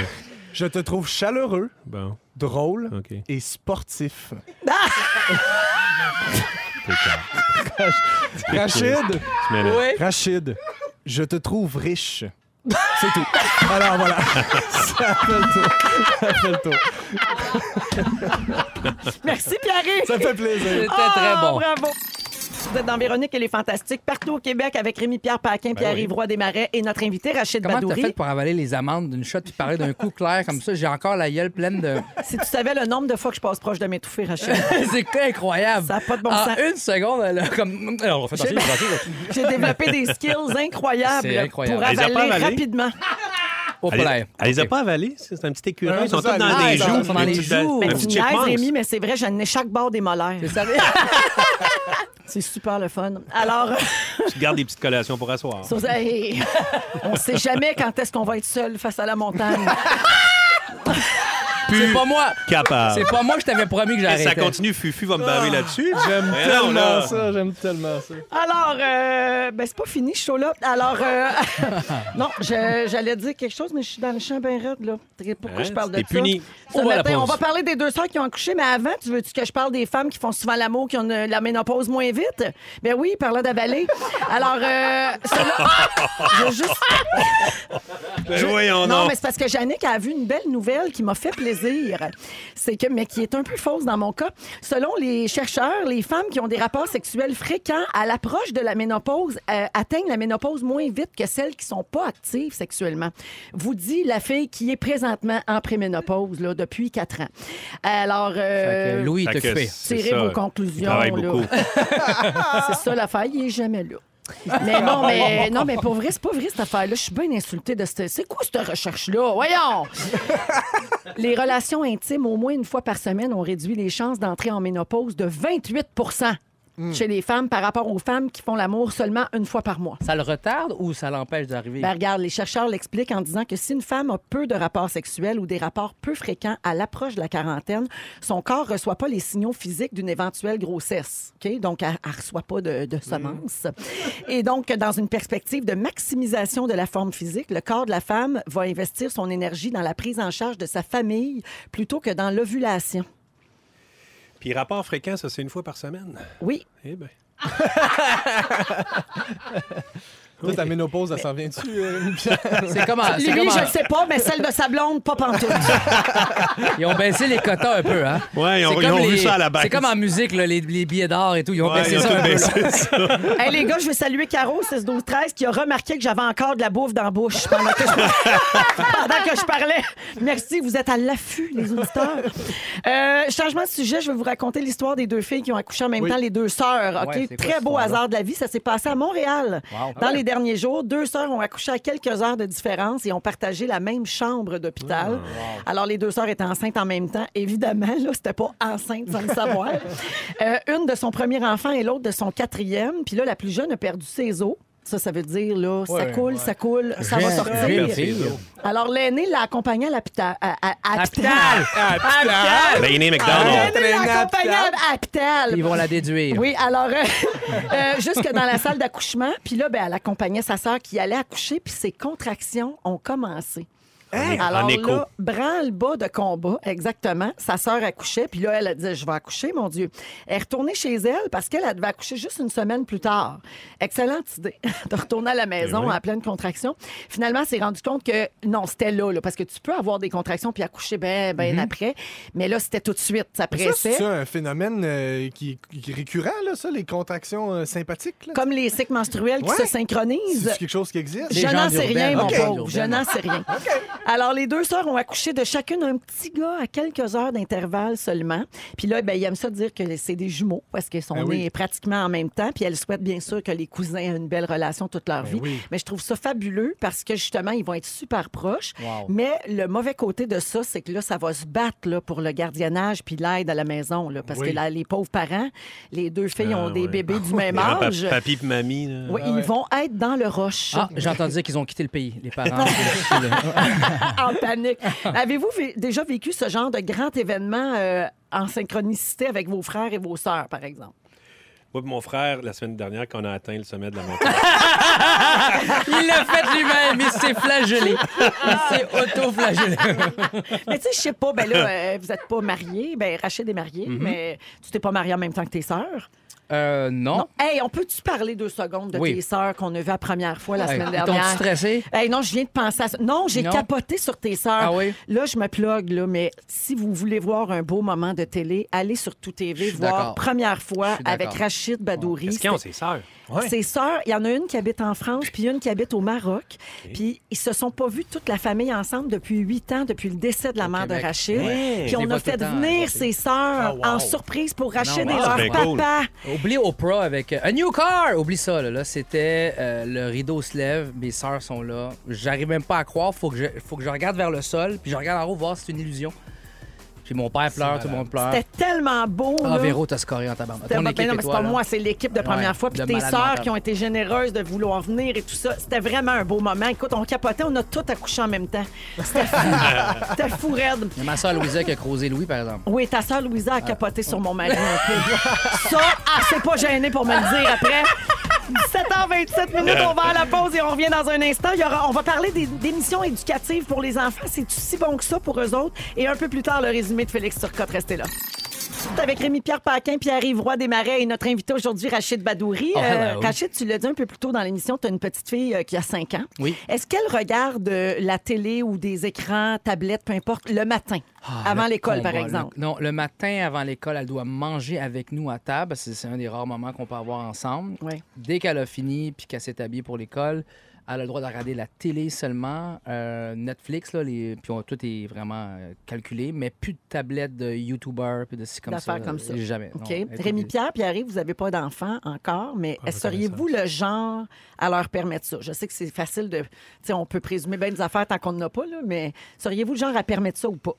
Speaker 7: Je te trouve chaleureux,
Speaker 3: Bon,
Speaker 7: drôle
Speaker 3: OK.
Speaker 7: et sportif.
Speaker 3: T'es calme.
Speaker 7: Rachid,
Speaker 3: Tu mets le-
Speaker 7: Rachid, je te trouve riche. C'est tout. Alors voilà. Ça fait le tour. Ça fait le tour.
Speaker 2: Merci, Pierre-Yves.
Speaker 7: Ça fait plaisir.
Speaker 4: C'était
Speaker 2: Ah,
Speaker 4: très bon.
Speaker 2: Bravo. Vous êtes dans Véronique et les Fantastiques, partout au Québec avec Rémi-Pierre
Speaker 7: Ben
Speaker 2: Paquin, Pierre-Yves Roy Desmarais et notre invité Rachid
Speaker 4: Comment t'as
Speaker 2: Badouri.
Speaker 4: fait pour avaler les amandes d'une shot puis parler d'un coup clair comme ça? J'ai encore la gueule pleine de...
Speaker 2: Si tu savais le nombre de fois que je passe proche de m'étouffer, Rachid.
Speaker 4: c'est incroyable.
Speaker 2: Ça a pas de bon
Speaker 4: en
Speaker 2: sens.
Speaker 4: une seconde, elle a comme... Alors, on fait attention, attention.
Speaker 2: J'ai développé des skills incroyables
Speaker 4: C'est incroyable.
Speaker 2: pour
Speaker 3: Les a pas
Speaker 2: avaler
Speaker 3: avalés?
Speaker 2: rapidement.
Speaker 4: Au
Speaker 3: Elle,
Speaker 4: palais.
Speaker 3: elle les a pas avalés, c'est c'est un petit écureuil.
Speaker 7: Non,
Speaker 3: Ils sont tous
Speaker 7: c'est ça,
Speaker 3: dans
Speaker 7: elle-
Speaker 3: Ben les
Speaker 7: ah, ils
Speaker 3: joues.
Speaker 4: sont dans les
Speaker 3: des petits-
Speaker 4: joues.
Speaker 3: des
Speaker 2: Mais
Speaker 3: petits
Speaker 2: Ben, tu me niaises,
Speaker 3: chipmunks.
Speaker 2: Rémi, mais c'est vrai, j'en ai chaque bord des molaires.
Speaker 4: C'est sérieux?
Speaker 2: C'est super le fun. Alors,
Speaker 3: Tu gardes des petites collations pour asseoir.
Speaker 2: sur- hey, on sait jamais quand est-ce qu'on va être seul face à la montagne.
Speaker 4: C'est pas moi.
Speaker 3: Capable.
Speaker 4: C'est pas moi que je t'avais promis que
Speaker 3: Et
Speaker 4: j'arrêtais.
Speaker 3: ça continue, Fufu va me barrer là-dessus.
Speaker 7: J'aime
Speaker 3: Mais non,
Speaker 7: tellement
Speaker 3: là.
Speaker 7: ça, j'aime tellement ça.
Speaker 2: Alors, euh, ben c'est pas fini ce show-là. Alors, euh, non, je- j'allais dire quelque chose, mais je suis dans le champ bien raide, là. Pourquoi
Speaker 3: Hein,
Speaker 2: je parle de
Speaker 3: t'es
Speaker 2: ça?
Speaker 3: puni.
Speaker 2: Ce
Speaker 3: On va à la
Speaker 2: matin, on
Speaker 3: pause.
Speaker 2: va parler des deux sœurs qui ont accouché, mais avant, tu veux-tu que je parle des femmes qui font souvent l'amour, qui ont euh, la ménopause moins vite? Ben oui, parlant d'avaler. Alors, euh, cela- je veux juste...
Speaker 3: Ben voyons
Speaker 2: Non,
Speaker 3: donc.
Speaker 2: mais c'est parce que Yannick a vu une belle nouvelle qui m'a fait plaisir. C'est que, mais qui est un peu fausse dans mon cas. Selon les chercheurs, les femmes qui ont des rapports sexuels fréquents à l'approche de la ménopause euh, atteignent la ménopause moins vite que celles qui sont pas actives sexuellement. Vous dit la fille qui est présentement en préménopause là, depuis quatre ans. Alors,
Speaker 4: Fait
Speaker 2: euh,
Speaker 4: que Louis, il
Speaker 3: Fait que
Speaker 4: t'occupait.
Speaker 2: tirez
Speaker 3: ça.
Speaker 2: vos conclusions.
Speaker 3: Il travaille
Speaker 2: là.
Speaker 3: beaucoup.
Speaker 2: C'est ça l'affaire, il est jamais là. Mais non, mais non, mais pour vrai, c'est pas vrai cette affaire-là. Je suis bien insultée de cette. C'est quoi cette recherche-là? Voyons! les relations intimes, au moins une fois par semaine, ont réduit les chances d'entrer en ménopause de 28 chez les femmes par rapport aux femmes qui font l'amour seulement une fois par mois.
Speaker 4: Ça le retarde ou ça l'empêche d'arriver?
Speaker 2: Ben, regarde, les chercheurs l'expliquent en disant que si une femme a peu de rapports sexuels ou des rapports peu fréquents à l'approche de la quarantaine, son corps reçoit pas les signaux physiques d'une éventuelle grossesse. OK? Donc, elle, ne reçoit pas de, de semences. Et donc, dans une perspective de maximisation de la forme physique, le corps de la femme va investir son énergie dans la prise en charge de sa famille plutôt que dans l'ovulation.
Speaker 3: Puis rapport fréquent, Eh ben. ça, c'est une fois par semaine.
Speaker 2: Oui,
Speaker 3: Eh ben.
Speaker 7: Toi, ta ménopause, elle s'en vient-tu, euh, Rémi Pierre?
Speaker 4: C'est comme, en- Ah, c'est
Speaker 2: Lui,
Speaker 4: comme en-
Speaker 2: je le sais pas, mais celle de sa blonde, pas pantoute.
Speaker 4: Ils ont baissé les quotas un peu, hein?
Speaker 3: Ouais, ils ont-
Speaker 4: C'est
Speaker 3: ils ont
Speaker 4: comme
Speaker 3: vu
Speaker 4: les-
Speaker 3: ça à la base.
Speaker 4: C'est comme en musique, là, les, les billets d'or et tout. Ils ont
Speaker 3: Ouais,
Speaker 4: baissé
Speaker 3: ils ont
Speaker 4: ça
Speaker 3: tout
Speaker 4: un peu. là.
Speaker 3: baissé, ça.
Speaker 2: hey, les gars, je vais saluer Caro, 6, 12, 13, qui a remarqué que j'avais encore de la bouffe dans la bouche pendant que je, pendant que je parlais. Merci, vous êtes à l'affût, les auditeurs. Euh, changement de sujet, je vais vous raconter l'histoire des deux filles qui ont accouché en même temps, les deux sœurs. OK?
Speaker 4: Ouais, c'est quoi
Speaker 2: Très
Speaker 4: cette
Speaker 2: beau
Speaker 4: histoire-là?
Speaker 2: hasard de la vie. Ça s'est passé à Montréal.
Speaker 4: Wow. ah
Speaker 2: Dans les derniers jours, deux sœurs ont accouché à quelques heures de différence et ont partagé la même chambre
Speaker 4: Ah,
Speaker 2: d'hôpital. Alors, les deux sœurs étaient enceintes en même temps. Évidemment, là, c'était pas enceinte sans le savoir. Euh, une de son premier enfant et l'autre de son quatrième. Puis là, la plus jeune a perdu ses os. Ça, ça veut dire, là, ça
Speaker 4: Ouais,
Speaker 2: coule,
Speaker 4: ouais.
Speaker 2: ça coule, ça va
Speaker 4: Rien- rien
Speaker 2: sortir.
Speaker 4: de pire.
Speaker 2: Alors, l'aînée l'a accompagnée à l'hôpital. à- à-
Speaker 4: Ah,
Speaker 2: à-
Speaker 4: Capital!
Speaker 3: Ah,
Speaker 4: Capital!
Speaker 3: L'aîné
Speaker 2: L'aînée
Speaker 3: McDonald.
Speaker 2: l'a accompagnée à l'hôpital.
Speaker 4: Ah Ils vont la déduire.
Speaker 2: Oui, alors, euh, euh, jusque dans la salle d'accouchement. Puis là, ben, elle accompagnait sa sœur qui allait accoucher, puis ses contractions ont commencé. Hein? Alors
Speaker 3: en écho.
Speaker 2: là, branle-bas de combat, exactement. Sa sœur accouchait, puis là, elle a dit « Je vais accoucher, mon Dieu ». Elle est retournée chez elle parce qu'elle elle devait accoucher juste une semaine plus tard. Excellente idée de retourner à la maison
Speaker 3: oui.
Speaker 2: en pleine contraction. Finalement, elle s'est rendue compte que non, c'était là, là, parce que tu peux avoir des contractions puis accoucher ben, ben après, mais là, c'était tout de suite, ça
Speaker 7: Ça,
Speaker 2: pressait.
Speaker 7: c'est ça, un phénomène euh, qui, qui est récurrent, là, ça, les contractions euh, sympathiques? là?
Speaker 2: Comme les cycles menstruels qui
Speaker 7: Ouais.
Speaker 2: se
Speaker 7: C'est
Speaker 2: synchronisent.
Speaker 7: quelque chose qui existe?
Speaker 4: Des
Speaker 2: Je n'en
Speaker 4: gens
Speaker 2: sais
Speaker 4: d'urbaine,
Speaker 2: rien, mon
Speaker 4: ok.
Speaker 2: pauvre. Je
Speaker 4: Urbaine.
Speaker 2: n'en sais rien. Alors, les deux sœurs ont accouché de chacune un petit gars à quelques heures d'intervalle seulement. Puis là, ben, ils aiment ça dire que c'est des jumeaux parce qu'ils sont
Speaker 7: Ben oui.
Speaker 2: nés pratiquement en même temps. Puis elles souhaitent bien sûr que les cousins aient une belle relation toute
Speaker 4: Ben
Speaker 2: leur vie. Mais je trouve ça fabuleux parce que justement, ils vont être super proches.
Speaker 4: Wow.
Speaker 2: Mais le mauvais côté de ça, c'est que là, ça va se battre là, pour le gardiennage puis l'aide à la maison. là, parce
Speaker 7: Oui.
Speaker 2: que là, les pauvres parents, les deux filles
Speaker 3: Ah,
Speaker 2: ont des
Speaker 3: ouais.
Speaker 2: bébés du même
Speaker 3: Ah, pa-
Speaker 2: âge.
Speaker 3: Papi pis mamie. là.
Speaker 2: Oui, ils vont être dans le roche.
Speaker 4: Ah, j'ai entendu dire qu'ils ont quitté le pays, les parents. C'est le-
Speaker 2: en panique. Avez-vous vé- déjà vécu ce genre de grand événement euh, en synchronicité avec vos frères et vos sœurs, par exemple?
Speaker 3: Moi pis mon frère, la semaine dernière, qu'on a atteint le sommet de la montagne.
Speaker 4: Il l'a fait lui-même, il s'est flagellé. Il s'est auto-flagellé.
Speaker 2: Mais tu sais, je sais pas, ben là, euh, vous êtes pas mariés. Ben, Rachid est marié,
Speaker 4: Mhm.
Speaker 2: mais tu t'es pas marié en même temps que tes sœurs.
Speaker 4: Euh, non.
Speaker 2: Non. Hey, on peut-tu parler deux secondes de
Speaker 4: Oui.
Speaker 2: tes sœurs qu'on a vues la première fois la
Speaker 4: Hey,
Speaker 2: semaine
Speaker 4: ils t'ont-tu
Speaker 2: dernière?
Speaker 4: stressé?
Speaker 2: Hey, non, je viens de penser à ça. Non, j'ai
Speaker 4: Non.
Speaker 2: capoté sur tes sœurs.
Speaker 4: Ah oui?
Speaker 2: Là, je me plug, là, mais si vous voulez voir un beau moment de télé, allez sur Tout TV
Speaker 4: Je suis
Speaker 2: voir
Speaker 4: d'accord.
Speaker 2: première
Speaker 4: Je
Speaker 2: fois
Speaker 4: suis
Speaker 2: avec
Speaker 4: d'accord.
Speaker 2: Rachid Badouri.
Speaker 3: Qu'est-ce qu'ils ont, ses sœurs?
Speaker 2: Ses sœurs, il y en a une qui habite en France, puis une qui habite au Maroc. Puis ils se sont pas vus toute la famille ensemble depuis huit ans, depuis le décès de la mère de
Speaker 4: Québec.
Speaker 2: Rachid.
Speaker 4: Ouais.
Speaker 2: Puis
Speaker 4: Je
Speaker 2: on
Speaker 4: les
Speaker 2: a
Speaker 4: vois tout
Speaker 2: fait
Speaker 4: le temps, hein,
Speaker 2: venir
Speaker 4: moi
Speaker 2: ses
Speaker 4: aussi.
Speaker 2: sœurs en surprise pour Rachid
Speaker 4: Ah, Non,
Speaker 2: et
Speaker 4: wow.
Speaker 2: leur
Speaker 3: Ben
Speaker 2: papa.
Speaker 3: cool.
Speaker 4: Oublie Oprah avec euh, A New Car! Oublie ça, là. Là, c'était euh, le rideau se lève, mes sœurs sont là. J'arrive même pas à croire, faut que, je, faut que je regarde vers le sol, puis je regarde en haut, voir si c'est une illusion. Puis mon père pleure, tout le monde pleure.
Speaker 2: C'était tellement beau.
Speaker 4: Ah,
Speaker 2: là.
Speaker 4: Véro, t'as scoré en tabarnak.
Speaker 2: C'était-
Speaker 4: Ton
Speaker 2: ben
Speaker 4: équipe
Speaker 2: non,
Speaker 4: et
Speaker 2: mais c'est
Speaker 4: toi,
Speaker 2: pas
Speaker 4: là.
Speaker 2: moi, c'est l'équipe de première
Speaker 4: Ouais,
Speaker 2: fois, puis
Speaker 4: de
Speaker 2: tes
Speaker 4: malade
Speaker 2: sœurs
Speaker 4: mental.
Speaker 2: qui ont été généreuses de vouloir venir et tout ça. C'était vraiment un beau moment. Écoute, on capotait, on a tout accouché en même temps. C'était fou. C'était fou raide.
Speaker 4: Il y a Ma sœur Louisa qui a croisé Louis, par exemple.
Speaker 2: Oui, ta sœur Louisa a capoté sur mon mari un peu. Ça, elle s'est pas gênée pour me le dire après. 17h27 minutes, on va à la pause et on revient dans un instant. Il y aura- on va parler des, des missions éducatives pour les enfants. C'est si bon que ça pour eux autres. Et un peu plus tard, le résumé de Félix Turcotte. Restez là. C'est Avec Rémi-Pierre Paquin, Pierre-Yves Roy Desmarais et notre invité aujourd'hui, Rachid Badouri. Euh,
Speaker 4: Oh, hello.
Speaker 2: Rachid, tu l'as dit un peu plus tôt dans l'émission, tu as une petite fille euh, qui a 5 ans.
Speaker 4: Oui.
Speaker 2: Est-ce qu'elle regarde euh, la télé ou des écrans, tablettes, peu importe, le matin,
Speaker 4: Ah,
Speaker 2: avant
Speaker 4: le
Speaker 2: l'école, par
Speaker 4: combat, le-
Speaker 2: exemple?
Speaker 4: non, le matin avant l'école, elle doit manger avec nous à table. C'est c'est un des rares moments qu'on peut avoir ensemble.
Speaker 2: Ouais.
Speaker 4: Dès qu'elle a fini puis qu'elle s'est habillée pour l'école, elle a le droit de regarder la télé seulement, euh, Netflix, là, les... puis on- tout est vraiment euh, calculé, mais plus de tablettes de YouTubers puis de ci comme ça.
Speaker 2: D'affaires comme ça.
Speaker 4: Jamais. non.
Speaker 2: OK.
Speaker 4: Elle est
Speaker 2: Rémi
Speaker 4: obligée.
Speaker 2: Pierre, Pierre, vous n'avez pas d'enfants encore,
Speaker 3: Ah,
Speaker 2: mais est-ce seriez-vous le genre à leur permettre ça? Je sais que c'est facile de. Tu sais, on peut présumer bien des affaires tant qu'on n'en a pas, là, mais seriez-vous le genre à permettre ça ou pas?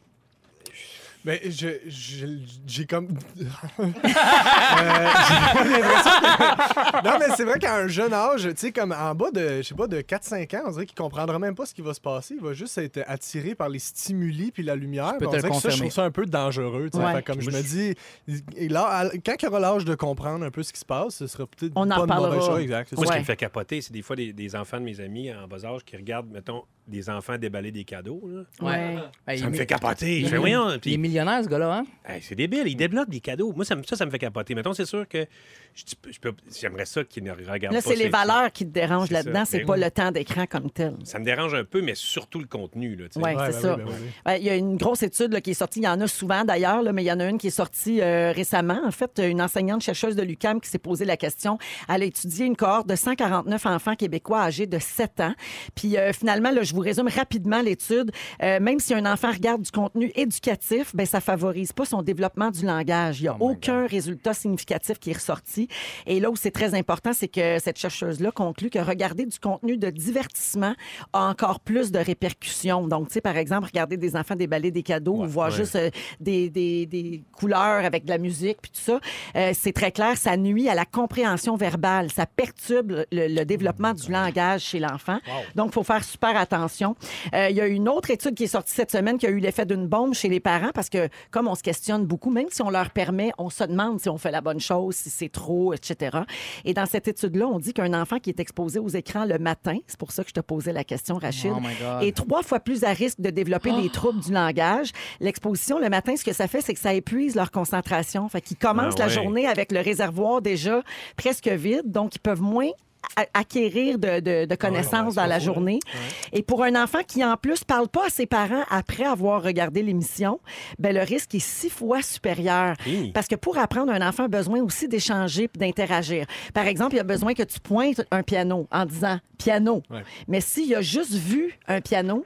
Speaker 7: Ben, je, je- j'ai comme. Euh, j'ai pas l'impression que- non, mais c'est vrai qu'à un jeune âge, tu sais, comme en bas de, je sais pas, de 4-5 ans, on dirait qu'il comprendra même pas ce qui va se passer. Il va juste être attiré par les stimuli puis la lumière. Ben,
Speaker 4: peux
Speaker 7: on
Speaker 4: te le
Speaker 7: dirait que ça, je
Speaker 4: confirmer.
Speaker 7: trouve ça un peu dangereux. tu sais.
Speaker 2: Ouais.
Speaker 7: Fait comme je me dis, il- là, à- quand il aura l'âge de comprendre un peu ce qui se passe, ce sera peut-être
Speaker 2: On en
Speaker 7: pas une mauvaise
Speaker 2: parlera.
Speaker 7: chose. Exact, c'est
Speaker 3: Moi,
Speaker 7: ça.
Speaker 3: ce
Speaker 2: Ouais.
Speaker 3: qui me fait capoter, c'est des fois des, des enfants de mes amis en bas âge qui regardent, mettons, des enfants déballer des cadeaux. là.
Speaker 4: Ouais. Ben, il
Speaker 3: Ça me
Speaker 4: est-
Speaker 3: fait capoter.
Speaker 4: il
Speaker 3: Je
Speaker 4: est-
Speaker 3: fais, voyons.
Speaker 4: Il est
Speaker 3: Puis,
Speaker 4: millionnaire, ce gars-là, hein?
Speaker 3: hey, c'est débile. Il développe des cadeaux. Moi, ça me, ça, ça me fait capoter. Mettons, c'est sûr que je- tu peux- je peux- j'aimerais ça qu'il ne regarde
Speaker 2: Là,
Speaker 3: Ah, pas.
Speaker 2: c'est les
Speaker 3: ses-
Speaker 2: valeurs qui te dérangent
Speaker 3: C'est ça.
Speaker 2: là-dedans, c'est
Speaker 3: Ben
Speaker 2: pas
Speaker 3: oui.
Speaker 2: le temps d'écran comme tel.
Speaker 3: Ça me dérange un peu, mais surtout le contenu. Là, tu sais.
Speaker 2: Oui,
Speaker 7: Ouais,
Speaker 2: c'est
Speaker 7: ben
Speaker 2: ça.
Speaker 7: oui, ben oui.
Speaker 2: Ouais, Il y a une grosse étude là, qui est sortie, il y en a souvent d'ailleurs, là, mais il y en a une qui est sortie euh, récemment. En fait, une enseignante chercheuse de l'UCAM qui s'est posée la question. Elle a étudié une cohorte de 149 enfants québécois âgés de 7 ans. Puis euh, finalement, là, je vous résume rapidement l'étude. Euh, même si un enfant regarde du contenu éducatif, ben, ça favorise pas son développement du langage. Il n'y a aucun résultat significatif qui est ressorti. Et là où c'est très important, c'est que cette chercheuse-là conclut que regarder du contenu de divertissement a encore plus de répercussions. Donc, tu sais, par exemple, regarder des enfants déballer des cadeaux ou voir juste euh, des, des- des couleurs avec de la musique, puis tout ça, euh, c'est très clair, ça nuit à la compréhension verbale, ça perturbe le, le développement du langage chez l'enfant. Donc, il faut faire super attention. Euh, Il y a une autre étude qui est sortie cette semaine qui a eu l'effet d'une bombe chez les parents parce que, comme on se questionne beaucoup, même si on leur permet, on se demande si on fait la bonne chose, si c'est trop, etc. Et dans cette étude-là, on dit qu'un enfant qui est exposé aux écrans le matin, c'est pour ça que je te posais la question, Rachid,
Speaker 4: Oh my God.
Speaker 2: est trois fois plus à risque de développer
Speaker 3: Ah.
Speaker 2: des troubles du langage. L'exposition le matin, ce que ça fait, c'est que ça épuise leur concentration. Fait qu'ils commencent la
Speaker 3: Ah ouais.
Speaker 2: journée avec le réservoir déjà presque vide, donc ils peuvent moins a- acquérir de,
Speaker 3: Ah
Speaker 2: de- de connaissances dans la journée. Et pour un enfant qui, en plus, parle pas à ses parents après avoir regardé l'émission, ben, le risque est six fois supérieur.
Speaker 3: Hi.
Speaker 2: Parce que pour apprendre, un enfant a besoin aussi d'échanger puis d'interagir. Par exemple, il a besoin que tu pointes un piano en disant piano.
Speaker 3: Ouais.
Speaker 2: Mais s'il a juste vu un piano,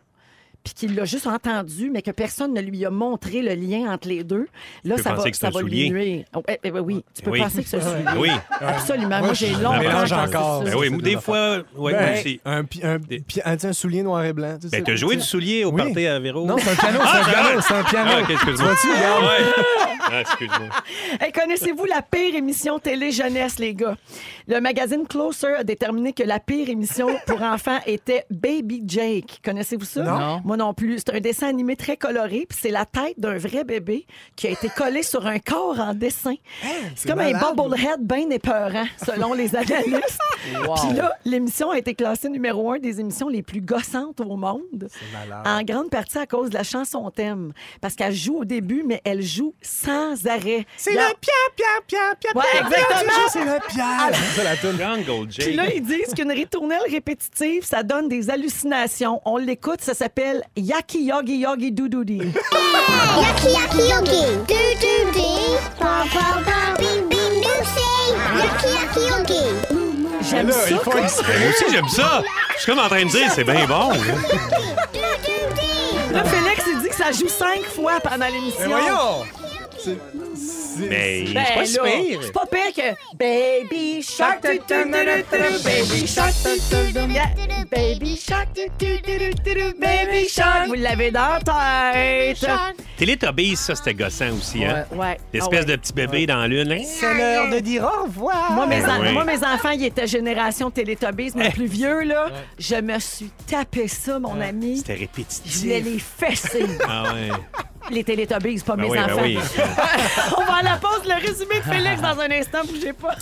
Speaker 2: puis qu'il l'a juste entendu, mais que personne ne lui a montré le lien entre les deux, là,
Speaker 3: peux
Speaker 2: ça va,
Speaker 3: penser que c'est
Speaker 2: ça
Speaker 3: un
Speaker 2: va lui
Speaker 3: soulier.
Speaker 2: nuire. Oh, eh, eh, oui, oui, tu peux
Speaker 3: Oui.
Speaker 2: penser que c'est un soulier.
Speaker 3: Oui. Ah,
Speaker 2: Absolument. Moi,
Speaker 7: Moi,
Speaker 2: j'ai
Speaker 7: je
Speaker 2: longtemps
Speaker 7: mélange
Speaker 2: pensé
Speaker 7: encore.
Speaker 2: ça.
Speaker 3: Ben oui, moi, des fois, ouais,
Speaker 2: Ben,
Speaker 3: moi aussi.
Speaker 7: un, pi- un, pi- un, un soulier noir et blanc. tu sais,
Speaker 3: Ben,
Speaker 7: c'est-
Speaker 3: t'as joué
Speaker 7: tu
Speaker 3: du
Speaker 7: sais.
Speaker 3: soulier au
Speaker 7: Oui.
Speaker 3: party à Véro?
Speaker 7: Non, c'est un piano, c'est un piano, c'est un piano.
Speaker 3: Ah, ok, excuse-moi.
Speaker 7: Tu vois-tu, regarde.
Speaker 3: Ouais. Ah, excuse-moi.
Speaker 2: Hey, Connaissez-vous la pire émission télé jeunesse, les gars? Le magazine Closer a déterminé que la pire émission pour enfants était Baby Jake. Connaissez-vous ça?
Speaker 4: Non.
Speaker 2: Moi non plus. C'est un dessin animé très coloré, puis c'est la tête d'un vrai bébé qui a été collée sur un corps en dessin. c'est comme un
Speaker 7: malade.
Speaker 2: bobblehead bien épeurant, selon les analystes.
Speaker 4: Wow.
Speaker 2: Puis là, l'émission a été classée numéro un des émissions les plus gossantes au monde.
Speaker 7: malade.
Speaker 2: En grande partie à cause de la chanson thème. Parce qu'elle joue au début, mais elle joue sans arrêt.
Speaker 7: C'est
Speaker 2: Il y a-
Speaker 7: le pia, pia, pia, pia,
Speaker 2: Ouais,
Speaker 7: pia, pia,
Speaker 2: exactement.
Speaker 7: toujours, C'est le pia. C'est ça, la toune.
Speaker 3: Jungle
Speaker 2: Puis là,
Speaker 3: Jake.
Speaker 2: ils disent qu'une ritournelle répétitive, ça donne des hallucinations. On l'écoute, ça s'appelle Yaki Yogi Yogi Doudoudi.
Speaker 5: Yucky, yucky, yucky. Do, do, dee. Ba, ba, ba, bing, bing, loosey. Yucky, yucky, yucky.
Speaker 2: J'aime
Speaker 7: Là,
Speaker 2: ça.
Speaker 7: il faut
Speaker 2: comme-
Speaker 3: Ben, moi aussi, j'aime ça. Je suis comme en train de dire, c'est bien bon.
Speaker 5: Yucky, do, do, dee.
Speaker 2: Là, Félix, il dit que ça joue cinq fois pendant l'émission.
Speaker 7: Mais voyons! C'est- c'est-
Speaker 3: Mais
Speaker 2: Ben
Speaker 4: pas
Speaker 2: là,
Speaker 4: si pire.
Speaker 2: C'est pas pire que Baby Shark, tu, tu, tu, tu, tu, Baby Shark, tu, tu, tu, yeah. Baby Shark, tu, tu, tu, tu, tu, tu, Baby Shark. Vous l'avez dans la tête.
Speaker 3: Télétobies, ça, c'était gossant aussi, hein?
Speaker 2: Ouais.
Speaker 3: L'espèce
Speaker 7: Ah
Speaker 3: de petit bébé dans l'une. là.
Speaker 1: C'est l'heure de dire au revoir.
Speaker 2: Moi mes, en-
Speaker 3: oui.
Speaker 2: moi, mes enfants, ils étaient génération Télétobies, mais plus vieux, là. Je me suis tapé ça, mon ami.
Speaker 3: C'était
Speaker 2: Je voulais
Speaker 3: répétitif.
Speaker 2: les fesser.
Speaker 3: Ah ouais.
Speaker 2: les Télétobies, pas
Speaker 3: Ben
Speaker 2: mes
Speaker 3: oui,
Speaker 2: enfants.
Speaker 3: ben oui.
Speaker 2: On va à la pause, le résumé de Félix dans un instant, bougez pas.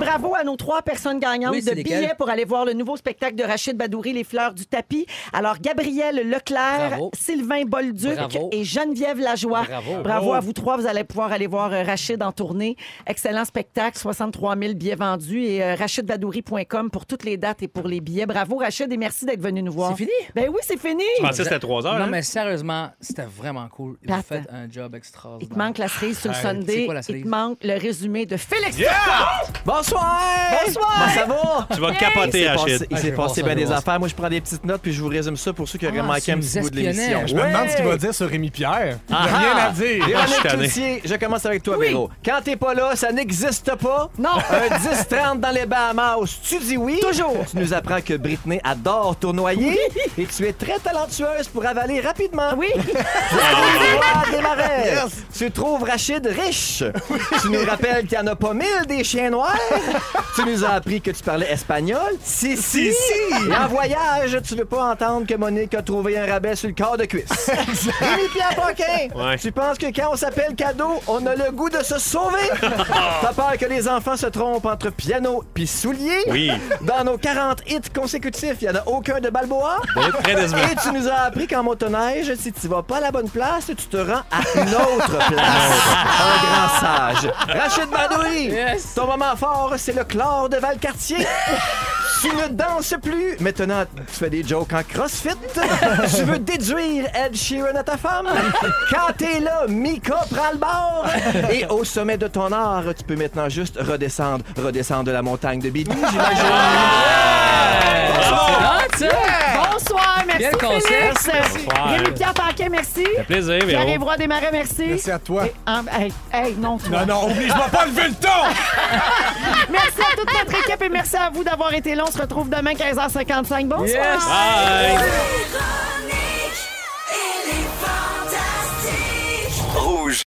Speaker 2: Bravo à nos trois personnes gagnantes
Speaker 4: Oui,
Speaker 2: de
Speaker 4: c'est
Speaker 2: billets
Speaker 4: lesquelles?
Speaker 2: pour aller voir le nouveau spectacle de Rachid Badouri, Les fleurs du tapis. Alors, Gabriel Leclerc,
Speaker 4: Bravo.
Speaker 2: Sylvain Bolduc
Speaker 4: Bravo.
Speaker 2: et Geneviève Lajoie.
Speaker 4: Bravo.
Speaker 2: à vous trois. Vous allez pouvoir aller voir euh, Rachid en tournée. Excellent spectacle, 63 000 billets vendus et euh, rachidbadouri.com pour toutes les dates et pour les billets. Bravo, Rachid, et merci d'être venu nous voir.
Speaker 4: C'est fini?
Speaker 2: Ben oui, c'est fini.
Speaker 3: Je pensais que c'était 3 heures.
Speaker 4: Non,
Speaker 3: hein?
Speaker 4: mais sérieusement, c'était vraiment cool. Vous
Speaker 2: Pat.
Speaker 4: faites un job
Speaker 2: Il
Speaker 4: extraordinaire.
Speaker 2: te manque la cerise sur le
Speaker 4: C'est
Speaker 2: Sunday.
Speaker 4: quoi la
Speaker 2: Il
Speaker 4: cerise?
Speaker 2: te manque le résumé de Félix.
Speaker 1: Bonsoir!
Speaker 2: Bonsoir!
Speaker 1: Comment ça va?
Speaker 3: Tu vas
Speaker 2: Hey!
Speaker 1: Il
Speaker 3: capoter,
Speaker 1: s'est
Speaker 3: Rachid.
Speaker 1: passé, il s'est
Speaker 4: je vais voir
Speaker 1: passé
Speaker 4: ça,
Speaker 1: bien
Speaker 4: je vais
Speaker 1: des
Speaker 4: voir ça. Ah,
Speaker 1: affaires. Moi, je prends des petites notes puis je vous résume ça pour ceux qui auraient manqué
Speaker 4: tu
Speaker 1: un
Speaker 4: nous
Speaker 1: petit bout de
Speaker 4: espionnais.
Speaker 1: l'émission. Ah,
Speaker 7: Je me demande ce qu'il va dire sur Rémi Pierre. Il n'a rien à dire.
Speaker 3: Ah, je suis
Speaker 1: Véronique
Speaker 3: tanné.
Speaker 1: Cloutier, je commence avec toi,
Speaker 2: Oui.
Speaker 1: Véro. Quand t'es pas là, ça n'existe pas.
Speaker 2: Non.
Speaker 1: Un 10-30 dans les Bahamas, tu dis oui.
Speaker 2: Toujours.
Speaker 1: Tu nous apprends que Britney adore tournoyer et tu es très talentueuse pour avaler rapidement.
Speaker 2: Ah Oui,
Speaker 1: Victoire des marais. Tu trouves Rachid riche. Tu nous rappelles qu'il n'y en a pas mille des chiens noirs. tu nous as appris que tu parlais espagnol. Si,
Speaker 7: Si, si.
Speaker 1: Et en voyage, tu veux pas entendre que Monique a trouvé un rabais sur le corps de cuisse. Rémi Pierre Paquin,
Speaker 3: Ouais.
Speaker 1: tu penses que quand on s'appelle cadeau, on a le goût de se sauver? T'as peur que les enfants se trompent entre piano puis souliers?
Speaker 3: Oui.
Speaker 1: Dans nos 40 hits consécutifs, il n'y en a aucun de Balboa.
Speaker 3: Très décevant.
Speaker 1: Et tu nous as appris qu'en motoneige, si tu vas pas à la bonne place, tu te rends à une autre
Speaker 3: Ah,
Speaker 1: place. Un grand sage. Rachid Badouri,
Speaker 4: Yes.
Speaker 1: ton moment fort, c'est le chlore de Valcartier. tu ne danses plus. Maintenant, tu fais des jokes en crossfit. tu veux déduire Ed Sheeran à ta femme. Quand t'es là, Mika prend le bord. Et au sommet de ton art, tu peux maintenant juste redescendre, redescendre de la montagne de Bidou, j'imagine.
Speaker 3: Ah,
Speaker 4: C'est hot, ça!
Speaker 2: Bonsoir, merci
Speaker 4: Quel
Speaker 2: Félix.
Speaker 4: concept.
Speaker 3: Bonsoir.
Speaker 2: Rémi-Pierre Paquin, merci.
Speaker 3: Ça fait plaisir,
Speaker 2: Pierre
Speaker 3: Véro.
Speaker 2: Roy des Marais, merci.
Speaker 7: Merci à toi.
Speaker 2: Et, ah, hey, hey, non, toi.
Speaker 7: Non, non, oblige-moi pas à lever le ton!
Speaker 2: Merci à toute notre équipe et merci à vous d'avoir été là. On se retrouve demain 15h55. Bonsoir.
Speaker 4: Yes.
Speaker 3: Bye.
Speaker 6: Véro.